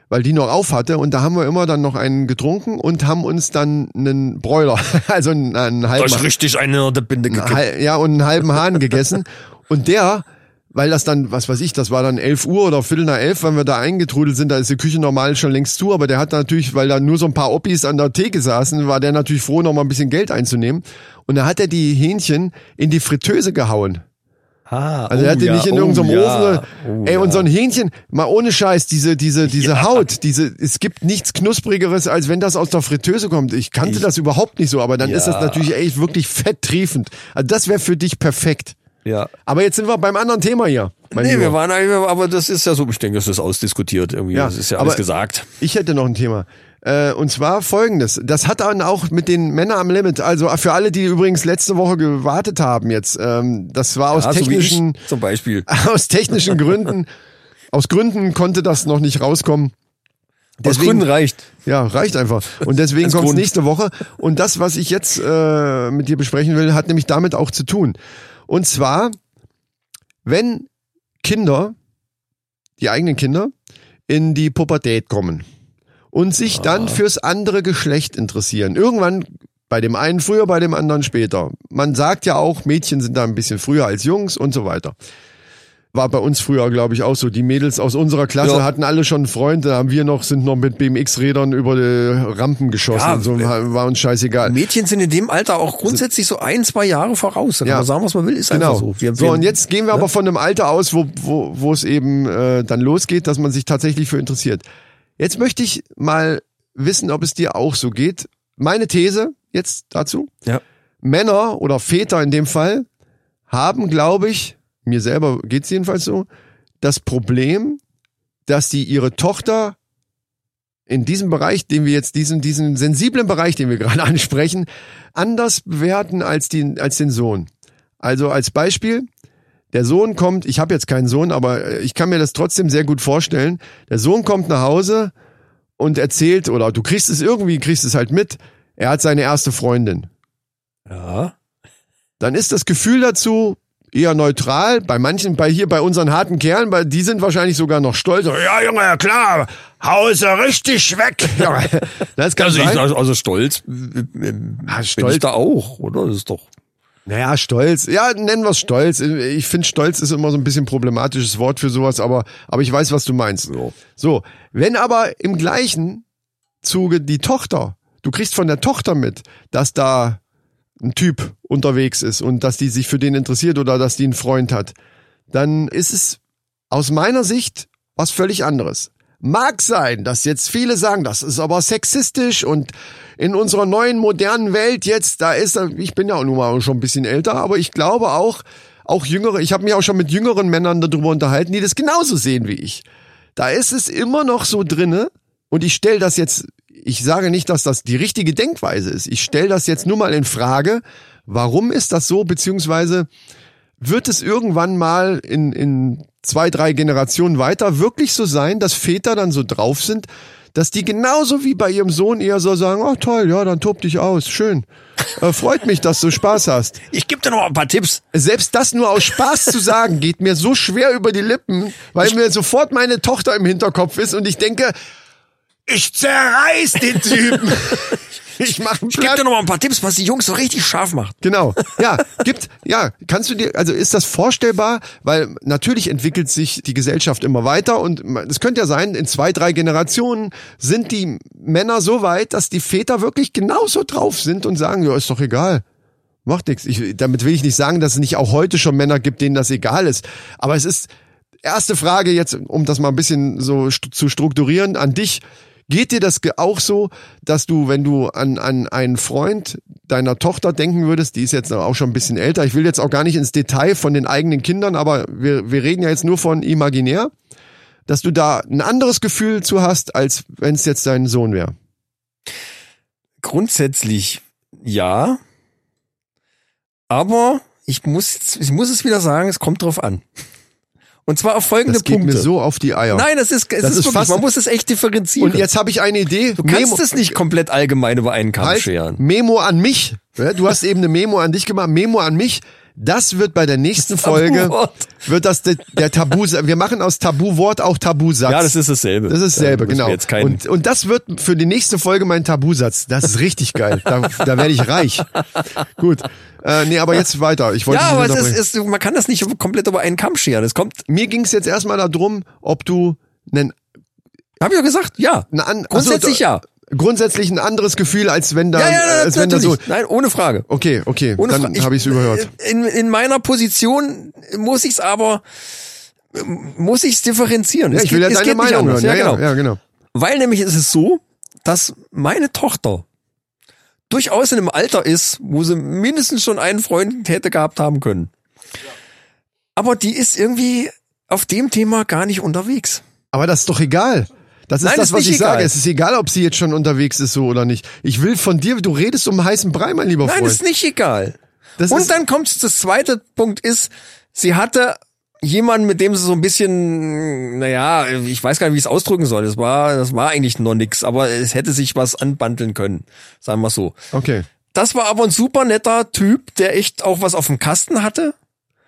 [SPEAKER 2] weil die noch auf hatte und da haben wir immer dann noch einen getrunken und haben uns dann einen Broiler, also einen, einen halben
[SPEAKER 1] Euch richtig eine oder Binde gekippt.
[SPEAKER 2] Hal- ja, und einen halben Hahn gegessen. Und der, weil das dann, was weiß ich, das war dann 11 Uhr oder Viertel nach elf, wenn wir da eingetrudelt sind, da ist die Küche normal schon längst zu, aber der hat natürlich, weil da nur so ein paar Oppis an der Theke saßen, war der natürlich froh, noch mal ein bisschen Geld einzunehmen. Und da hat er die Hähnchen in die Fritteuse gehauen.
[SPEAKER 1] Ah,
[SPEAKER 2] Also er hat die nicht in
[SPEAKER 1] oh
[SPEAKER 2] irgendeinem Ofen. Ey, und so ein Hähnchen, mal ohne Scheiß, diese, diese, diese Haut, diese, es gibt nichts Knusprigeres, als wenn das aus der Fritteuse kommt. Ich kannte das überhaupt nicht so, aber dann ist das natürlich echt wirklich fetttriefend. Also das wäre für dich perfekt.
[SPEAKER 1] Ja.
[SPEAKER 2] Aber jetzt sind wir beim anderen Thema hier. mein
[SPEAKER 1] Nee,
[SPEAKER 2] Lieber.
[SPEAKER 1] wir waren eigentlich, aber das ist ja so, ich denke, das ist ausdiskutiert irgendwie.
[SPEAKER 2] Ja,
[SPEAKER 1] das ist ja alles
[SPEAKER 2] aber-
[SPEAKER 1] gesagt.
[SPEAKER 2] Ich hätte noch ein Thema. Äh, und zwar folgendes. Das hat dann auch mit den Männern am Limit, also für alle, die übrigens letzte Woche gewartet haben jetzt, ähm, das war aus
[SPEAKER 1] Ja, so wie ich
[SPEAKER 2] technischen...
[SPEAKER 1] zum Beispiel.
[SPEAKER 2] aus technischen Gründen, aus Gründen konnte das noch nicht rauskommen.
[SPEAKER 1] Das
[SPEAKER 2] Deswegen-
[SPEAKER 1] Gründen reicht.
[SPEAKER 2] Ja, reicht einfach. Und deswegen
[SPEAKER 1] Als
[SPEAKER 2] kommt's
[SPEAKER 1] Grund.
[SPEAKER 2] nächste Woche. Und das, was ich jetzt äh, mit dir besprechen will, hat nämlich damit auch zu tun. Und zwar, wenn Kinder, die eigenen Kinder, in die Pubertät kommen und sich dann fürs andere Geschlecht interessieren. Irgendwann bei dem einen früher, bei dem anderen später. Man sagt ja auch, Mädchen sind da ein bisschen früher als Jungs und so weiter. War bei uns früher, glaube ich, auch so. Die Mädels aus unserer Klasse
[SPEAKER 1] Ja.
[SPEAKER 2] hatten alle schon Freunde, haben wir noch, sind noch mit BMX-Rädern über die Rampen geschossen.
[SPEAKER 1] Ja, äh,
[SPEAKER 2] und so war uns scheißegal.
[SPEAKER 1] Mädchen sind in dem Alter auch grundsätzlich so ein, zwei Jahre voraus. Da kann
[SPEAKER 2] Ja.
[SPEAKER 1] man sagen, was man will, ist
[SPEAKER 2] Genau.
[SPEAKER 1] einfach so. Wir- ne?
[SPEAKER 2] so,
[SPEAKER 1] wir-
[SPEAKER 2] und jetzt gehen wir aber von einem Alter aus, wo, wo, wo es eben äh, dann losgeht, dass man sich tatsächlich für interessiert. Jetzt möchte ich mal wissen, ob es dir auch so geht. Meine These jetzt dazu.
[SPEAKER 1] Ja.
[SPEAKER 2] Männer oder Väter in dem Fall haben, glaube ich, mir selber geht's jedenfalls so, das Problem, dass die ihre Tochter in diesem Bereich, den wir jetzt, diesen, diesen sensiblen Bereich, den wir gerade ansprechen, anders bewerten als, die, als den Sohn. Also als Beispiel, der Sohn kommt, ich habe jetzt keinen Sohn, aber äh, ich kann mir das trotzdem sehr gut vorstellen. Der Sohn kommt nach Hause und erzählt, oder du kriegst es irgendwie, kriegst es halt mit, er hat seine erste Freundin.
[SPEAKER 1] Ja.
[SPEAKER 2] Dann ist das Gefühl dazu eher neutral. Bei manchen, bei hier, bei unseren harten Kerlen, bei, die sind wahrscheinlich sogar noch stolz. Ja, Junge, ja klar, hause richtig weg. Junge. Das kann
[SPEAKER 1] Also, ich,
[SPEAKER 2] sein. Ah,
[SPEAKER 1] also also stolz, äh, äh, bin
[SPEAKER 2] stolz.
[SPEAKER 1] ich da auch, oder? Das ist doch.
[SPEAKER 2] Naja, stolz. Ja, nennen wir es stolz. Ich finde, stolz ist immer so ein bisschen problematisches Wort für sowas, aber, aber ich weiß, was du meinst. So. wenn aber im gleichen Zuge die Tochter, du kriegst von der Tochter mit, dass da ein Typ unterwegs ist und dass die sich für den interessiert oder dass die einen Freund hat, dann ist es aus meiner Sicht was völlig anderes. Mag sein, dass jetzt viele sagen, das ist aber sexistisch und in unserer neuen modernen Welt jetzt, da ist, ich bin ja auch nun mal schon ein bisschen älter, aber ich glaube auch, auch jüngere, ich habe mich auch schon mit jüngeren Männern darüber unterhalten, die das genauso sehen wie ich. Da ist es immer noch so drinne und ich stelle das jetzt, ich sage nicht, dass das die richtige Denkweise ist. Ich stelle das jetzt nur mal in Frage, warum ist das so, beziehungsweise wird es irgendwann mal in, in zwei, drei Generationen weiter wirklich so sein, dass Väter dann so drauf sind, dass die genauso wie bei ihrem Sohn eher so sagen, oh toll, ja, dann tob dich aus, schön. Äh, freut mich, dass du Spaß hast.
[SPEAKER 1] Ich gebe dir noch ein paar Tipps.
[SPEAKER 2] Selbst das nur aus Spaß zu sagen, geht mir so schwer über die Lippen, weil mir sofort meine Tochter im Hinterkopf ist und ich denke, ich zerreiß den Typen. ich mach einen
[SPEAKER 1] Ich gebe
[SPEAKER 2] Platz.
[SPEAKER 1] dir noch mal ein paar Tipps, was die Jungs so richtig scharf macht.
[SPEAKER 2] Genau. Ja, gibt ja, kannst du dir also ist das vorstellbar, weil natürlich entwickelt sich die Gesellschaft immer weiter und man- es könnte ja sein, in zwei, drei Generationen sind die Männer so weit, dass die Väter wirklich genauso drauf sind und sagen, ja, ist doch egal. Macht nichts. Ich, damit will ich nicht sagen, dass es nicht auch heute schon Männer gibt, denen das egal ist, aber es ist erste Frage jetzt, um das mal ein bisschen so st zu strukturieren, an dich. Geht dir das ge- auch so, dass du, wenn du an, an einen Freund deiner Tochter denken würdest, die ist jetzt auch schon ein bisschen älter, ich will jetzt auch gar nicht ins Detail von den eigenen Kindern, aber wir, wir reden ja jetzt nur von imaginär, dass du da ein anderes Gefühl zu hast, als wenn es jetzt dein Sohn wäre.
[SPEAKER 1] Grundsätzlich ja. Aber ich muss, jetzt- ich muss es wieder sagen, es kommt drauf an. Und zwar auf folgende
[SPEAKER 2] Das geht
[SPEAKER 1] Punkte.
[SPEAKER 2] mir so auf die Eier.
[SPEAKER 1] Nein, das ist, es
[SPEAKER 2] Das
[SPEAKER 1] ist,
[SPEAKER 2] ist
[SPEAKER 1] wirklich,
[SPEAKER 2] fast-
[SPEAKER 1] man muss es echt differenzieren.
[SPEAKER 2] Und jetzt habe ich eine Idee.
[SPEAKER 1] du kannst es nicht komplett allgemein über einen Kamm
[SPEAKER 2] halt,
[SPEAKER 1] scheren.
[SPEAKER 2] Memo an mich. Ja, Du hast eben eine Memo an dich gemacht. Memo an mich. Das wird bei der nächsten
[SPEAKER 1] Das
[SPEAKER 2] Folge,
[SPEAKER 1] Tabuwort.
[SPEAKER 2] wird das der, der Tabu, wir machen aus Tabuwort auch Tabusatz.
[SPEAKER 1] Ja, das ist dasselbe.
[SPEAKER 2] Das ist
[SPEAKER 1] Da
[SPEAKER 2] dasselbe,
[SPEAKER 1] müssen wir
[SPEAKER 2] genau.
[SPEAKER 1] Jetzt keinen,
[SPEAKER 2] und, und das wird für die nächste Folge mein Tabusatz. Das ist richtig geil. Da, da werde ich reich. Gut. Äh, nee, aber jetzt weiter. Ich wollte
[SPEAKER 1] ja,
[SPEAKER 2] dich nicht
[SPEAKER 1] aber es
[SPEAKER 2] unterbrechen.
[SPEAKER 1] ist, ist, man kann das nicht komplett über einen Kamm scheren. Es kommt,
[SPEAKER 2] Mir ging es jetzt erstmal darum, ob du einen,
[SPEAKER 1] hab ich ja gesagt, ja.
[SPEAKER 2] einen an-
[SPEAKER 1] Grundsätzlich
[SPEAKER 2] Achso,
[SPEAKER 1] ja.
[SPEAKER 2] grundsätzlich ein anderes Gefühl, als wenn da,
[SPEAKER 1] Ja, ja,
[SPEAKER 2] als wenn da so. Oh
[SPEAKER 1] natürlich. Nein, ohne Frage.
[SPEAKER 2] Okay, okay,
[SPEAKER 1] Ohne Fra- äh,
[SPEAKER 2] dann habe ich es überhört.
[SPEAKER 1] In, in meiner Position muss ich es aber, muss ich es differenzieren.
[SPEAKER 2] Ja,
[SPEAKER 1] es
[SPEAKER 2] ich will ja
[SPEAKER 1] geht- es
[SPEAKER 2] deine
[SPEAKER 1] geht nicht
[SPEAKER 2] Meinung
[SPEAKER 1] anders.
[SPEAKER 2] hören.
[SPEAKER 1] Ja, genau.
[SPEAKER 2] ja, genau.
[SPEAKER 1] Weil nämlich ist es so, dass meine Tochter durchaus in einem Alter ist, wo sie mindestens schon einen Freund hätte gehabt haben können. Aber die ist irgendwie auf dem Thema gar nicht unterwegs.
[SPEAKER 2] Aber das ist doch egal. Das ist
[SPEAKER 1] Nein,
[SPEAKER 2] das,
[SPEAKER 1] ist
[SPEAKER 2] was
[SPEAKER 1] nicht
[SPEAKER 2] ich
[SPEAKER 1] egal.
[SPEAKER 2] sage. Es ist egal, ob sie jetzt schon unterwegs ist so oder nicht. Ich will von dir, du redest um heißen Brei, mein lieber
[SPEAKER 1] Nein,
[SPEAKER 2] Freund.
[SPEAKER 1] ist nicht egal.
[SPEAKER 2] Das
[SPEAKER 1] Und
[SPEAKER 2] ist-
[SPEAKER 1] dann kommt das zweite Punkt ist, sie hatte jemanden, mit dem sie so ein bisschen, naja, ich weiß gar nicht, wie ich es ausdrücken soll. Das war, das war eigentlich noch nix, aber es hätte sich was anbandeln können. Sagen wir so.
[SPEAKER 2] okay.
[SPEAKER 1] Das war aber ein super netter Typ, der echt auch was auf dem Kasten hatte.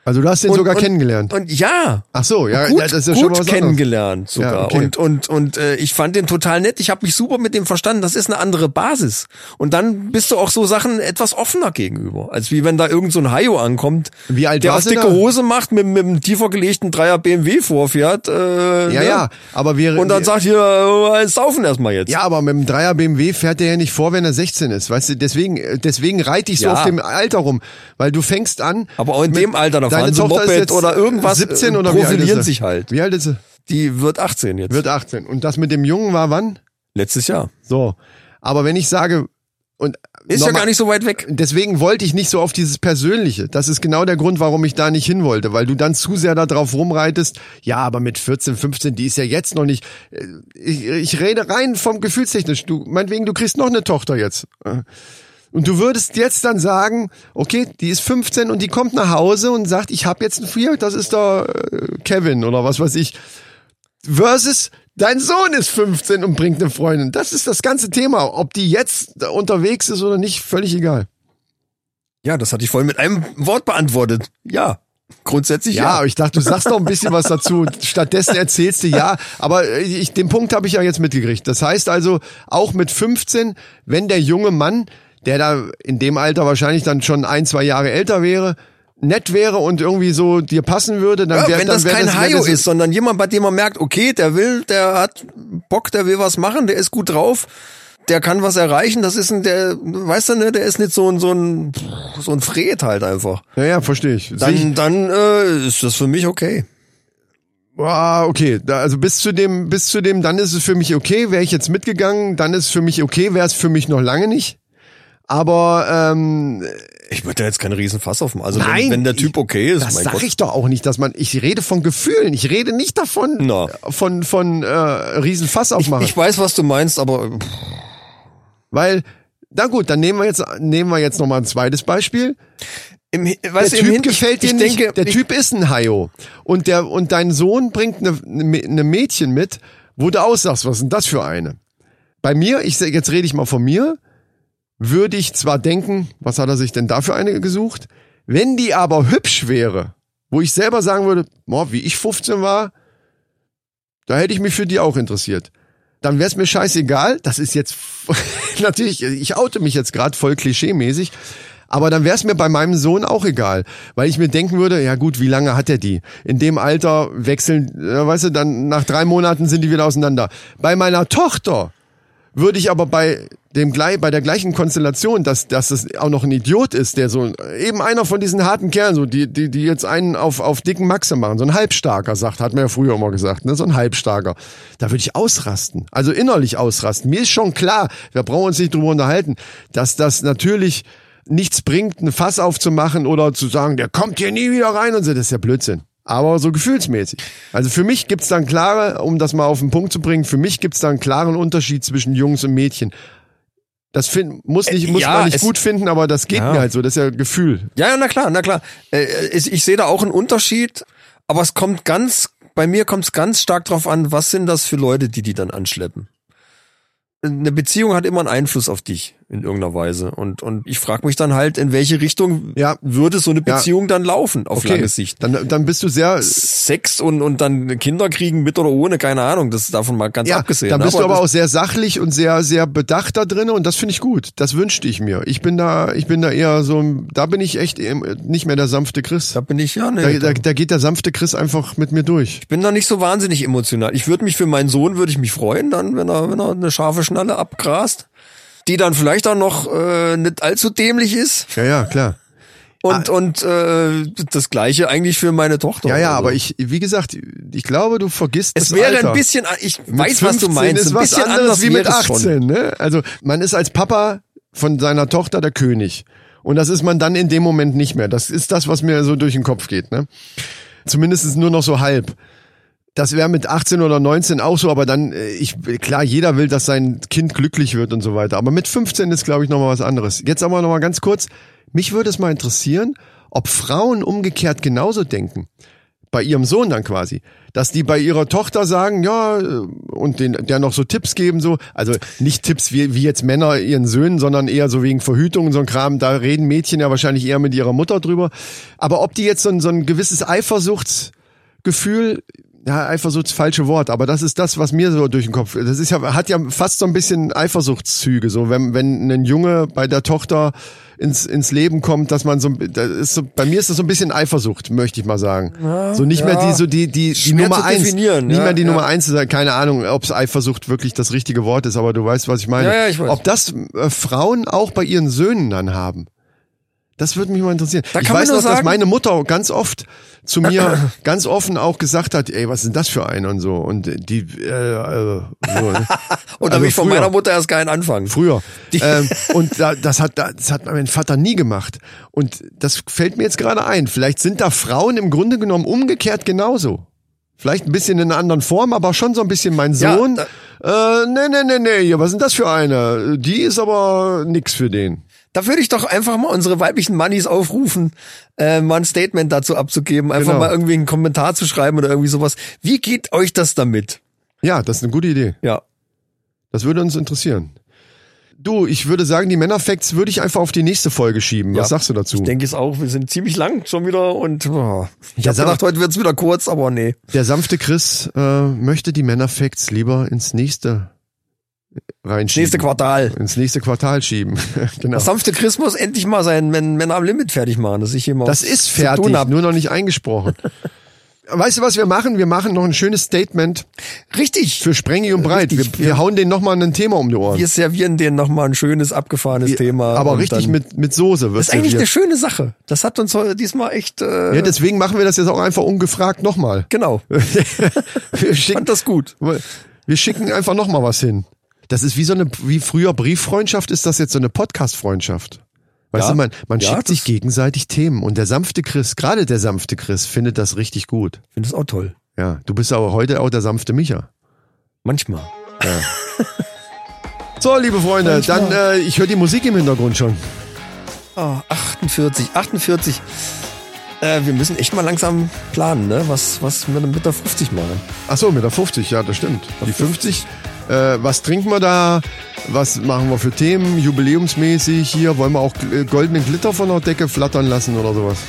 [SPEAKER 2] Also du hast den
[SPEAKER 1] Und-
[SPEAKER 2] sogar
[SPEAKER 1] und-
[SPEAKER 2] kennengelernt.
[SPEAKER 1] Und ja,
[SPEAKER 2] Ach so, ja,
[SPEAKER 1] gut,
[SPEAKER 2] ja, das ist ja
[SPEAKER 1] gut
[SPEAKER 2] schon mal was anderes.
[SPEAKER 1] kennengelernt sogar.
[SPEAKER 2] Ja, okay.
[SPEAKER 1] Und und und äh, ich fand den total nett. Ich habe mich super mit dem verstanden. Das ist eine andere Basis. Und dann bist du auch so Sachen etwas offener gegenüber, als wie wenn da irgend so ein Hayo ankommt,
[SPEAKER 2] Wie alt
[SPEAKER 1] der
[SPEAKER 2] war
[SPEAKER 1] auf
[SPEAKER 2] sie
[SPEAKER 1] dicke
[SPEAKER 2] da?
[SPEAKER 1] Hose macht, mit, mit einem tiefer gelegten Dreier BMW vorfährt. Äh,
[SPEAKER 2] Ja,
[SPEAKER 1] ne?
[SPEAKER 2] ja, aber wir
[SPEAKER 1] Und dann sagt hier, äh, saufen erstmal jetzt.
[SPEAKER 2] ja, aber mit dem Dreier BMW fährt der ja nicht vor, wenn er 16 ist, weißt du? Deswegen, äh, deswegen reite ich so
[SPEAKER 1] Ja.
[SPEAKER 2] auf dem Alter rum, weil du fängst an.
[SPEAKER 1] Aber auch in dem Alter, da
[SPEAKER 2] deine
[SPEAKER 1] fahren sie
[SPEAKER 2] Tochter ist
[SPEAKER 1] Moped
[SPEAKER 2] jetzt
[SPEAKER 1] oder irgendwas,
[SPEAKER 2] 17
[SPEAKER 1] äh,
[SPEAKER 2] oder wie alt ist
[SPEAKER 1] profilieren
[SPEAKER 2] sie?
[SPEAKER 1] sich halt.
[SPEAKER 2] Wie alt ist sie?
[SPEAKER 1] Die wird 18 jetzt.
[SPEAKER 2] Wird 18. Und das mit dem Jungen war wann?
[SPEAKER 1] Letztes Jahr.
[SPEAKER 2] So. Aber wenn ich sage und
[SPEAKER 1] Ist ja
[SPEAKER 2] nochmal-
[SPEAKER 1] gar nicht so weit weg.
[SPEAKER 2] deswegen wollte ich nicht so auf dieses Persönliche. Das ist genau der Grund, warum ich da nicht hin wollte, weil du dann zu sehr da drauf rumreitest. Ja, aber mit 14, 15, die ist ja jetzt noch nicht. Äh, Ich, ich rede rein vom Gefühlstechnisch. Du, meinetwegen, du kriegst noch eine Tochter jetzt. Äh. Und du würdest jetzt dann sagen, okay, die ist 15 und die kommt nach Hause und sagt, ich habe jetzt einen Vier, das ist da äh, Kevin oder was weiß ich. Versus dein Sohn ist 15 und bringt eine Freundin. Das ist das ganze Thema. Ob die jetzt unterwegs ist oder nicht, völlig egal.
[SPEAKER 1] Ja, das hatte ich vorhin mit einem Wort beantwortet. Ja. Grundsätzlich
[SPEAKER 2] Ja, aber ich dachte, du sagst doch ein bisschen was dazu. Und Stattdessen erzählst du ja. Aber äh, ich, den Punkt habe ich ja jetzt mitgekriegt. Das heißt also, auch mit 15, wenn der junge Mann, der da in dem Alter wahrscheinlich dann schon ein, zwei Jahre älter wäre, nett wäre und irgendwie so dir passen würde, dann
[SPEAKER 1] Ja,
[SPEAKER 2] wäre
[SPEAKER 1] wenn
[SPEAKER 2] dann
[SPEAKER 1] das
[SPEAKER 2] wär
[SPEAKER 1] kein
[SPEAKER 2] wär
[SPEAKER 1] Hayo
[SPEAKER 2] das-
[SPEAKER 1] ist, sondern jemand, bei dem man merkt, okay, der will, der hat Bock, der will was machen, der ist gut drauf, der kann was erreichen, das ist ein, der, weißt du, ne, der ist nicht so ein, so ein, so ein Fred halt einfach.
[SPEAKER 2] Ja, ja, verstehe ich. Sehe ich
[SPEAKER 1] Dann, dann äh, ist das für mich okay.
[SPEAKER 2] Ah, okay. Da, also bis zu dem, bis zu dem, dann ist es für mich okay. Wäre ich jetzt mitgegangen, dann ist es für mich okay. Wäre es für mich noch lange nicht. Aber ähm,
[SPEAKER 1] Ich würde da jetzt keinen Riesenfass aufmachen. Also
[SPEAKER 2] Nein,
[SPEAKER 1] wenn, wenn der Typ
[SPEAKER 2] ich-
[SPEAKER 1] okay ist,
[SPEAKER 2] das
[SPEAKER 1] mein
[SPEAKER 2] sag
[SPEAKER 1] Gott.
[SPEAKER 2] ich doch auch nicht, dass man. Ich rede von Gefühlen. Ich rede nicht davon,
[SPEAKER 1] Na.
[SPEAKER 2] von von äh, Riesenfass aufmachen.
[SPEAKER 1] Ich weiß, was du meinst, aber pff,
[SPEAKER 2] weil na gut, dann nehmen wir jetzt nehmen wir jetzt noch mal ein zweites Beispiel.
[SPEAKER 1] im, Hi-
[SPEAKER 2] Der
[SPEAKER 1] weißt du, im
[SPEAKER 2] Typ
[SPEAKER 1] Hin-
[SPEAKER 2] gefällt dir
[SPEAKER 1] ich
[SPEAKER 2] nicht.
[SPEAKER 1] Denke,
[SPEAKER 2] der
[SPEAKER 1] ich-
[SPEAKER 2] Typ ist ein Hayo. Und der und dein Sohn bringt eine ne, ne Mädchen mit, wo du aussagst, was ist denn das für eine? Bei mir, ich sag- jetzt rede ich mal von mir, würde ich zwar denken, was hat er sich denn da für eine gesucht? Wenn die aber hübsch wäre, wo ich selber sagen würde, boah, wie ich 15 war, da hätte ich mich für die auch interessiert. Dann wäre es mir scheißegal, das ist jetzt natürlich, ich oute mich jetzt gerade voll klischee-mäßig, aber dann wäre es mir bei meinem Sohn auch egal, weil ich mir denken würde, ja gut, wie lange hat er die? In dem Alter wechseln, äh, weißt du, dann nach drei Monaten sind die wieder auseinander. Bei meiner Tochter würde ich aber bei dem glei- bei der gleichen Konstellation, dass dass es auch noch ein Idiot ist, der so eben einer von diesen harten Kerlen, so die die die jetzt einen auf auf dicken Maxe machen, so ein halbstarker sagt, hat man ja früher immer gesagt, ne, so ein halbstarker. Da würde ich ausrasten, also innerlich ausrasten. Mir ist schon klar, wir brauchen uns nicht drüber unterhalten, dass das natürlich nichts bringt, ein Fass aufzumachen oder zu sagen, der kommt hier nie wieder rein und so, das ist ja Blödsinn. Aber so gefühlsmäßig. Also für mich gibt's dann klare, um das mal auf den Punkt zu bringen, für mich gibt's dann einen klaren Unterschied zwischen Jungs und Mädchen. Das find, muss, nicht,
[SPEAKER 1] Äh,
[SPEAKER 2] muss
[SPEAKER 1] ja,
[SPEAKER 2] man nicht
[SPEAKER 1] es-
[SPEAKER 2] gut finden, aber das geht
[SPEAKER 1] Ja.
[SPEAKER 2] mir halt so. Das ist ja Gefühl.
[SPEAKER 1] Ja, ja, na klar, na klar. Äh, Ich, ich sehe da auch einen Unterschied, aber es kommt ganz, bei mir kommt es ganz stark drauf an, was sind das für Leute, die die dann anschleppen. Eine Beziehung hat immer einen Einfluss auf dich. in irgendeiner Weise. Und, und ich frage mich dann halt, in welche Richtung
[SPEAKER 2] Ja.
[SPEAKER 1] würde so eine
[SPEAKER 2] Ja.
[SPEAKER 1] Beziehung dann laufen auf
[SPEAKER 2] Okay,
[SPEAKER 1] lange Sicht.
[SPEAKER 2] dann, dann bist du sehr,
[SPEAKER 1] Sex und, und dann Kinder kriegen mit oder ohne, keine Ahnung, das ist davon mal ganz
[SPEAKER 2] ja,
[SPEAKER 1] abgesehen.
[SPEAKER 2] dann bist
[SPEAKER 1] ne?
[SPEAKER 2] du aber auch sehr sachlich und sehr, sehr bedacht da drin und das finde ich gut. Das wünschte ich mir. Ich bin da, ich bin da eher so, ein- da bin ich echt eben nicht mehr der sanfte Chris.
[SPEAKER 1] Da bin ich ja,
[SPEAKER 2] Da,
[SPEAKER 1] ne,
[SPEAKER 2] da, da geht der sanfte Chris einfach mit mir durch.
[SPEAKER 1] ich bin da nicht so wahnsinnig emotional. Ich würde mich für meinen Sohn, würde ich mich freuen, dann, wenn er, wenn er eine scharfe Schnalle abgrast, die dann vielleicht auch noch äh, nicht allzu dämlich ist.
[SPEAKER 2] Ja, ja, klar.
[SPEAKER 1] Und, und äh, das gleiche eigentlich für meine Tochter.
[SPEAKER 2] Ah. Ja, ja,
[SPEAKER 1] Also.
[SPEAKER 2] aber ich, wie gesagt, ich glaube, du vergisst
[SPEAKER 1] Es
[SPEAKER 2] das
[SPEAKER 1] wäre
[SPEAKER 2] Alter.
[SPEAKER 1] ein bisschen, ich
[SPEAKER 2] Mit
[SPEAKER 1] weiß, was du
[SPEAKER 2] 15
[SPEAKER 1] meinst.
[SPEAKER 2] Ist
[SPEAKER 1] ein
[SPEAKER 2] was
[SPEAKER 1] bisschen
[SPEAKER 2] anderes
[SPEAKER 1] anders
[SPEAKER 2] wie mit
[SPEAKER 1] wäre es schon.
[SPEAKER 2] 18. Ne? Also man ist als Papa von seiner Tochter der König. Und das ist man dann in dem Moment nicht mehr. Das ist das, was mir so durch den Kopf geht. Ne? Zumindest nur noch so halb. Das wäre mit 18 oder 19 auch so, aber dann, äh, ich, klar, jeder will, dass sein Kind glücklich wird und so weiter. Aber mit 15 ist, glaube ich, nochmal was anderes. Jetzt aber nochmal ganz kurz. Mich würde es mal interessieren, ob Frauen umgekehrt genauso denken bei ihrem Sohn dann quasi, dass die bei ihrer Tochter sagen, ja, und den, der noch so Tipps geben, so, also nicht Tipps wie, wie jetzt Männer ihren Söhnen, sondern eher so wegen Verhütung und so ein Kram, da reden Mädchen ja wahrscheinlich eher mit ihrer Mutter drüber. Aber ob die jetzt so ein, so ein gewisses Eifersuchtsgefühl, ja, Eifersucht ist das falsche Wort, aber das ist das, was mir so durch den Kopf, das ist ja, hat ja fast so ein bisschen Eifersuchtszüge, so, wenn, wenn ein Junge bei der Tochter ins, ins Leben kommt, dass man so, ein- das ist so, bei mir ist das so ein bisschen Eifersucht, möchte ich mal sagen. so nicht mehr die, so die, die, die
[SPEAKER 1] Schwer
[SPEAKER 2] Nummer
[SPEAKER 1] zu
[SPEAKER 2] eins, nicht
[SPEAKER 1] definieren, ja,
[SPEAKER 2] mehr die
[SPEAKER 1] ja.
[SPEAKER 2] Nummer eins zu sein. Keine Ahnung, ob es Eifersucht wirklich das richtige Wort ist, aber du weißt, was ich meine.
[SPEAKER 1] Ja, ja, ich weiß.
[SPEAKER 2] Ob das äh, Frauen auch bei ihren Söhnen dann haben. Das würde mich mal interessieren.
[SPEAKER 1] Da
[SPEAKER 2] ich
[SPEAKER 1] kann man
[SPEAKER 2] weiß
[SPEAKER 1] nur
[SPEAKER 2] noch, dass
[SPEAKER 1] sagen-
[SPEAKER 2] meine Mutter ganz oft zu mir ganz offen auch gesagt hat, ey, was ist denn das für ein und so. Und die, äh, äh, so,
[SPEAKER 1] Und
[SPEAKER 2] ne?
[SPEAKER 1] da
[SPEAKER 2] Also
[SPEAKER 1] habe ich von
[SPEAKER 2] früher.
[SPEAKER 1] meiner Mutter erst keinen Anfang.
[SPEAKER 2] früher.
[SPEAKER 1] Die-
[SPEAKER 2] Ähm, und da, das, hat, das hat mein Vater nie gemacht. Und das fällt mir jetzt gerade ein. Vielleicht sind da Frauen im Grunde genommen umgekehrt genauso. Vielleicht ein bisschen in einer anderen Form, aber schon so ein bisschen mein
[SPEAKER 1] Ja,
[SPEAKER 2] Sohn. äh, nee, nee, nee, nee, hier, was sind das für eine? Die ist aber nix für den.
[SPEAKER 1] Da würde ich doch einfach mal unsere weiblichen Mannis aufrufen, äh, mal ein Statement dazu abzugeben, einfach
[SPEAKER 2] Genau.
[SPEAKER 1] mal irgendwie einen Kommentar zu schreiben oder irgendwie sowas. Wie geht euch das damit?
[SPEAKER 2] Ja, das ist eine gute Idee.
[SPEAKER 1] Ja.
[SPEAKER 2] Das würde uns interessieren. Du, ich würde sagen, die Männerfacts würde ich einfach auf die nächste Folge schieben. Was
[SPEAKER 1] Ja.
[SPEAKER 2] sagst du dazu?
[SPEAKER 1] Ich denke es auch, wir sind ziemlich lang schon wieder und oh. ich
[SPEAKER 2] Ja,
[SPEAKER 1] habe
[SPEAKER 2] sag
[SPEAKER 1] gedacht, heute wird's wieder kurz, aber nee.
[SPEAKER 2] Der sanfte Chris äh, möchte die Männerfacts lieber ins nächste reinschieben.
[SPEAKER 1] Nächste Quartal.
[SPEAKER 2] ins nächste Quartal schieben. genau.
[SPEAKER 1] Das sanfte Chris muss endlich mal sein Men- Männer am Limit fertig machen, dass ich hier mal
[SPEAKER 2] Das
[SPEAKER 1] was
[SPEAKER 2] ist
[SPEAKER 1] zu
[SPEAKER 2] fertig,
[SPEAKER 1] tun hab.
[SPEAKER 2] nur noch nicht eingesprochen. weißt du, was wir machen? Wir machen noch ein schönes Statement
[SPEAKER 1] Richtig.
[SPEAKER 2] für Sprengig und Breit.
[SPEAKER 1] Richtig,
[SPEAKER 2] wir, wir hauen denen nochmal ein Thema um die Ohren.
[SPEAKER 1] Wir servieren denen nochmal ein schönes, abgefahrenes Thema.
[SPEAKER 2] Aber
[SPEAKER 1] und
[SPEAKER 2] richtig
[SPEAKER 1] dann-
[SPEAKER 2] mit, mit Soße wird
[SPEAKER 1] Das ist eigentlich eine schöne Sache. Das hat uns heute diesmal echt. Äh,
[SPEAKER 2] ja, deswegen machen wir das jetzt auch einfach ungefragt nochmal.
[SPEAKER 1] genau.
[SPEAKER 2] Wir schicken,
[SPEAKER 1] Fand das gut.
[SPEAKER 2] wir schicken einfach nochmal was hin. Das ist wie so eine, wie früher Brieffreundschaft, ist das jetzt so eine Podcast-Freundschaft. Weißt
[SPEAKER 1] Ja.
[SPEAKER 2] du, man, man
[SPEAKER 1] Ja,
[SPEAKER 2] schickt sich gegenseitig Themen und der sanfte Chris, gerade der sanfte Chris, findet das richtig gut.
[SPEAKER 1] Ich finde es auch toll.
[SPEAKER 2] Ja, du bist aber heute auch der sanfte Micha.
[SPEAKER 1] Manchmal.
[SPEAKER 2] So, liebe Freunde, dann, äh, ich höre die Musik im Hintergrund schon.
[SPEAKER 1] Ah, 48, 48. Äh, wir müssen echt mal langsam planen, ne? Was, was wir mit der 50 machen.
[SPEAKER 2] Ach so, mit der 50, ja, das stimmt. Die 50, äh, was trinken wir da? Was machen wir für Themen? Jubiläumsmäßig hier, wollen wir auch äh, goldenen Glitter von der Decke flattern lassen oder sowas?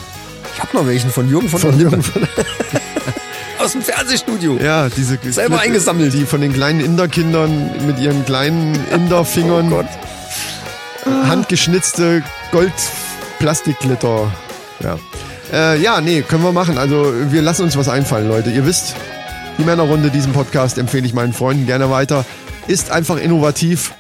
[SPEAKER 1] Ich hab noch welchen von Jürgen von, aus dem Fernsehstudio.
[SPEAKER 2] Ja, diese
[SPEAKER 1] Selber
[SPEAKER 2] Klippe,
[SPEAKER 1] eingesammelt.
[SPEAKER 2] Die von den kleinen Inderkindern mit ihren kleinen Inderfingern
[SPEAKER 1] Oh Gott.
[SPEAKER 2] handgeschnitzte Gold-Plastikglitter. Ja. Äh, ja, nee, können wir machen. Also wir lassen uns was einfallen, Leute. Ihr wisst, die Männerrunde, diesen Podcast empfehle ich meinen Freunden gerne weiter. Ist einfach innovativ.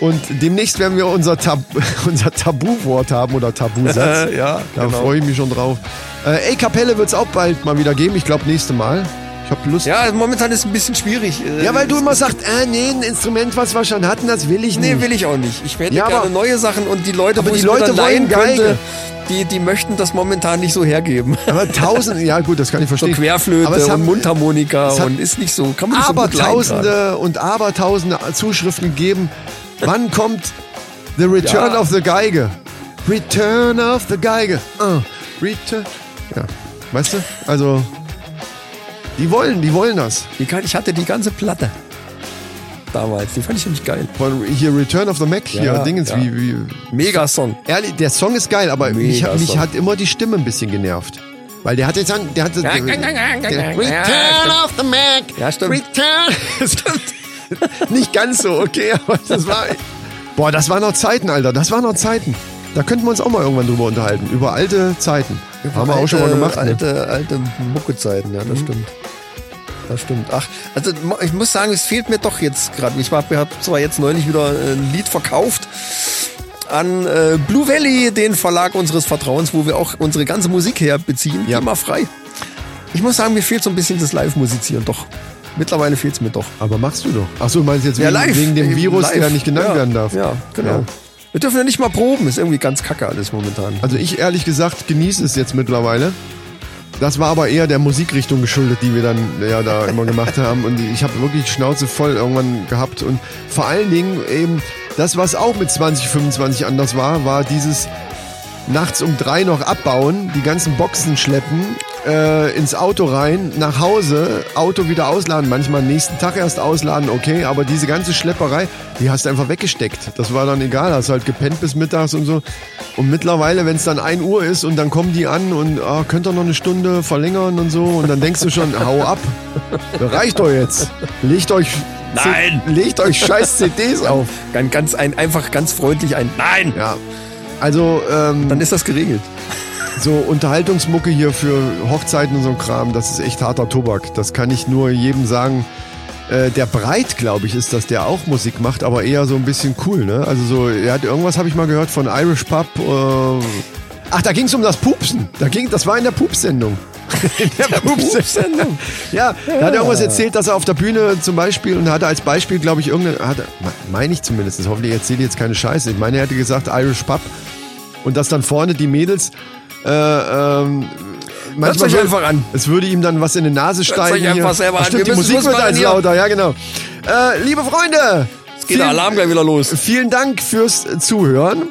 [SPEAKER 2] Und demnächst werden wir unser, Tab unser Tabu-Wort haben oder Tabusatz.
[SPEAKER 1] Äh, ja,
[SPEAKER 2] Da
[SPEAKER 1] genau.
[SPEAKER 2] freue ich mich schon drauf. Äh, ey, Kapelle wird es auch bald mal wieder geben. Ich glaube, nächste Mal. Ich habe Lust.
[SPEAKER 1] Ja, also momentan ist ein bisschen schwierig. Äh,
[SPEAKER 2] Ja, weil du immer sagst, äh, nee, ein Instrument, was wir schon hatten, das will ich nicht.
[SPEAKER 1] Nee, will ich auch nicht. Ich hätte
[SPEAKER 2] Ja, aber-
[SPEAKER 1] gerne neue Sachen und die Leute,
[SPEAKER 2] Aber
[SPEAKER 1] wo
[SPEAKER 2] die
[SPEAKER 1] ich's mir
[SPEAKER 2] Leute
[SPEAKER 1] dann leihen
[SPEAKER 2] wollen Geige.
[SPEAKER 1] könnte, die, die möchten das momentan nicht so hergeben.
[SPEAKER 2] Aber tausende, ja gut, das kann ich
[SPEAKER 1] So
[SPEAKER 2] verstehen. aber
[SPEAKER 1] Querflöte
[SPEAKER 2] es haben
[SPEAKER 1] und Mundharmonika
[SPEAKER 2] es hat
[SPEAKER 1] und ist nicht so. Kann man nicht so gut leihen gerade.
[SPEAKER 2] Abertausende und Abertausende Zuschriften gegeben. Wann kommt The Return
[SPEAKER 1] Ja.
[SPEAKER 2] of the Geige? Return of the Geige. Uh, return. Ja, weißt du? Also, die wollen, die wollen das.
[SPEAKER 1] Die kann- Ich hatte die ganze Platte. damals. Die fand ich nämlich geil.
[SPEAKER 2] Von hier Return of the Mac, hier
[SPEAKER 1] Ja,
[SPEAKER 2] Dingens,
[SPEAKER 1] ja.
[SPEAKER 2] wie, wie.
[SPEAKER 1] Mega Song.
[SPEAKER 2] Ehrlich, der Song ist geil, aber mich,
[SPEAKER 1] Mega
[SPEAKER 2] mich
[SPEAKER 1] Song.
[SPEAKER 2] hat immer die Stimme ein bisschen genervt. Weil der hat jetzt an, der hat der, Return of the Mac.
[SPEAKER 1] Ja, stimmt.
[SPEAKER 2] Return. stimmt. Nicht ganz so, okay, aber das war. Boah, das waren noch Zeiten, Alter. Das waren noch Zeiten. Da könnten wir uns auch mal irgendwann drüber unterhalten. Über alte Zeiten. Haben wir auch schon mal
[SPEAKER 1] Alte-
[SPEAKER 2] gemacht. Ne? Mhm.
[SPEAKER 1] Alte, alte Muckezeiten, ja, das stimmt. Das stimmt. Ach, also mo- ich muss sagen, es fehlt mir doch jetzt gerade. Ich habe zwar jetzt neulich wieder ein Lied verkauft an äh, Blue Valley, den Verlag unseres Vertrauens, wo wir auch unsere ganze Musik herbeziehen.
[SPEAKER 2] Ja.
[SPEAKER 1] Immer frei. Ich muss sagen, mir fehlt so ein bisschen das Live-Musizieren doch. Mittlerweile fehlt es mir doch.
[SPEAKER 2] Aber machst du doch. Achso, du meinst jetzt
[SPEAKER 1] Ja,
[SPEAKER 2] wegen,
[SPEAKER 1] live.
[SPEAKER 2] wegen dem
[SPEAKER 1] Eben
[SPEAKER 2] Virus,
[SPEAKER 1] live.
[SPEAKER 2] der nicht genannt
[SPEAKER 1] ja,
[SPEAKER 2] werden darf.
[SPEAKER 1] Ja, genau.
[SPEAKER 2] Ja.
[SPEAKER 1] Wir dürfen ja nicht mal proben. Ist irgendwie ganz kacke alles momentan.
[SPEAKER 2] Also ich ehrlich gesagt genieße es jetzt mittlerweile. Das war aber eher der Musikrichtung geschuldet, die wir dann ja da immer gemacht haben. Und ich habe wirklich die Schnauze voll irgendwann gehabt. Und vor allen Dingen eben das, was auch mit 2025 anders war, war dieses nachts um drei noch abbauen, die ganzen Boxen schleppen, äh, ins Auto rein, nach Hause, Auto wieder ausladen, manchmal nächsten Tag erst ausladen, okay, aber diese ganze Schlepperei, die hast du einfach weggesteckt. Das war dann egal, hast halt gepennt bis mittags und so. Und mittlerweile, wenn es dann 1 Uhr ist und dann kommen die an und ah, könnt ihr noch eine Stunde verlängern und so und dann denkst du schon, hau ab, reicht doch jetzt. Legt euch,
[SPEAKER 1] Nein.
[SPEAKER 2] legt euch scheiß CDs auf.
[SPEAKER 1] Ganz, ganz ein, einfach ganz freundlich ein Nein.
[SPEAKER 2] Ja, also ähm,
[SPEAKER 1] Dann ist das geregelt.
[SPEAKER 2] So Unterhaltungsmucke hier für Hochzeiten und so ein Kram, das ist echt harter Tobak. Das kann ich nur jedem sagen. Äh, der Breit, glaube ich, ist das, der auch Musik macht, aber eher so ein bisschen cool, ne? Also so, er hat irgendwas habe ich mal gehört von Irish Pub. Äh, ach, da ging es um das Pupsen. Da ging, das war in der Pups-Sendung. In der, Pups-Sendung. ja, da hat er irgendwas erzählt, dass er auf der Bühne zum Beispiel und hatte als Beispiel, glaube ich, irgendeine, hat, er- me- meine ich zumindest, hoffentlich erzähle ich jetzt keine Scheiße. Ich meine, er hätte gesagt Irish Pub und dass dann vorne die Mädels äh, ähm, manchmal
[SPEAKER 1] euch
[SPEAKER 2] wür-
[SPEAKER 1] einfach an.
[SPEAKER 2] Es würde ihm dann was in die Nase steigen.
[SPEAKER 1] euch einfach
[SPEAKER 2] hier.
[SPEAKER 1] selber
[SPEAKER 2] Ach,
[SPEAKER 1] an.
[SPEAKER 2] Stimmt,
[SPEAKER 1] Wir
[SPEAKER 2] die
[SPEAKER 1] müssen
[SPEAKER 2] Musik wird
[SPEAKER 1] Fußball
[SPEAKER 2] als
[SPEAKER 1] trainieren.
[SPEAKER 2] lauter, ja genau. Äh, liebe Freunde,
[SPEAKER 1] Geht der Alarm gleich wieder los.
[SPEAKER 2] vielen Dank fürs Zuhören.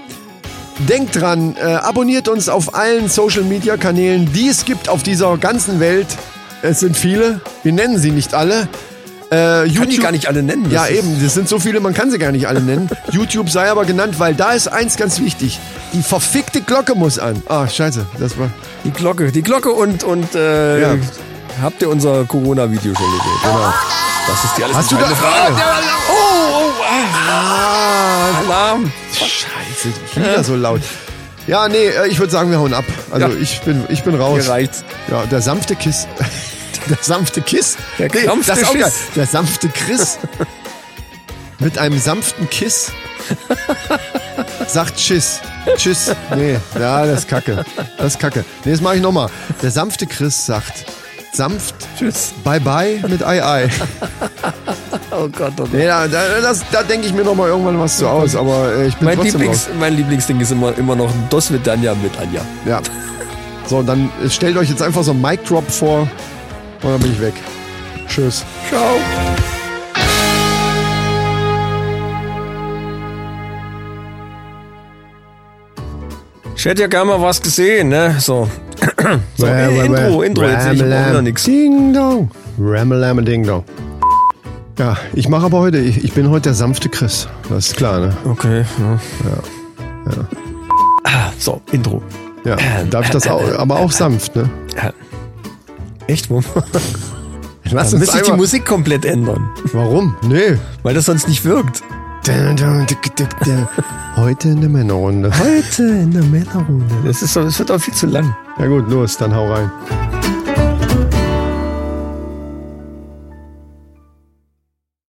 [SPEAKER 2] Denkt dran, äh, abonniert uns auf allen Social Media Kanälen, die es gibt auf dieser ganzen Welt. Es sind viele, wir nennen sie nicht alle. Äh, YouTube,
[SPEAKER 1] Kann die gar nicht alle nennen.
[SPEAKER 2] ja,
[SPEAKER 1] Das ist-
[SPEAKER 2] eben, das sind so viele, man kann sie gar nicht alle nennen. YouTube sei aber genannt, weil da ist eins ganz wichtig. Die verfickte Glocke muss an. Ah, scheiße, das war.
[SPEAKER 1] Die Glocke, die Glocke und, und äh,
[SPEAKER 2] Ja.
[SPEAKER 1] habt ihr unser Corona-Video schon gesehen? Genau. Das ist die alles
[SPEAKER 2] Hast du da-
[SPEAKER 1] entscheidende Frage. Oh, oh, ah. Alarm.
[SPEAKER 2] Oh, Scheiße, schon wieder so laut. Ja, nee, äh, ich würde sagen, wir hauen ab. Also
[SPEAKER 1] Ja.
[SPEAKER 2] ich, bin, ich bin raus.
[SPEAKER 1] Hier reicht's.
[SPEAKER 2] Ja, der sanfte Kiss. Der sanfte Kiss?
[SPEAKER 1] Der sanfte
[SPEAKER 2] das ist auch
[SPEAKER 1] Schiss.
[SPEAKER 2] geil. Der sanfte Chris. Mit einem sanften Kiss. Sagt Tschüss. Tschüss. Nee, ja, das ist kacke. Das ist kacke. Nee, das mache ich nochmal. Der sanfte Chris sagt sanft
[SPEAKER 1] Tschüss.
[SPEAKER 2] Bye Bye mit Ei Ei.
[SPEAKER 1] Oh Gott, oh Gott.
[SPEAKER 2] Nee, da, da, das- da denke ich mir nochmal irgendwann was zu aus, aber äh, ich bin
[SPEAKER 1] Mein,
[SPEAKER 2] trotzdem raus.
[SPEAKER 1] Lieblings, mein Lieblingsding ist immer, immer noch Das mit Anja mit Anja.
[SPEAKER 2] Ja. So, und dann äh, stellt euch jetzt einfach so einen Mic Drop vor und dann bin ich weg. Tschüss.
[SPEAKER 1] Ciao. Ich hätte ja gerne mal was gesehen, ne? So. so äh, Intro, Intro. Jetzt, ich brauche wieder nichts.
[SPEAKER 2] Ding dong. Ramelam ding dong. Ja, ich mache aber heute, ich, ich bin heute der sanfte Chris. Das ist klar, ne?
[SPEAKER 1] Okay, ja. Ah, So, Intro.
[SPEAKER 2] Ja, darf ich das auch, aber auch sanft, ne?
[SPEAKER 1] Echt, wo?
[SPEAKER 2] Lass
[SPEAKER 1] Dann müsste
[SPEAKER 2] uns
[SPEAKER 1] ich die
[SPEAKER 2] einmal,
[SPEAKER 1] Musik komplett ändern,
[SPEAKER 2] Warum? Nee.
[SPEAKER 1] weil das sonst nicht wirkt.
[SPEAKER 2] Dun, dun, dick, dick, dun. Heute in der Männerrunde.
[SPEAKER 1] Heute in der Männerrunde. Das, ist, so- das wird auch viel zu lang.
[SPEAKER 2] Ja gut, los, dann hau rein.